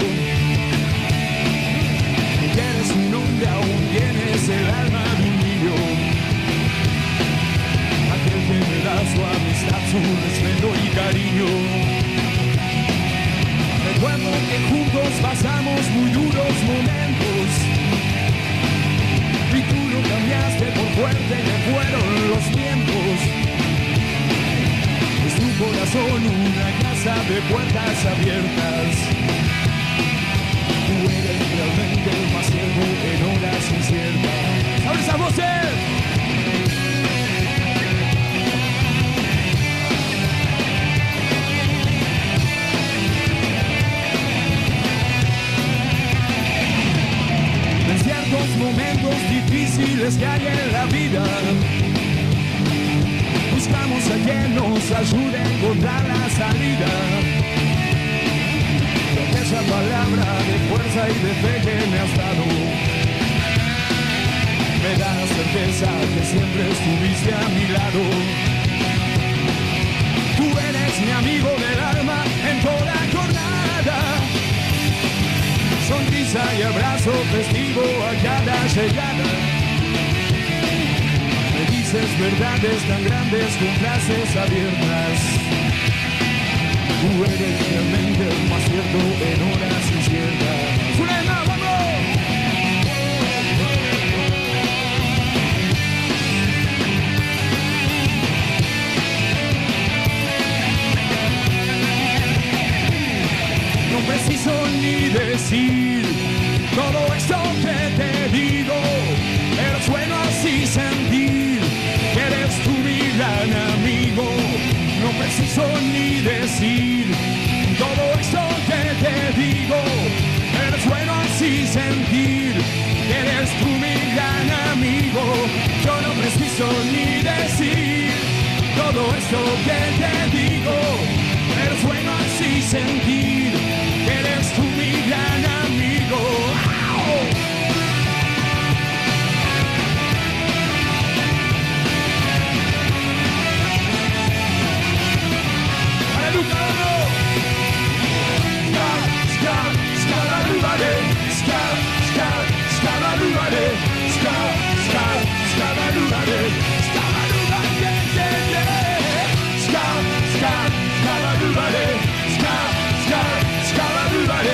S15: Tú Tienes un nombre, aún tienes el alma de un niño. Aquel que me da su amistad, su respeto y cariño. Recuerdo que juntos pasamos muy duros momentos. Y tú no cambiaste por fuerte ya fueron los tiempos Es tu corazón una casa de puertas abiertas Tú eres realmente el más ciego en horas inciertas ¡Abre esa eh. voces! en ciertos momentos difíciles que hay en la vida. Buscamos a quien nos ayude a encontrar la salida. Con esa palabra de fuerza y de fe que me has dado, me da la certeza que siempre estuviste a mi lado. Tú eres mi amigo del alma en toda jornada sonrisa y abrazo festivo a cada llegada. Me dices verdades tan grandes con frases abiertas. Tú eres realmente el más cierto en horas inciertas. ¡Zulema, vamos! No preciso ni decir todo esto que te digo. Eres bueno así sentir que eres tu mi gran amigo. No preciso ni decir todo esto que te digo. Eres bueno así sentir que eres tu mi gran amigo. Yo no preciso ni decir todo esto que te digo. Eres bueno así sentir que eres tú mi gran amigo. ¡Au! ¡Para Lucano! Ska, ska, ska, la luvare. Ska, ska, ska, la luvare. Ska, ska, ska, la luvare. Ska, la luvare, yeah, yeah, yeah. Ska, ska, ska, la luvare. Ska, ska,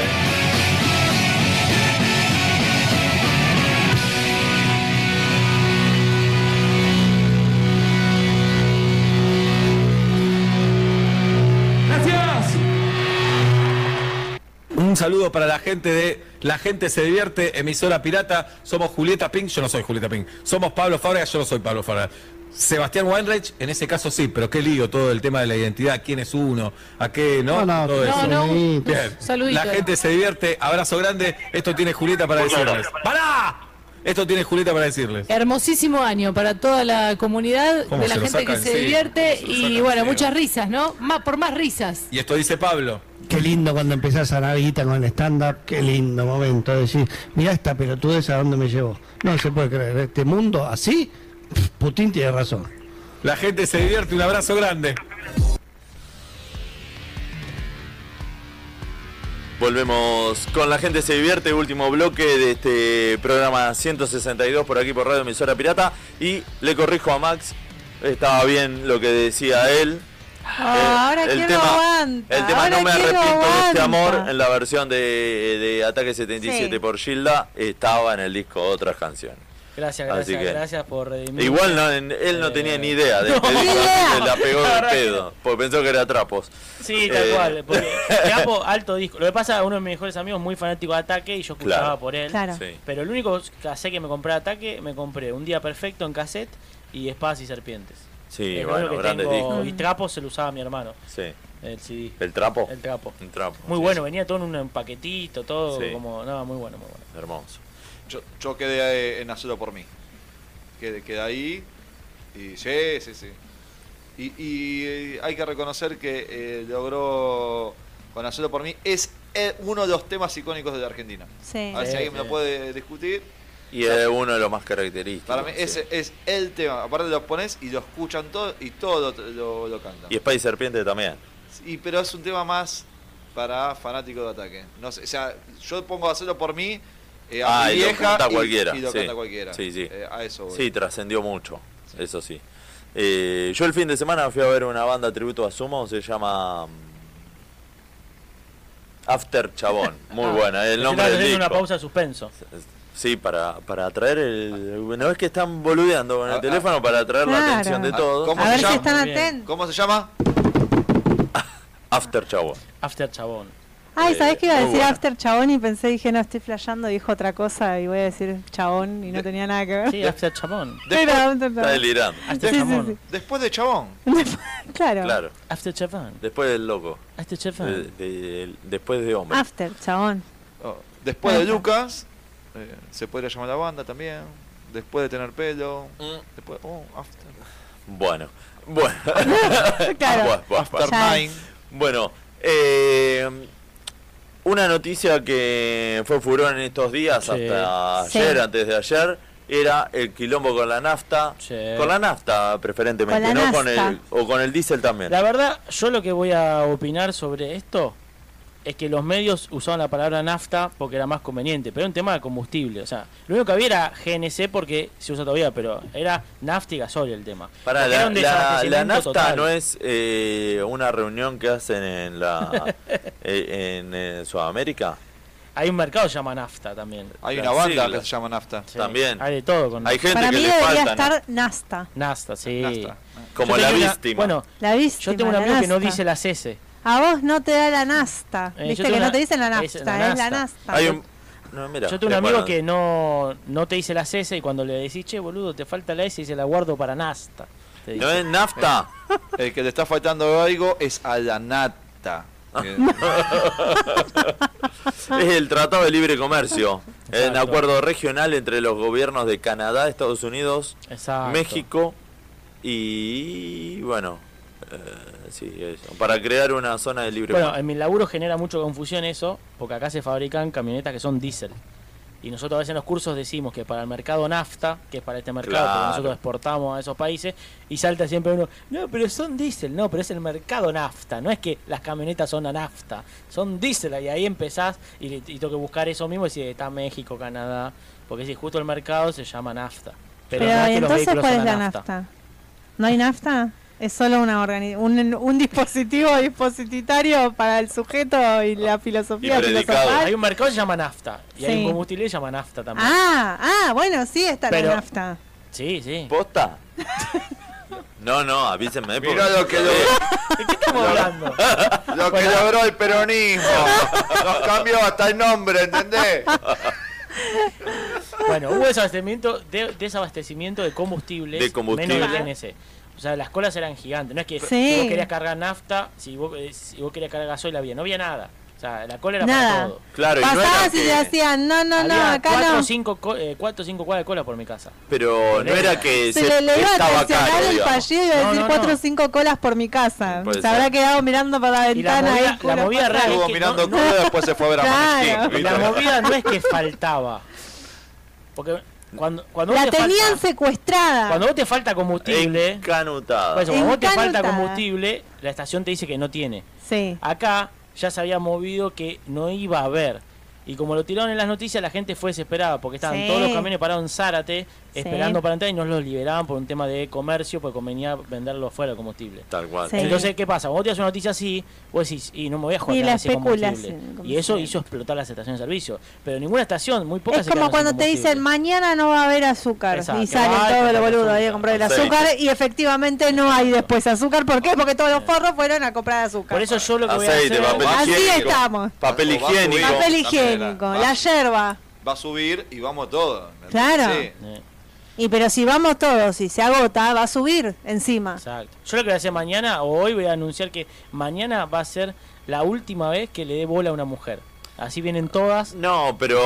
S16: saludo para la gente de La Gente Se Divierte, emisora pirata. Somos Julieta Pink, yo no soy Julieta Pink. Somos Pablo Fábrega, yo no soy Pablo Fábrega. Sebastián Weinreich, en ese caso sí, pero qué lío todo el tema de la identidad, quién es uno, a qué, ¿no?
S17: No, no,
S16: Todo eso.
S17: no, no.
S16: Bien.
S17: Saludito.
S16: La gente se divierte, abrazo grande. Esto tiene Julieta para
S17: Muchas
S16: decirles. ¡Pará! Esto tiene Julieta para decirles.
S17: Hermosísimo año para toda la comunidad,
S16: ¿Cómo
S17: de la
S16: se lo
S17: gente que
S16: sacan?
S17: se
S16: Sí,
S17: divierte
S16: se lo
S17: y
S16: sacan,
S17: bueno,
S16: sí.
S17: muchas risas, ¿no? Más, por más risas.
S16: Y esto dice Pablo.
S17: Qué
S18: lindo cuando empezás a la guita con el stand-up, qué lindo momento. Decir, mirá esta pelotudez a dónde me llevó. No se puede creer, este mundo así, pf, Putin tiene razón.
S16: La gente se divierte, un abrazo grande.
S1: Volvemos con la gente se divierte, último bloque de este programa 162 por aquí por Radio Emisora Pirata. Y le corrijo a Max, estaba bien lo que decía él.
S2: Ah, ahora
S1: el
S2: quiero
S1: tema-
S2: aguanta.
S1: El tema
S2: ahora
S1: No me
S2: quiero
S1: arrepiento de este
S2: aguanta.
S1: amor en la versión de, de Ataque 77
S2: Sí.
S1: por Gilda estaba en el disco otras canciones.
S3: Gracias,
S1: Así
S3: gracias,
S1: que-
S3: gracias por redimir.
S1: Igual no, eh, en- él no tenía ni idea de
S3: no.
S1: este
S3: Ni
S1: disco,
S3: idea.
S1: así que la pegó
S3: Eh, La
S1: de
S3: verdad que
S1: pedo, porque pensó que era trapos.
S3: Sí, tal
S1: Eh,
S3: cual. Porque Capo, alto disco. Lo que pasa, uno de mis mejores amigos muy fanático de Ataque y yo escuchaba
S1: Claro.
S3: por él.
S1: Claro. Sí.
S3: Pero el único cassette que me compré de Ataque, me compré Un Día Perfecto en cassette y Espadas y Serpientes.
S1: Sí,
S3: Es lo
S1: bueno,
S3: único que
S1: grandes
S3: tengo.
S1: discos.
S3: Y Trapo se lo usaba mi hermano.
S1: Sí.
S3: El CD.
S1: ¿El trapo?
S3: El trapo.
S1: Un trapo.
S3: Muy
S1: sí,
S3: bueno, venía todo en un paquetito, todo
S1: Sí.
S3: como. No, muy bueno, muy bueno.
S1: sí, Hermoso.
S5: Yo, yo quedé eh, en hacerlo por mí. Quedé, quedé ahí y sí, sí, sí. Y, y, eh, hay que reconocer que eh, logró con hacerlo por mí. Es eh, uno de los temas icónicos de la Argentina.
S2: Sí.
S5: A ver si
S2: Sí,
S5: alguien me
S2: sí.
S5: lo puede discutir.
S1: Y es uno de los más característicos.
S5: Para mí
S1: sí.
S5: ese es el tema. Aparte lo pones y lo escuchan todo y todo lo, lo, lo cantan.
S1: Y Spice Serpiente también.
S5: Y, pero es un tema más para fanático de ataque. No sé, o sea, yo pongo a hacerlo por mí. eh, a
S1: ah,
S5: mi
S1: y lo
S5: vieja
S1: canta
S5: y-
S1: cualquiera.
S5: Y lo
S1: sí.
S5: canta cualquiera.
S1: Sí, sí.
S5: Eh, a eso voy.
S1: Sí, trascendió mucho. Eso sí. Eh, yo el fin de semana fui a ver una banda tributo a Sumo, se llama. mm, After Chabón. Muy
S5: Ah.
S1: buena. eh, El nombre
S3: Necesitaba
S1: del
S3: tener
S1: disco.
S3: una pausa de suspenso.
S1: Sí, para, para atraer el. Una vez que están boludeando con el teléfono para atraer la
S5: Claro.
S1: atención de
S5: Ah,
S1: todos.
S5: ¿cómo A ver se si llama?
S2: están
S1: Bien.
S2: atentos.
S5: ¿Cómo se llama?
S1: After Chabón.
S3: After Chabón.
S2: Ay, ¿sabés que iba a
S1: muy
S2: decir
S1: bueno.
S2: After Chabón? Y pensé, dije, no, estoy flasheando, dijo otra cosa y voy a decir Chabón y no tenía nada que ver.
S3: Sí, After Chabón.
S2: Era After Chabón.
S1: Está delirando.
S2: After Sí, sí, Chabón. sí.
S5: Después de Chabón.
S2: Claro.
S1: Claro.
S3: After Chabón.
S1: Después del loco.
S3: After
S1: De-
S3: Chabón.
S1: de- de- Eh, después de hombre.
S2: After Chabón.
S5: Oh, Después de Lucas, eh, se podría llamar la banda también. Después de tener pelo. Después, oh, after.
S1: Mm. Bueno, bueno.
S5: Claro.
S1: Buah, buah,
S5: After
S1: buah.
S5: nine.
S1: Bueno, eh, una noticia que fue furor en estos días, hasta
S2: Sí.
S1: ayer, antes de ayer, era el quilombo con la nafta. Con la nafta, preferentemente,
S3: Con la
S1: ¿no? Con
S3: nafta.
S1: el, o con el diésel también.
S3: La verdad, yo lo que voy a opinar sobre esto es que los medios usaban la palabra nafta porque era más conveniente, pero era un tema de combustible. O sea, lo único que había era GNC porque se usa todavía, pero era nafta y gasoil el tema.
S1: Pará,
S3: Porque
S1: la,
S3: era un
S1: la- la
S3: desabastecimiento
S1: nafta
S3: total.
S1: no es eh, una reunión que hacen en la eh, en, eh, Sudamérica.
S3: Hay un mercado que se llama nafta también.
S5: Hay una banda que se llama Nafta.
S3: Sí,
S1: También.
S3: Hay de todo con
S1: Hay gente
S2: Para
S1: que
S2: mí
S1: le
S2: debería
S1: falta. ¿no?
S2: estar Nasta.
S3: nafta, sí.
S1: Como
S3: Yo
S1: la
S3: tenía una-
S1: víctima.
S3: Bueno,
S2: La viste.
S3: yo tengo un amigo que no dice las S.
S2: A vos no te da la nasta.
S3: Eh, yo
S2: Viste
S3: tengo
S2: que
S3: una-
S2: no te dicen la nasta,
S3: es
S2: es
S3: la
S2: la
S3: nasta.
S2: nasta.
S1: Hay un- no, mira,
S3: Yo tengo un
S1: de
S3: amigo
S1: acuerdo.
S3: que no, no te dice la S y cuando le decís, che, boludo, te falta la S y se la guardo para nafta. te
S1: ¿No
S3: dice.
S1: es nafta?
S5: El que le está faltando algo es a la nata. Que-
S3: Ah.
S1: Es el Tratado de Libre Comercio, un acuerdo regional entre los gobiernos de Canadá, Estados Unidos,
S3: Exacto.
S1: México y bueno, eh, sí, eso, para crear una zona de libre
S3: Bueno,
S1: comercio.
S3: en mi laburo genera mucha confusión eso, porque acá se fabrican camionetas que son diésel. Y nosotros a veces en los cursos decimos que para el mercado nafta, que es para este mercado, porque
S1: Claro.
S3: nosotros exportamos a esos países, y salta siempre uno, no, pero son diésel, no, pero es el mercado nafta, no es que las camionetas son a nafta, son diésel, y ahí empezás y, le- y tengo que buscar eso mismo, y si está México, Canadá, porque si justo el mercado se llama nafta.
S2: Pero,
S3: no es que los
S2: entonces,
S3: vehículos
S2: ¿cuál es
S3: son a
S2: la nafta? ¿No hay nafta? Es solo una organi- un, un dispositivo disposititario para el sujeto y la filosofía filosofal.
S3: Hay un mercado que se llama nafta, y hay
S2: Sí.
S3: un combustible que se llama nafta también.
S2: Ah, ah, bueno, sí está
S3: Pero-
S2: la nafta.
S3: Sí, sí.
S1: ¿Posta? No, no, avísenme.
S5: Mirá lo que logró. Lo que logró el peronismo. Nos cambió hasta el nombre, ¿entendés?
S3: Bueno, hubo desabastecimiento, de- desabastecimiento de combustibles,
S1: De combustible.
S3: menos del DNC. O sea, las colas eran gigantes. No es que
S2: Sí.
S3: si vos querías cargar nafta, si vos, eh, si vos querías cargar gasoil, había. No había nada. O sea, la cola era para
S2: Nada.
S3: todo.
S1: Claro, y no
S2: Pasaba
S1: era
S2: si
S1: que-
S2: te hacían, no, no, no,
S3: Había
S2: acá
S3: cuatro,
S2: no.
S3: o cinco, co- eh, cuatro o cinco cuadras de cola por mi casa.
S1: Pero no era que
S2: Se
S1: se-
S2: le, le iba a
S1: estaba
S2: traicionar
S1: caro,
S2: el
S1: digamos.
S2: fallido y iba a
S1: No,
S2: decir
S1: no,
S2: cuatro
S1: no.
S2: o cinco colas por mi casa.
S1: Puede
S2: Se habrá
S1: ser.
S2: quedado mirando para la
S3: Y la
S2: ventana.
S3: movida,
S2: ahí,
S3: la
S2: culo
S3: movida
S2: para
S3: rara es
S2: atrás.
S3: que
S5: mirando
S3: no-
S5: cómo después se fue a ver a
S2: Claro.
S5: Maneskin, ¿viste?
S3: La movida no es que faltaba. Porque cuando, cuando,
S2: La
S3: vos, te
S2: tenían
S3: falta,
S2: secuestrada.
S3: cuando vos te falta combustible,
S1: Canutada.
S3: Por eso, cuando vos te falta
S2: Encanutada.
S3: combustible, la estación te dice que no tiene.
S2: Sí.
S3: Acá ya se había movido que no iba a haber. Y como lo tiraron en las noticias, la gente fue desesperada porque estaban
S2: Sí.
S3: todos los camiones parados en Zárate
S2: Sí.
S3: esperando para entrar y no los liberaban por un tema de comercio porque convenía venderlo fuera el combustible.
S1: Tal cual.
S2: Sí.
S3: Entonces, ¿qué pasa? Cuando vos te das una noticia así, vos decís, y no me voy a joder
S2: Y la
S3: ese
S2: especulación,
S3: combustible.
S2: el
S3: Y
S2: combustible.
S3: eso hizo explotar las estaciones de servicio. Pero ninguna estación, muy pocas
S2: Es
S3: se
S2: como
S3: quedaron
S2: cuando
S3: sin
S2: te dicen
S3: combustible.
S2: mañana no va a haber azúcar
S3: Exacto.
S2: y salen
S3: Ay,
S2: todos
S3: comprar
S2: los boludos ahí a
S3: azúcar.
S2: comprar el
S3: Aceite.
S2: azúcar y efectivamente no hay después azúcar. ¿Por qué? Porque todos los forros fueron a comprar azúcar.
S3: Por eso yo lo que voy a
S1: Aceite,
S3: hacer...
S1: papel
S2: Así
S1: higiénico.
S2: estamos.
S1: Papel
S5: O va a
S1: higiénico.
S5: subir.
S2: Papel higiénico, la yerba.
S5: Va a subir y vamos todos. ¿entendés?
S2: Claro.
S5: Sí.
S2: Y pero si vamos todos y se agota, va a subir encima.
S3: Exacto. Yo lo que voy a hacer mañana, o hoy voy a anunciar que mañana va a ser la última vez que le dé bola a una mujer. Así vienen todas.
S1: No, pero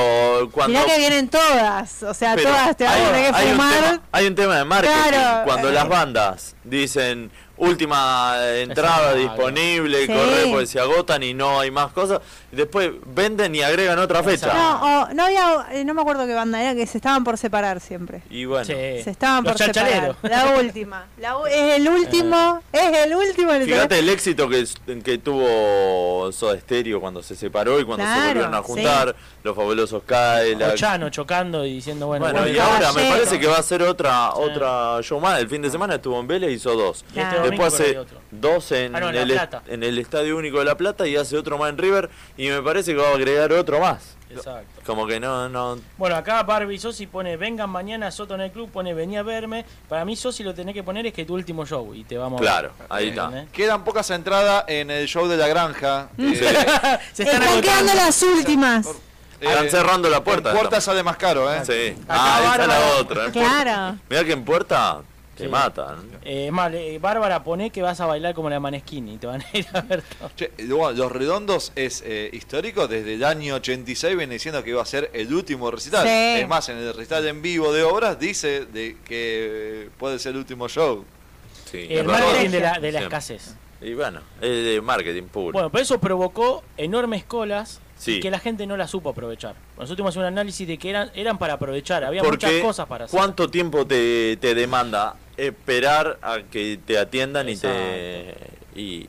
S1: cuando...
S2: Mirá que vienen todas, o sea,
S1: Pero
S2: todas te van
S1: hay
S2: a
S1: un-
S2: tener que
S1: hay un
S2: fumar.
S1: tema- Hay un tema de marketing.
S2: Claro.
S1: Cuando
S2: Eh.
S1: las bandas dicen última entrada
S3: Exacto.
S1: disponible,
S2: Sí.
S1: corre porque se agotan y no hay más cosas, después venden y agregan otra fecha.
S2: No, o- no había, eh, no me acuerdo qué banda era, que se estaban por separar siempre.
S1: Y bueno,
S2: Se estaban
S1: Los
S2: por separar.
S1: chanchaleros.
S2: La última. la u- es el último, es el último. le
S1: Eh. fíjate
S2: tenés-
S1: el éxito que, que tuvo Soda Stereo cuando se separó y cuando
S2: Claro,
S1: se volvieron a
S2: sí.
S1: juntar, los fabulosos
S3: O
S1: Kylax.
S3: Chano chocando y diciendo, bueno,
S1: Bueno, y ahora me parece que va a ser otra otra show más. El fin de semana estuvo en Vélez, hizo dos.
S3: Y Ah. este domingo
S1: Después
S3: por ahí
S1: hace
S3: otro.
S1: dos en,
S3: Ah, no, en La
S1: el, est-
S3: Plata.
S1: en el Estadio Único de La Plata y hace otro más en River. Y me parece que va a agregar otro más.
S3: Exacto.
S1: Como que no, no.
S3: Bueno, acá Barbie Sosi pone, vengan mañana a Soto en el club, pone, vení a verme. Para mí Sosi lo tenés que poner es que tu último show y te vamos
S1: Claro,
S3: a
S1: ahí
S3: ver.
S1: está.
S3: ¿Entendés?
S5: Quedan pocas entradas en el show de la granja. Eh,
S3: Mm. Se
S2: Están, quedando las últimas.
S1: Están cerrando la puerta.
S5: Eh, En puerta sale más caro, ¿eh?
S1: Sí. Ah, esa es la otra.
S2: Claro.
S1: Mira que en puerta te matan.
S3: Eh, es más, eh, Bárbara, poné que vas a bailar como la Maneskin y te van a ir a ver todo.
S5: Che, luego, los redondos es eh, histórico. Desde el año 86 viene diciendo que iba a ser el último recital.
S2: Sí.
S5: Es más, en el recital en vivo de obras dice de que eh, puede ser el último show.
S1: Sí,
S3: El
S1: es verdad.
S3: marketing de la, de la
S1: Sí.
S3: escasez.
S1: Y bueno, es de marketing puro.
S3: Bueno, pero eso provocó enormes colas
S1: Sí.
S3: y que la gente no la supo aprovechar. Nosotros hicimos un análisis de que eran, eran para aprovechar, había
S1: Porque
S3: muchas cosas para hacer.
S1: ¿Cuánto tiempo te, te demanda esperar a que te atiendan y te, y,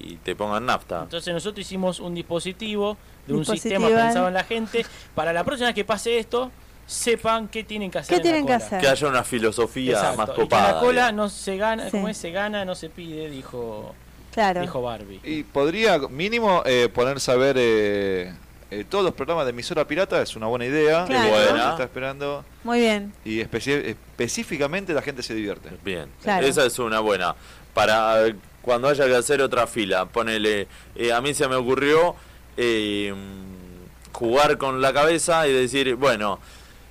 S1: y te pongan nafta?
S3: Entonces nosotros hicimos un dispositivo de un
S2: Dispositivo.
S3: sistema pensado en la gente. Para la próxima vez que pase esto, sepan qué tienen que hacer.
S2: ¿Qué
S3: en la
S2: tienen que
S3: cola.
S2: hacer?
S1: Que haya una filosofía
S3: Exacto,
S1: más
S3: y que
S1: copada.
S3: la cola
S1: digamos.
S3: no se gana,
S2: Sí.
S3: como es, se gana, no se pide, dijo,
S2: Claro.
S3: dijo Barbie.
S5: Y podría, mínimo, eh, ponerse a ver eh, eh, todos los programas de emisora pirata. Es una buena idea.
S2: Claro.
S5: Eh,
S1: Buena.
S5: se Está esperando.
S2: Muy bien.
S5: Y especi- específicamente la gente se divierte.
S1: Bien,
S2: Claro.
S1: esa es una buena. Para eh, cuando haya que hacer otra fila, ponele, eh, a mí se me ocurrió eh, mm, jugar con la cabeza y decir, bueno,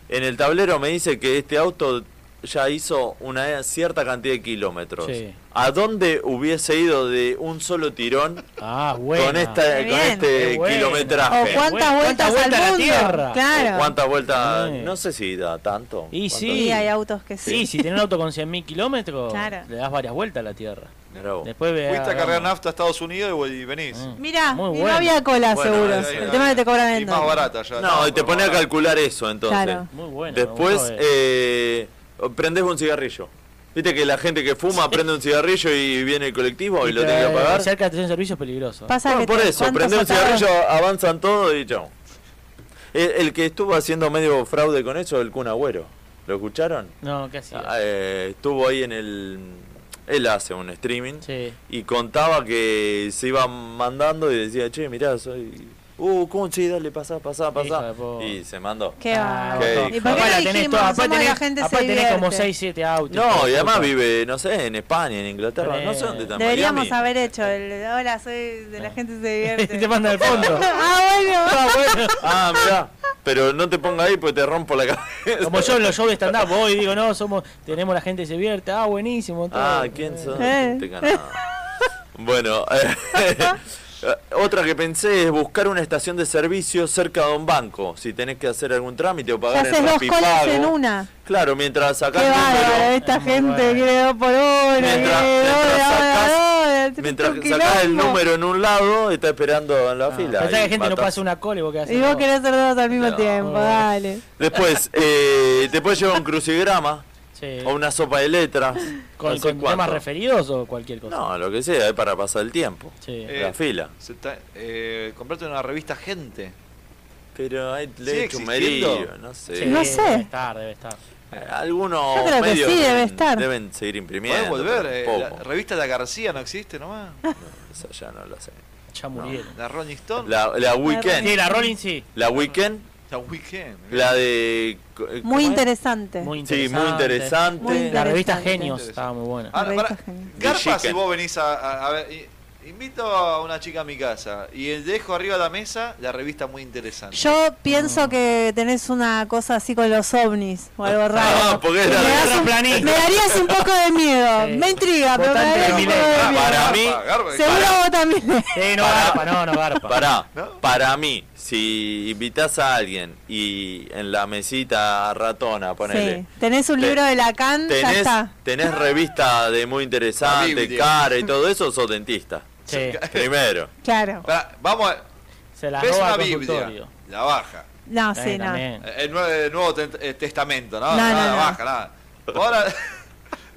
S1: en el tablero me dice que este auto ya hizo una cierta cantidad de kilómetros.
S3: Sí.
S1: ¿A dónde hubiese ido de un solo tirón
S3: Ah, bueno.
S1: con,
S2: Qué
S1: esta, con
S2: bien.
S1: este
S3: Qué bueno.
S1: kilometraje?
S2: O Oh, cuántas vueltas al
S3: vueltas a la
S2: mundo.
S3: Tierra?
S2: Claro.
S1: ¿O ¿Cuántas vueltas?
S3: Sí.
S1: No sé si da tanto.
S3: Y
S1: ¿Cuántas?
S3: sí.
S2: Y hay autos que sí.
S3: Sí, si tenés un auto con 100.000 kilómetros,
S2: Claro.
S3: le das varias vueltas a la Tierra.
S1: Mirá vos.
S3: Después ve-
S5: Fuiste a
S3: hagamos-
S5: cargar nafta a Estados Unidos y vol- y venís.
S2: Mirá,
S3: Muy
S2: y no
S3: bueno.
S2: había cola
S1: Bueno,
S2: seguro.
S1: ahí, ahí,
S2: el
S1: ahí.
S2: tema que te cobran
S5: Y
S2: en
S5: más
S2: dólar.
S5: barata ya.
S1: No, y te
S5: pero
S1: pone a
S5: barata.
S1: calcular eso, entonces.
S2: Claro.
S3: Muy bueno. me
S1: Después,
S3: gustó, eh.
S1: eh, prendes un cigarrillo. Viste que la gente que fuma prende un cigarrillo y viene el colectivo y, lo
S3: te-
S1: tiene que pagar.
S3: Cerca de estación de servicio es peligroso.
S2: Pasa
S1: Bueno,
S2: que
S1: por
S2: te-
S1: eso,
S2: ¿cuántos
S1: prende un
S2: atados?
S1: cigarrillo, avanzan todo y chao. El, el que estuvo haciendo medio fraude con eso, el Kun Agüero. ¿Lo escucharon?
S3: No, ¿qué hacía?
S1: Ah, eh, estuvo ahí en el... Él hace un streaming
S3: Sí.
S1: y contaba que se iba mandando y decía, che, mirá, soy Uh, Conchi, dale, pasá, pasá, pasá. Y se mandó.
S2: Qué
S3: Ah,
S2: bárbaro.
S1: Qué
S2: ¿Y por qué no
S1: hijo.
S3: la tenés
S2: dijimos,
S3: toda,
S2: somos
S3: aparte
S2: la
S3: tenés-
S2: gente
S3: aparte
S2: se
S3: tenés como
S2: divierte?
S3: 6, 7 autos.
S1: No, y además vive, no sé, en España, en Inglaterra, no sé dónde está. en
S2: Deberíamos
S1: Miami.
S2: haber hecho el hola, soy de la gente se divierte.
S3: te manda al fondo.
S2: ah, bueno.
S1: Ah, mirá. Pero no te ponga ahí porque te rompo la cabeza.
S3: Como yo en los shows de stand-up voy y digo, no, somos, tenemos la gente que se vierte, ah, buenísimo. todo.
S1: Ah, ¿quién son?
S3: Eh.
S1: Te ganaba. Bueno, eh, otra que pensé es buscar una estación de servicio cerca de un banco. Si tenés que hacer algún trámite o
S2: Te
S1: pagar
S2: haces
S1: en
S2: dos colas
S1: Rapipago.
S2: en una.
S1: Claro, mientras sacás
S2: Qué
S1: número-
S2: bárbaro, esta gente que dos por una, que
S1: Mientras-
S2: dos,
S1: mientras
S2: ahora, ahora,
S1: Mientras
S2: un
S1: sacás el
S2: quilombo.
S1: número en un lado, está esperando en la fila.
S3: Ah, Pensá que
S1: y
S3: la gente no
S1: matás.
S3: pasa una cola y vos qué haces.
S2: Y vos querés hacer dos al mismo tiempo, dale.
S1: Después, eh, te puedes llevar un crucigrama
S3: Sí.
S1: o una sopa de letras.
S3: ¿Con,
S1: no sé
S3: con temas
S1: cuánto.
S3: referidos o cualquier cosa?
S1: No, lo que sea, es para pasar el tiempo.
S3: Sí.
S1: La fila.
S5: Se está- eh, comprate una revista Gente.
S1: Pero hay
S5: ¿Sigue
S1: le he hecho un
S5: existiendo?
S1: merillo, no sé. Eh,
S3: Sí,
S2: No
S3: Debe
S2: sé.
S3: estar, debe estar.
S1: Algunos
S2: Yo creo que
S1: medios
S2: sí, debe
S1: deben,
S2: estar.
S1: deben seguir imprimiendo.
S5: Podés volver. eh,
S1: pero
S5: la
S1: poco.
S5: revista La García no existe nomás.
S1: Esa ya no la sé.
S3: Ya murieron.
S5: La Rolling Stone.
S1: La, la Weekend.
S3: Sí, la Rolling sí.
S1: La Weekend.
S5: La Weekend. eh.
S1: La de. eh,
S2: Muy interesante.
S1: Sí, muy interesante.
S2: Muy interesante.
S3: La revista Genios
S2: Ah,
S3: estaba muy buena.
S5: Ahora,
S2: Revista
S5: pará,
S2: Gente.
S5: Garpa, si
S1: Chicken.
S5: vos venís a, a- a ver, i- invito a una chica a mi casa y el dejo arriba de la mesa la revista muy interesante.
S2: Yo pienso que tenés una cosa así con los ovnis o algo raro.
S5: Ah, porque es
S2: me,
S5: la-
S2: das un-
S5: planista.
S2: me darías un poco de miedo.
S3: Sí.
S2: Me intriga, pero me
S3: Votante
S2: darías
S3: de
S2: un poco
S3: Milei.
S2: de
S3: Ah,
S2: miedo.
S1: Para mí.
S2: Seguro vos también.
S3: Sí, no garpa, no, no garpa.
S1: Pará, para mí, si invitas a alguien y en la mesita ratona, ponele.
S2: Sí. Tenés un
S1: Te-
S2: libro de Lacan, ya
S1: Tenés,
S2: está.
S1: tenés revista de
S5: La
S1: muy interesante,
S5: Biblia.
S1: cara y todo eso, sos dentista.
S3: Sí.
S1: Primero.
S2: Claro.
S5: Pará, vamos a.
S3: Se la
S5: ves
S3: roba
S5: una
S3: al
S5: Biblia,
S3: consultorio.
S5: la baja.
S2: No, sí, no.
S5: Eh, El Nuevo, el Nuevo Tent- eh, Testamento, ¿no?
S2: No,
S5: Nada,
S2: no, no.
S5: baja, nada. Ahora.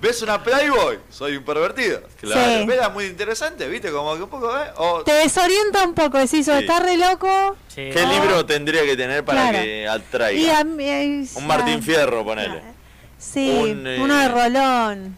S5: ¿Ves una Playboy? Soy un pervertido.
S2: Claro. Sí.
S5: ¿Ves la muy interesante? ¿Viste? Como que un poco, ¿eh? O-
S2: Te desorienta un poco, decís, o
S1: Sí.
S2: está re loco.
S1: ¿Qué libro tendría que tener para
S2: Ah. Claro.
S1: que
S2: Y
S1: atraiga?
S2: a mí- eh,
S1: Un Martín
S2: ah,
S1: Fierro, ponele.
S2: Sí,
S1: un, eh,
S2: uno de Rolón,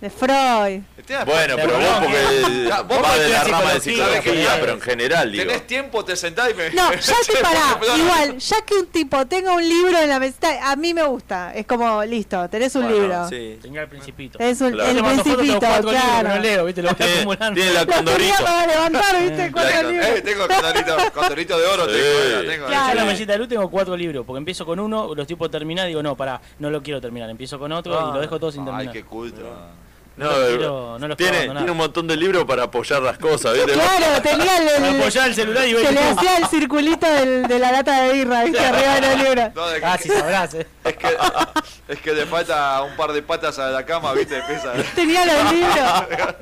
S2: de Freud.
S1: Bueno, pero vos porque
S5: Ah, vos
S1: vas de la
S5: estudiás
S1: rama de
S5: psicología,
S1: psicología,
S5: ¿sabés?
S1: pero en general, digo.
S5: Tenés tiempo, te sentás y me.
S2: No, ya que pará,
S5: Perdón.
S2: igual, ya que un tipo tenga un libro en la mesita, a mí me gusta. Es como, listo, tenés un
S3: Bueno,
S2: libro.
S3: Tenía el principito.
S2: Es un- Claro. el
S3: Yo cuando foto tengo
S2: Principito,
S3: cuatro libros,
S2: claro.
S3: No leo, viste, lo voy acumulando.
S1: tiene la
S2: Tenía para levantar, ¿viste? Cuatro
S5: Con-
S2: libros.
S5: Eh, tengo condorito, condorito de oro, tengo, eh, tengo.
S3: Yo en la mesita de luz tengo cuatro libros, porque empiezo con uno, los tipos terminan, digo, no, pará, no lo quiero terminar, empiezo con otro
S1: Ah.
S3: y lo dejo todo sin terminar.
S5: Ay, qué culto.
S1: No,
S3: No los
S1: eh,
S3: quiero- no los quiero
S1: tiene,
S3: abandonar.
S1: tiene un montón de libros para apoyar las cosas, ¿viste?
S2: Claro, tenía el, el-
S3: Apoyá el celular y ve
S2: Se le
S3: YouTube.
S2: hacía el circulito del- de la lata de birra, ¿viste? Arriba del libro.
S3: Ah, si sabrás, eh.
S5: Es que le falta un par de patas a la cama, ¿viste? Empieza.
S2: Tenía los libros.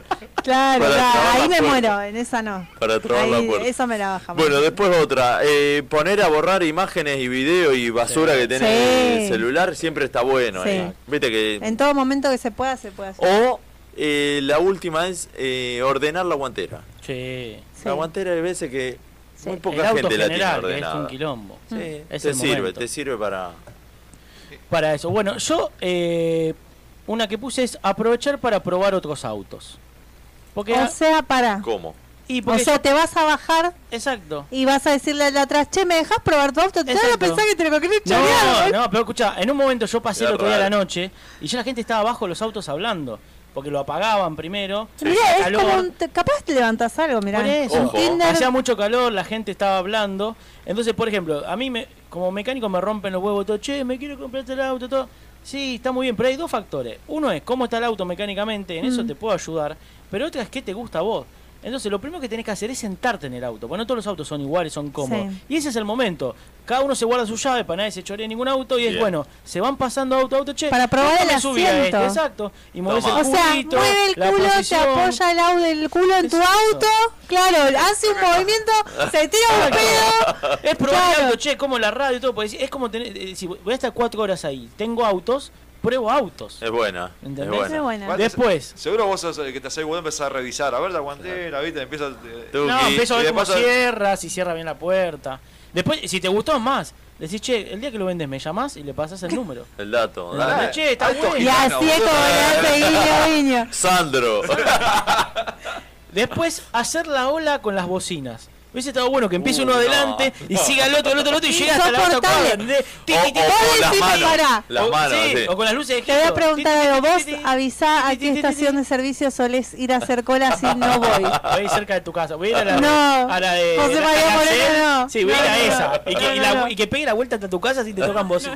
S2: Claro,
S1: Para
S2: claro,
S1: trabar la
S2: ahí me
S1: puerta.
S2: muero, en esa no.
S1: Para trabar la
S2: Ahí,
S1: puerta.
S2: esa me la baja.
S1: Bueno, después otra. Eh, poner a borrar imágenes y video y basura que tenés en
S2: Sí.
S1: el celular siempre está bueno.
S2: Sí.
S1: eh. Viste que.
S2: En todo momento que se pueda, se puede hacer.
S1: O eh, la última es eh, ordenar la guantera.
S3: Sí.
S1: La guantera hay veces que muy
S3: el
S1: poca
S3: auto
S1: gente la tiene
S3: general, que es un
S1: ordenada.
S3: quilombo.
S1: Sí,
S3: Es
S1: te
S3: el
S1: sirve,
S3: momento.
S1: te sirve para.
S3: Para eso. Bueno, yo eh, una que puse es aprovechar para probar otros autos. Porque
S2: O sea, para.
S1: ¿Cómo?
S3: y
S2: O
S3: porque
S2: sea, te vas a bajar
S3: exacto.
S2: y vas a decirle al de atrás, che, ¿me dejas probar tu auto? Te vas a
S3: Exacto.
S2: pensar que te lo querés
S3: No,
S2: chorear.
S3: no, pero escucha, en un momento yo pasé
S1: Era
S3: el otro día a la
S1: raro.
S3: noche y ya la gente estaba abajo de los autos hablando, porque lo apagaban primero.
S2: Mirá,
S3: hacía
S2: es
S3: calor.
S2: como un... te- Capaz te levantás algo, mirá.
S3: Por eso.
S2: Un Tinder...
S3: Hacía mucho calor, la gente estaba hablando. Entonces, por ejemplo, a mí me, como mecánico me rompen los huevos todo, che, me quiero comprarte el auto, todo. Sí, está muy bien, pero hay dos factores. Uno es cómo está el auto mecánicamente, en eso
S2: Mm.
S3: te puedo ayudar, pero otra es qué te gusta a vos. Entonces, lo primero que tenés que hacer es sentarte en el auto, porque no todos los autos son iguales, son cómodos.
S2: Sí.
S3: Y ese es el momento. Cada uno se guarda su llave para nadie se choree ningún auto y es
S1: Bien.
S3: bueno, se van pasando auto a auto, che.
S2: Para probar
S3: ¿por qué
S2: el
S3: me subí a
S2: asiento?
S3: este? Exacto. Y movés
S1: Toma.
S3: el
S2: O sea,
S3: culito,
S2: mueve el
S3: la
S2: culo, te
S3: posición.
S2: apoya el, au- el culo en tu auto. Claro, hace un movimiento, se tira un pedo.
S3: Es probar
S2: Claro.
S3: auto, che, como la radio y todo, porque es como tener, eh, si voy a estar cuatro horas ahí, tengo autos, pruebo autos.
S1: Es buena.
S3: ¿Entendés?
S1: Es buena.
S2: Bueno,
S3: Después.
S5: Seguro vos sos el que te haces bueno empezar a revisar. A ver la guantera, ¿viste? Empieza. eh,
S1: Tuki.
S3: No, empiezo a
S5: y
S3: ver
S5: de
S3: cómo
S5: paso-
S3: cierra, si cierra bien la puerta. Después, si te gustó más, decís, che, el día que lo vendes me llamás y le pasás el número.
S1: El dato.
S3: Claro,
S1: dale.
S3: che, está bueno.
S2: Y así es como le hace guiño, guiño.
S1: Sandro.
S3: Después, hacer la ola con las bocinas. Hubiese estado bueno que empiece uno adelante y
S16: no.
S3: siga el otro, el otro, el otro y
S2: Y
S3: llega hasta la otra
S2: soportale.
S3: cuadra. ¿entendés? Tiki,
S2: O-
S3: tiki,
S2: o
S3: tiki.
S2: con las manos, las
S3: O-
S1: manos,
S3: sí,
S1: sí.
S3: O con las luces de
S2: Te voy a
S3: giro.
S2: preguntar algo. Vos avisá a qué estación de servicio solés ir a hacer cola si no voy.
S3: Voy a ir cerca de tu casa. Voy a ir a la,
S2: No.
S3: a la de.
S2: José
S3: la
S2: María
S3: Canacé.
S2: Moreno, no.
S3: Sí, voy a ir
S2: No,
S3: a
S2: no,
S3: esa.
S2: no.
S3: Y, que, y
S2: No,
S3: la-
S2: no, no.
S3: y que pegue la vuelta hasta tu casa si te tocan vos.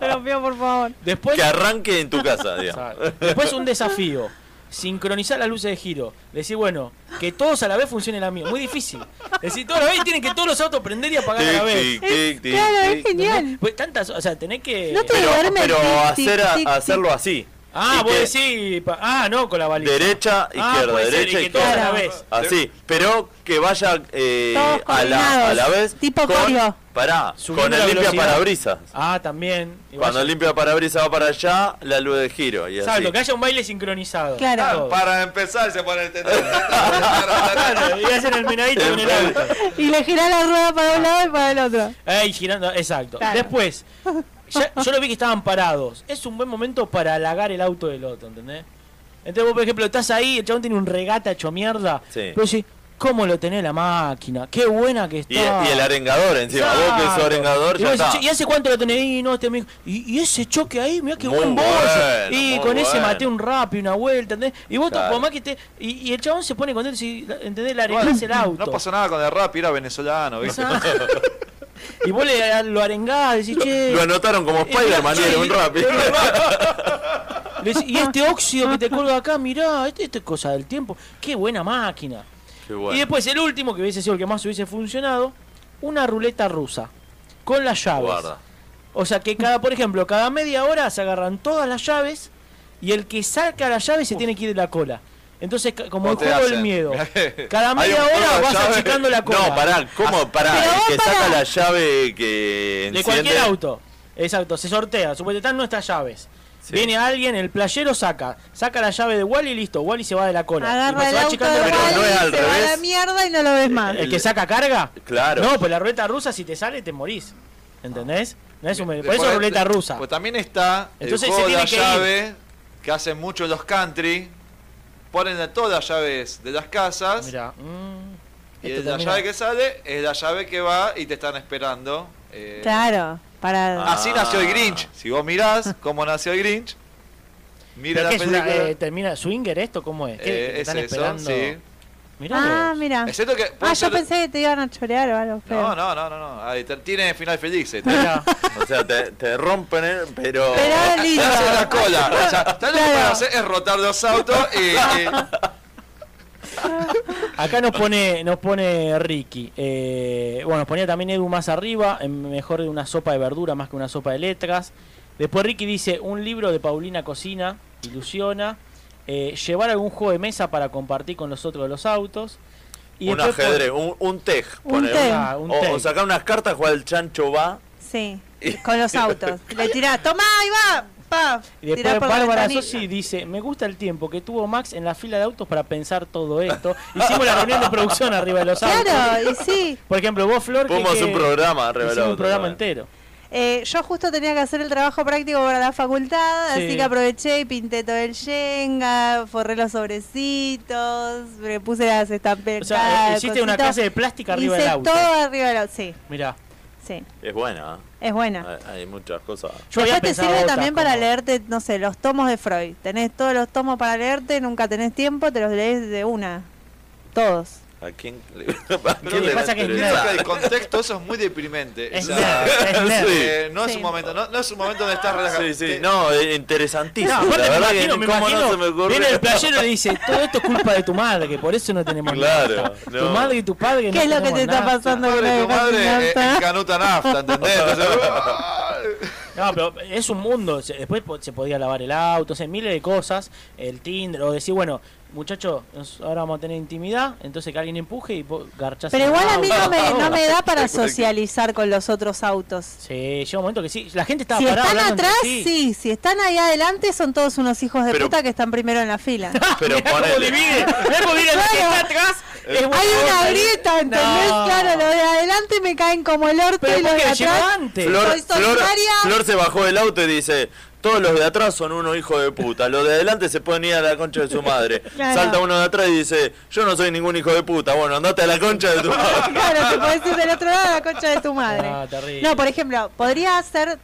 S2: Te lo pido, por favor.
S3: Después,
S1: Que arranque en tu casa, digamos.
S3: después un desafío. Sincronizar las luces de giro. Decir, bueno, que todos a la vez funcione la mía. Muy difícil. Decir, todos a la vez tienen que todos los autos prender y apagar a la vez.
S1: Tic, tic, tic,
S2: claro, es
S1: tic.
S2: genial.
S3: Pues tantas, o sea, tenés que.
S2: No te
S1: Pero,
S2: duermes,
S1: pero
S2: tic, tic,
S1: hacer a-
S2: tic,
S1: hacerlo
S2: tic.
S1: así.
S3: Ah,
S1: Y
S3: vos
S1: que
S3: decís. pa- Ah, no, con la baliza.
S1: Derecha,
S3: Ah,
S1: izquierda,
S3: puede ser,
S1: derecha,
S3: y que todos
S1: izquierda.
S3: a la vez.
S1: Así, pero que vaya eh,
S3: Todos
S1: a, la, a la
S3: coordinados,
S1: vez.
S3: tipo
S1: con,
S3: coreo.
S1: Pará,
S3: Subiendo
S1: con
S3: la
S1: el limpia
S3: velocidad.
S1: parabrisas.
S3: Ah, también. Y
S1: Cuando
S3: vaya-
S1: el limpia parabrisas va para allá, la luz de giro. Y así.
S3: Exacto, que haya un baile sincronizado.
S1: Claro.
S5: Ah,
S3: Todo.
S5: para empezar se pone el
S3: Claro, y hacen el menadito con el auto.
S2: Y le girás la rueda para un lado y para el otro.
S3: Ey, girando, exacto.
S2: Claro.
S3: Después, ya- yo lo vi que estaban parados. Es un buen momento para halagar el auto del otro, ¿entendés? Entonces vos, por ejemplo, estás ahí, el chabón tiene un regata hecho mierda.
S1: Sí.
S3: Pero decís, ¿cómo lo tenés la máquina? ¡Qué buena que está!
S1: Y, y el arengador encima. Vos que
S3: Exacto.
S1: sos arengador,
S3: y,
S1: ya
S3: vos decís,
S1: está.
S3: "Che, ¿y hace cuánto lo tenés? Y, no, este amigo. Y, y ese choque ahí, mirá qué
S1: Muy
S3: buen bollo.
S1: bueno,
S3: y
S1: muy
S3: con ese
S1: bueno.
S3: maté un rap y una vuelta, ¿entendés? Y vos,
S5: Claro.
S3: por más que esté- y, y el chabón se pone contento, si, ¿entendés? Le
S5: Bueno,
S3: arreglás el auto.
S5: No pasó nada con el rap, era venezolano, ¿viste?
S3: Y vos le, lo arengás, decís, che. eh,
S1: Lo anotaron como
S3: mirá,
S1: Spider-Man y
S3: che,
S1: era un
S3: y-
S1: rap.
S3: Le decís, y este óxido que te colga acá, mirá, esto esto es cosa del tiempo. Qué buena máquina.
S1: Qué bueno.
S3: Y después el último, que hubiese sido el que más hubiese funcionado, una ruleta rusa. Con las llaves.
S1: Guarda.
S3: O sea que cada, por ejemplo, cada media hora se agarran todas las llaves y el que saca la llave se tiene que ir de la cola. Entonces, ca- como el
S1: ¿Cómo te
S3: juego del
S1: hacen?
S3: miedo.
S1: Hay
S3: Cada media
S1: un juego
S3: hora
S1: de
S3: vas
S1: llave.
S3: achicando la cola.
S1: No, pará, ¿cómo? Pará,
S3: Pero vos
S1: el que saca
S3: pará.
S1: la llave que enciende.
S3: De cualquier auto. Exacto, se sortea. Supuestamente están nuestras llaves. Viene alguien, el playero saca. Saca la llave de Wally y listo. Wally se va de la cola. Y
S2: Agarra
S3: se
S2: el
S3: va
S2: auto
S3: achicando
S2: de
S3: la cola.
S2: Wally, se va a la mierda y no lo ves más.
S3: ¿El que saca carga?
S1: Claro.
S3: No, pues la ruleta rusa, si te sale, te morís. ¿Entendés? No es un... Por eso
S5: Después,
S3: ruleta
S5: de-
S3: rusa.
S5: Pues también está
S3: Entonces
S5: el juego
S3: se
S5: de la
S3: tiene que
S5: llave que hacen mucho los country. Ponen a todas las llaves de las casas. Mm. y
S3: esto
S5: la
S3: termina-
S5: llave que sale es la llave que va y te están esperando. eh.
S2: Claro, para.
S5: Así nació el Grinch. Si vos mirás cómo nació el Grinch, mira la
S3: ¿Pero qué es una,
S5: película.
S3: eh, ¿Termina swinger esto? ¿Cómo es? ¿Qué,
S5: Eh,
S3: que te
S5: es
S3: están
S5: eso,
S3: esperando?
S5: sí.
S3: Mirá
S2: Ah,
S3: vos.
S2: mira.
S5: Excepto que-
S2: Ah,
S5: puede
S2: yo
S5: ser-
S2: pensé que te iban a chorear o algo feo.
S5: No, no, no, no, no. Ahí te- tiene final feliz. este.
S1: O sea, te, te rompen, eh, pero.
S2: Pero lindo.
S5: Te hacen la cola. O sea, tal vez lo que pueden hacer es rotar dos autos y- y
S3: Acá nos pone, nos pone Ricky. Eh, bueno, nos ponía también Edu más arriba, en mejor de una sopa de verdura más que una sopa de letras. Después Ricky dice, un libro de Paulina Cocina, ilusiona. Eh, llevar algún juego de mesa para compartir con los otros de los autos.
S1: un
S3: después pon-
S1: ajedrez, un, un tej.
S3: Un
S1: pone.
S3: tej. Ah, un
S1: O,
S3: tej.
S1: o sacar unas cartas, jugar el chancho va.
S2: Sí, con los autos. Le tirás, tomá y va. Pa,
S3: Y después
S2: tirá por la
S3: Bárbara
S2: ventanilla.
S3: Sossi dice, me gusta el tiempo que tuvo Max en la fila de autos para pensar todo esto. Hicimos la reunión de producción arriba de los autos.
S2: Claro, y sí.
S3: Por ejemplo, vos, Flor, que-
S1: Fuimos
S3: que-
S1: un programa arriba del
S3: hicimos un
S1: auto,
S3: programa
S1: bueno.
S3: entero.
S2: Eh, yo justo tenía que hacer el trabajo práctico para la facultad,
S3: Sí.
S2: así que aproveché y pinté todo el Jenga, forré los sobrecitos, le puse las estampetas.
S3: O sea, eh, hiciste una clase de plástica arriba
S2: Hice
S3: del auto.
S2: todo arriba del auto, sí,
S3: Mirá.
S2: sí,
S1: Es buena. ¿eh?
S2: es buena.
S1: Hay, hay muchas cosas.
S2: Después te sirve también para leerte, no sé, los tomos de Freud. Tenés todos los tomos para leerte, nunca tenés tiempo, te los lees de una. Todos.
S1: ¿A quién le, a quién le
S5: Pero
S1: va a
S5: pasa que
S1: interesar?
S5: el contexto eso es muy deprimente.
S1: Es
S5: O sea,
S1: nerd, es nerd.
S5: eh, no es
S1: Sí.
S5: un momento, no, no es un momento donde estás relajado.
S1: Sí, sí, no, es interesantísimo.
S3: No, aparte
S1: la
S3: me
S1: verdad
S3: imagino,
S1: que
S3: me
S1: cómo
S3: imagino,
S1: no se me ocurrió.
S3: Viene el playero y le dice, todo esto es culpa de tu madre, que por eso no tenemos
S1: Claro,
S3: nafta. Tu
S1: no.
S3: madre y tu padre no
S2: ¿Qué es lo que
S3: tenemos
S2: te está
S3: nafta".
S2: pasando Tu con madre- la tu madre, nafta? eh,
S5: canuta nafta, ¿entendés?
S3: No, pero es un mundo. Se- Después po- se podía lavar el auto, o sea, miles de cosas. El Tinder, o decir, bueno, muchachos, ahora vamos a tener intimidad, entonces que alguien empuje y vos garchás.
S2: Pero
S3: en el
S2: igual a mí no
S3: auto.
S2: me, no me da para socializar con los otros autos.
S3: Sí, llega un momento que sí. La gente estaba
S2: Si
S3: parada.
S2: están
S3: hablando entre
S2: atrás,
S3: sí.
S2: sí. Si están ahí adelante, son todos unos hijos de
S3: Pero-
S2: puta que están primero en la fila.
S1: Pero
S3: ¿Cómo
S1: ponele.
S3: divide? ¿Ves cómo divide? La que
S2: Claro.
S3: está atrás es
S2: Hay
S3: buena
S2: una
S3: onda.
S2: grieta, ¿entendés?
S3: No.
S2: Claro, los de adelante me caen como el orto
S3: Pero
S2: y los
S3: ¿por
S2: de
S3: qué
S2: atrás.
S3: llevante?
S1: Flor,
S2: Soy
S1: Flor-
S2: solidaria.
S1: Flor se bajó del auto y dice, Todos los de atrás son unos hijos de puta. Los de adelante se pueden ir a la concha de su madre.
S2: Claro.
S1: Salta uno de atrás y dice, yo no soy ningún hijo de puta. Bueno, andate a la concha de tu madre.
S2: Claro, te podés ir del otro lado a la concha de tu madre.
S1: Ah, terrible.
S2: No, por ejemplo, podría ser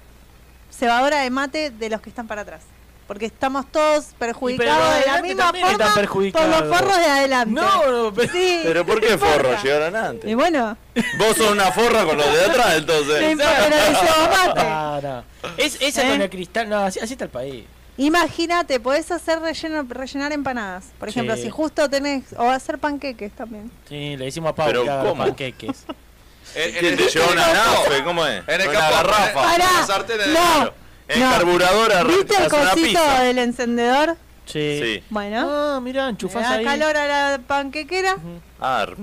S2: cebadora de mate de los que están para atrás. Porque estamos todos perjudicados de la
S3: adelante
S2: misma
S3: también están
S2: forma por
S3: perjudicados.
S2: los forros de adelante.
S3: No,
S2: pero... Sí,
S1: Pero ¿por qué forro? Llegaron antes.
S2: Y bueno,
S1: Vos sos una forra con los de atrás,
S2: No
S1: entonces.
S2: importa, pero deseo mate.
S3: No, Ah, no. Es, esa
S2: ¿Eh?
S3: con el cristal, no, así, así está Este el país.
S2: imagínate, podés hacer relleno, rellenar empanadas. Por ejemplo,
S3: Sí.
S2: si justo tenés... O hacer panqueques también.
S3: Sí, le decimos a Pau
S1: Pero
S3: que haga los
S1: ¿cómo?
S3: panqueques.
S1: ¿Quién te lleva una nave? ¿Cómo es?
S5: En el
S1: Una
S5: capó,
S1: garrafa.
S5: en-
S2: Pará,
S5: en la sartén, en el
S2: no,
S5: hielo.
S1: En carburador arranca-
S2: ¿Viste el
S1: hace una
S2: cosito
S1: pizza.
S2: del encendedor?
S3: Sí.
S2: Bueno.
S3: Ah, mirá, enchufás
S2: da
S3: ahí.
S2: calor a la panquequera.
S1: Ah, r-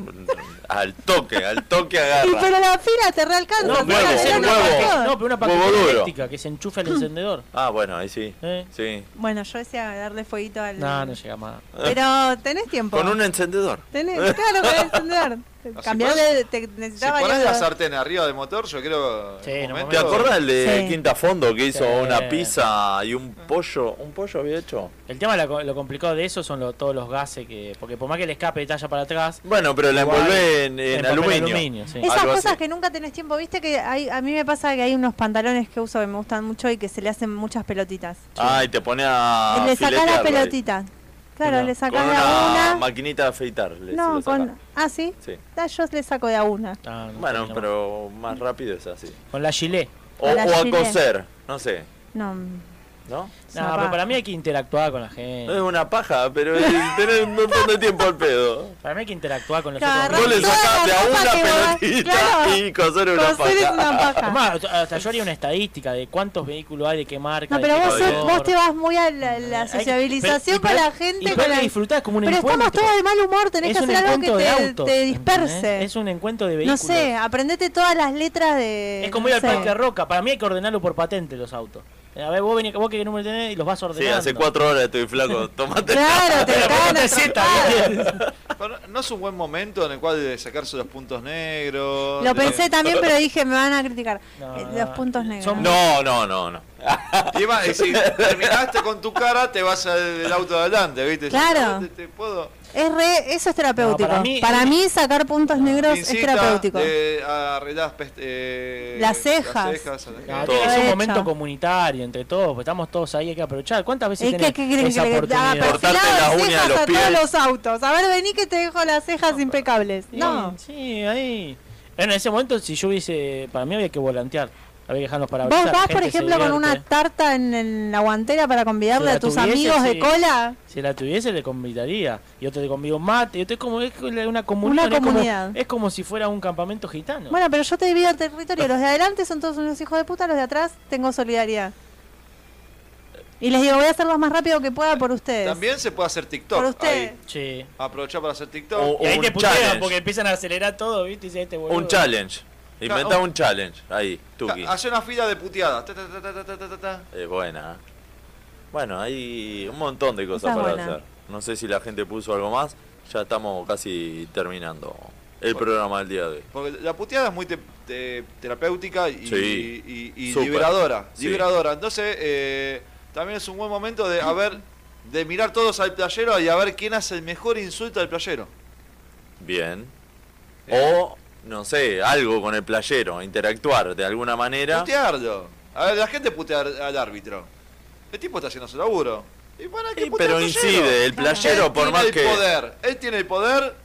S1: al toque, al toque agarra.
S2: Y pero la fila te realcanza.
S3: No,
S2: te
S1: huevo,
S2: la
S1: un
S2: llena,
S1: huevo.
S2: por favor.
S3: No, pero una
S1: Huevo
S3: panquequera
S1: duro.
S3: eléctrica que se enchufa el encendedor.
S1: Ah, bueno, ahí sí.
S3: Eh.
S1: Sí.
S2: Bueno, yo decía darle fueguito al...
S3: No, no llega más.
S2: Pero tenés tiempo.
S1: Con un encendedor.
S2: Tenés, claro, con el encendedor. Cambiar de... Te
S5: Si
S2: necesitaba
S5: ponés
S2: varios-
S5: la sartén arriba del motor, yo creo. en un
S1: ¿Te
S5: momento-
S1: acordás el de
S5: Sí.
S1: Quinta Fondo que hizo
S5: Sí.
S1: una pizza y un pollo? ¿Un pollo había hecho?
S3: El tema, la co- lo complicado de eso son lo- todos los gases que. Porque por más que el escape de talla para atrás.
S1: Bueno, pero la
S3: igual,
S1: envolvé en, en
S3: papel
S1: aluminio.
S3: sí.
S2: Esas cosas que nunca tenés tiempo, viste que hay, a mí me pasa que hay unos pantalones que uso que me gustan mucho y que se le hacen muchas pelotitas.
S3: Ah,
S1: Ay, te pone a.
S2: le sacás la
S1: filetearlo ahí.
S2: pelotita. Claro, le
S1: Con
S2: sacás
S1: una,
S2: de a una.
S1: maquinita de afeitar. le- se
S2: No,
S1: lo
S2: con.
S1: sacás.
S2: Ah, sí.
S1: Sí.
S2: Ah, Yo le saco de a una.
S3: Ah,
S1: Bueno, pero más rápido es así.
S3: Con la gilet.
S1: O,
S2: Con la
S1: o a
S2: gilet.
S1: coser, no sé.
S2: No.
S1: ¿No?
S3: No, pero para mí hay que interactuar con la gente.
S1: No es una paja, pero es- tenés un montón de tiempo al pedo.
S3: Para mí hay que interactuar con los
S1: Claro,
S3: otros.
S1: Vos le toda sacás la de a ropa una que va- pelotita claro, y coser una coser es paja. una paja.
S3: Es más, hasta yo haría una estadística de cuántos vehículos hay, de qué marca.
S2: No,
S3: de
S2: pero
S3: qué
S2: vos, sos-
S3: color.
S2: vos te vas muy a la, la
S3: Eh, Hay que-
S2: sociabilización
S3: pero- y
S2: con la
S3: pero- Y
S2: gente.
S3: pero
S2: con
S3: hay
S2: la-
S3: que disfrutar es como un
S2: pero
S3: encuentro.
S2: estamos todos de mal humor, tenés
S3: Es
S2: que
S3: un
S2: hacer algo que
S3: encuentro de
S2: te,
S3: autos,
S2: te
S3: ¿entendés?
S2: disperse.
S3: Es un encuentro de
S2: No
S3: vehículos.
S2: sé, aprendete todas las letras de.
S3: Es como
S2: no
S3: ir al
S2: sé.
S3: Parque Roca. Para mí hay que ordenarlo por patente los autos. Eh, A ver, vos, venís, vos qué número tenés y los vas
S1: Sí,
S3: ordenando.
S1: hace cuatro horas estoy flaco. Tomate.
S2: Claro, te cagan a
S5: Pero no es un buen momento en el cual de sacarse los puntos negros.
S2: Lo
S5: de-
S2: pensé también, pero dije, me van a criticar. Eh, Los puntos negros.
S1: No, no, no, no.
S5: Y va, y si terminaste con tu cara, te vas al del auto de adelante, ¿viste?
S2: Claro.
S5: Te, te puedo.
S2: Es re- eso es terapéutico.
S5: No,
S2: para,
S5: para
S2: mí,
S5: mí-
S2: sacar puntos negros es
S5: Incita,
S2: terapéutico.
S5: eh, arreglás pest- eh,
S2: Las cejas.
S5: Las cejas
S3: No,
S5: todo.
S3: Ah, tiene que ser un
S2: Hecho.
S3: momento comunitario entre todos, porque estamos todos ahí, hay que aprovechar. ¿Cuántas veces
S2: Es que,
S3: tenés
S2: ¿qué quieren
S3: esa
S2: que le Ah, haga
S3: oportunidad?
S2: perfilado de cejas a todos los autos? A ver, vení que te dejo las cejas impecables.
S3: Sí,
S2: No.
S3: Sí, ahí. En ese momento, si yo hubiese. Para mí había que volantear. Había que dejar los parabrisas.
S2: ¿Vos vas,
S3: gente
S2: por
S3: se
S2: ejemplo, con
S3: divierte.
S2: una tarta en, en la guantera para convidarle
S3: Si la
S2: a tus
S3: tuviese,
S2: amigos de
S3: sí.
S2: cola?
S3: Si la tuviese, le convidaría. Yo te convido un mate. Yo te como. Es una comunidad.
S2: Una
S3: es como-
S2: comunidad.
S3: Es como, si fuera un campamento gitano.
S2: Bueno, pero yo te divido el territorio. Los de adelante son todos unos hijos de puta, los de atrás tengo solidaridad. Y les digo, voy a hacer lo más rápido que pueda por ustedes.
S5: También se puede hacer TikTok.
S2: Por usted.
S5: ahí.
S3: Sí.
S5: Aprovechá para hacer TikTok.
S1: O-
S3: y ahí
S1: un
S3: te putean
S1: challenge.
S3: porque empiezan a acelerar todo, ¿viste? Y dice, este boludo.
S1: Un challenge.
S5: Claro,
S1: Inventá
S5: un-
S1: un challenge. Ahí, Tuki.
S5: Hace una fila de puteadas. Ta, ta, ta, ta, ta, ta, ta, ta.
S1: Es buena. ¿eh? Bueno, hay un montón de cosas
S5: Esa es
S1: para
S5: buena.
S1: hacer. No sé si la gente puso algo más. Ya estamos casi terminando el programa del día de hoy.
S5: Porque la puteada es muy te- te- terapéutica y,
S1: Sí.
S5: y- y
S1: Súper.
S5: liberadora.
S1: Sí.
S5: liberadora. Entonces, eh, también es un buen momento de a ver, de mirar todos al playero y a ver quién hace el mejor insulto al playero.
S1: Bien. O, no sé, algo con el playero. Interactuar de alguna manera.
S5: Putearlo. A ver, la gente putea al, al árbitro. El tipo está haciendo su laburo. Y bueno, hay que
S1: Sí,
S5: putear
S1: pero
S5: al playero.
S1: incide, el playero,
S5: Él
S1: por
S5: tiene
S1: más
S5: el
S1: que-
S5: Poder. Él tiene el poder.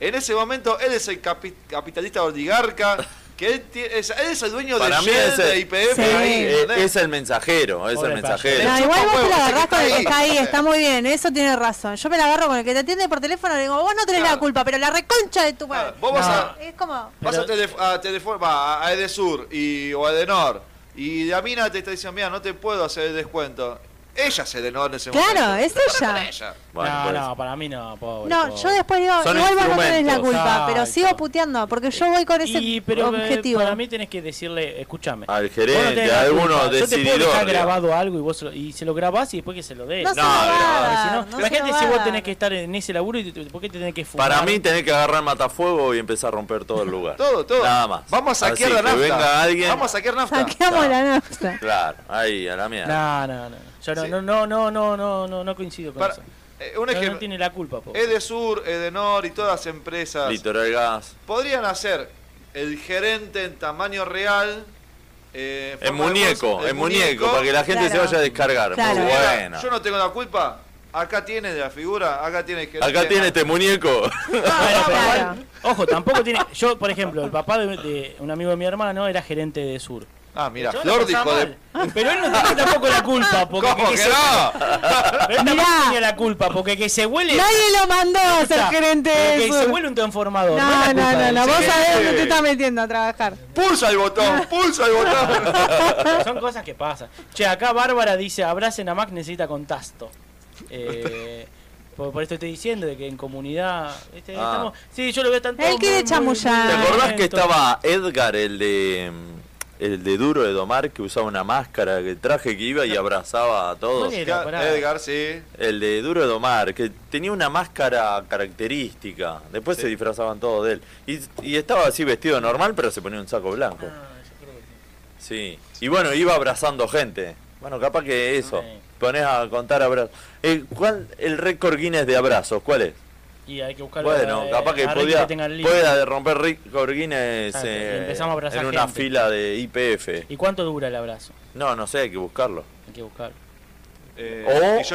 S5: En ese momento, él es el capi- capitalista oligarca. Que él, tiene- es, él es el dueño
S1: Para
S5: de
S1: mí
S5: Shell,
S1: es
S5: de
S1: el,
S5: IPF.
S1: eh,
S5: ahí,
S1: es,
S5: ¿entendés?
S1: el mensajero, es el mensajero.
S2: No, Ah, igual vos te la agarrás con el que está ahí,
S5: Eh.
S2: está muy bien, eso tiene razón. Yo me la agarro con el que te atiende por teléfono y le digo, vos no tenés la culpa, pero la reconcha de tu madre.
S5: Vos vas a,
S2: Es como,
S5: Vas a, telef a Telefónica, va, a- a Edesur y, o a Edenor. Y la mina te está diciendo, mira, no te puedo hacer el descuento. Ella se denó en ese momento.
S2: Claro, es
S5: Con
S2: ella.
S5: Bueno, pues.
S3: no,
S5: por
S3: no, para mí no, pobre.
S2: No,
S3: pobre.
S2: yo después digo,
S3: Son
S2: igual vos no tenés la
S3: instrumentos.
S2: culpa, pero
S3: Exacto.
S2: sigo puteando, porque yo voy con ese
S3: Y, pero eh,
S2: objetivo.
S3: para mí tenés que decirle, escúchame.
S1: Al
S3: vos no
S1: gerente,
S3: tenés
S1: a
S3: la
S1: alguno
S3: culpa. Yo te puedo
S1: decididor,
S3: dejar
S1: digamos.
S3: grabado algo y vos se lo, y se lo grabás y después que se lo dé.
S1: No se No, lo va a grabado. dar,
S3: Si no,
S1: no se lo
S3: imagínate
S1: va
S3: si
S1: a
S3: vos
S1: dar.
S3: tenés que estar en ese laburo y te- por qué te tenés que fumar.
S1: Para mí tenés que agarrar matafuego y empezar a romper todo el lugar.
S5: Todo, todo.
S1: Nada más.
S5: Vamos a
S1: Así
S5: saquear la
S1: que
S5: nafta.
S1: venga alguien.
S5: Vamos a saquear nafta.
S2: Saqueamos la nafta.
S1: Claro, ahí, a la mierda.
S3: No, no, no. Yo no, no, no, no, no, no, no, no coincido con
S5: Para-
S3: eso.
S1: pues.
S5: eh, un
S3: No, no,
S5: ejemplo.
S3: tiene la culpa, po.
S5: Edesur, Edenor y todas las empresas
S1: Litoral Gas.
S5: podrían hacer el gerente en tamaño real. eh,
S1: En
S5: forma de
S1: muñeco,
S5: bolsa,
S1: en muñeco, para que la gente se vaya a descargar.
S5: Claro.
S1: Muy bueno.
S5: Yo no tengo la culpa. Acá tiene de la figura, acá tiene el gerente.
S1: Acá tiene este muñeco.
S5: Ah,
S3: Ojo, tampoco tiene. Yo, por ejemplo, el papá de, de un amigo de mi hermano era gerente de Sur.
S5: Ah, mira,
S3: Yo la
S5: Flor
S3: pasaba
S5: dijo de.
S3: mal, Pero él no tiene tampoco la culpa. Porque
S5: ¿Cómo que
S3: se-
S5: no?
S3: Pero él tampoco tenía la culpa, porque que se huele.
S2: Nadie lo mandó a ser gerente de
S3: Que se
S2: Sur.
S3: huele un transformador. No,
S2: No,
S3: es la
S2: no,
S3: culpa de
S2: no,
S3: él.
S2: no, vos
S3: Sí.
S2: sabés dónde te estás metiendo a trabajar.
S5: Pulsa el botón, pulsa el botón.
S3: Son cosas que pasan. Che, acá Bárbara dice, abracen a Mac necesita contacto. Eh, por, por esto estoy diciendo, de que en comunidad... este, ¿viste?
S1: Ah.
S3: Estamos- sí, yo lo veo tanto...
S2: Él quiere chamullar.
S1: ¿Te acordás que
S3: violento.
S1: estaba Edgar, el de el de duro de domar, que usaba una máscara, que el traje que iba y abrazaba a todos?
S3: ¿Cuál era? Pará.
S5: Edgar, sí.
S1: El de duro de domar, que tenía una máscara característica. Después se disfrazaban todos de él. Y, y estaba así vestido normal, pero se ponía un saco blanco. Sí. Y bueno, iba abrazando gente. Bueno, capaz que eso. Ponés a contar abrazos. Eh, ¿Cuál el récord Guinness de abrazos? ¿Cuál es?
S3: Y hay que buscar...
S1: Bueno,
S3: eh,
S1: capaz que
S3: a Ricky
S1: podía,
S3: tenga el libro.
S1: pueda de romper récord Guinness
S3: Exacto, y
S1: eh,
S3: empezamos a abrazar
S1: en una
S3: gente.
S1: fila de IPF.
S3: ¿Y cuánto dura el abrazo?
S1: No, no sé, hay que buscarlo.
S3: Hay que buscarlo.
S5: Eh,
S1: O
S5: y yo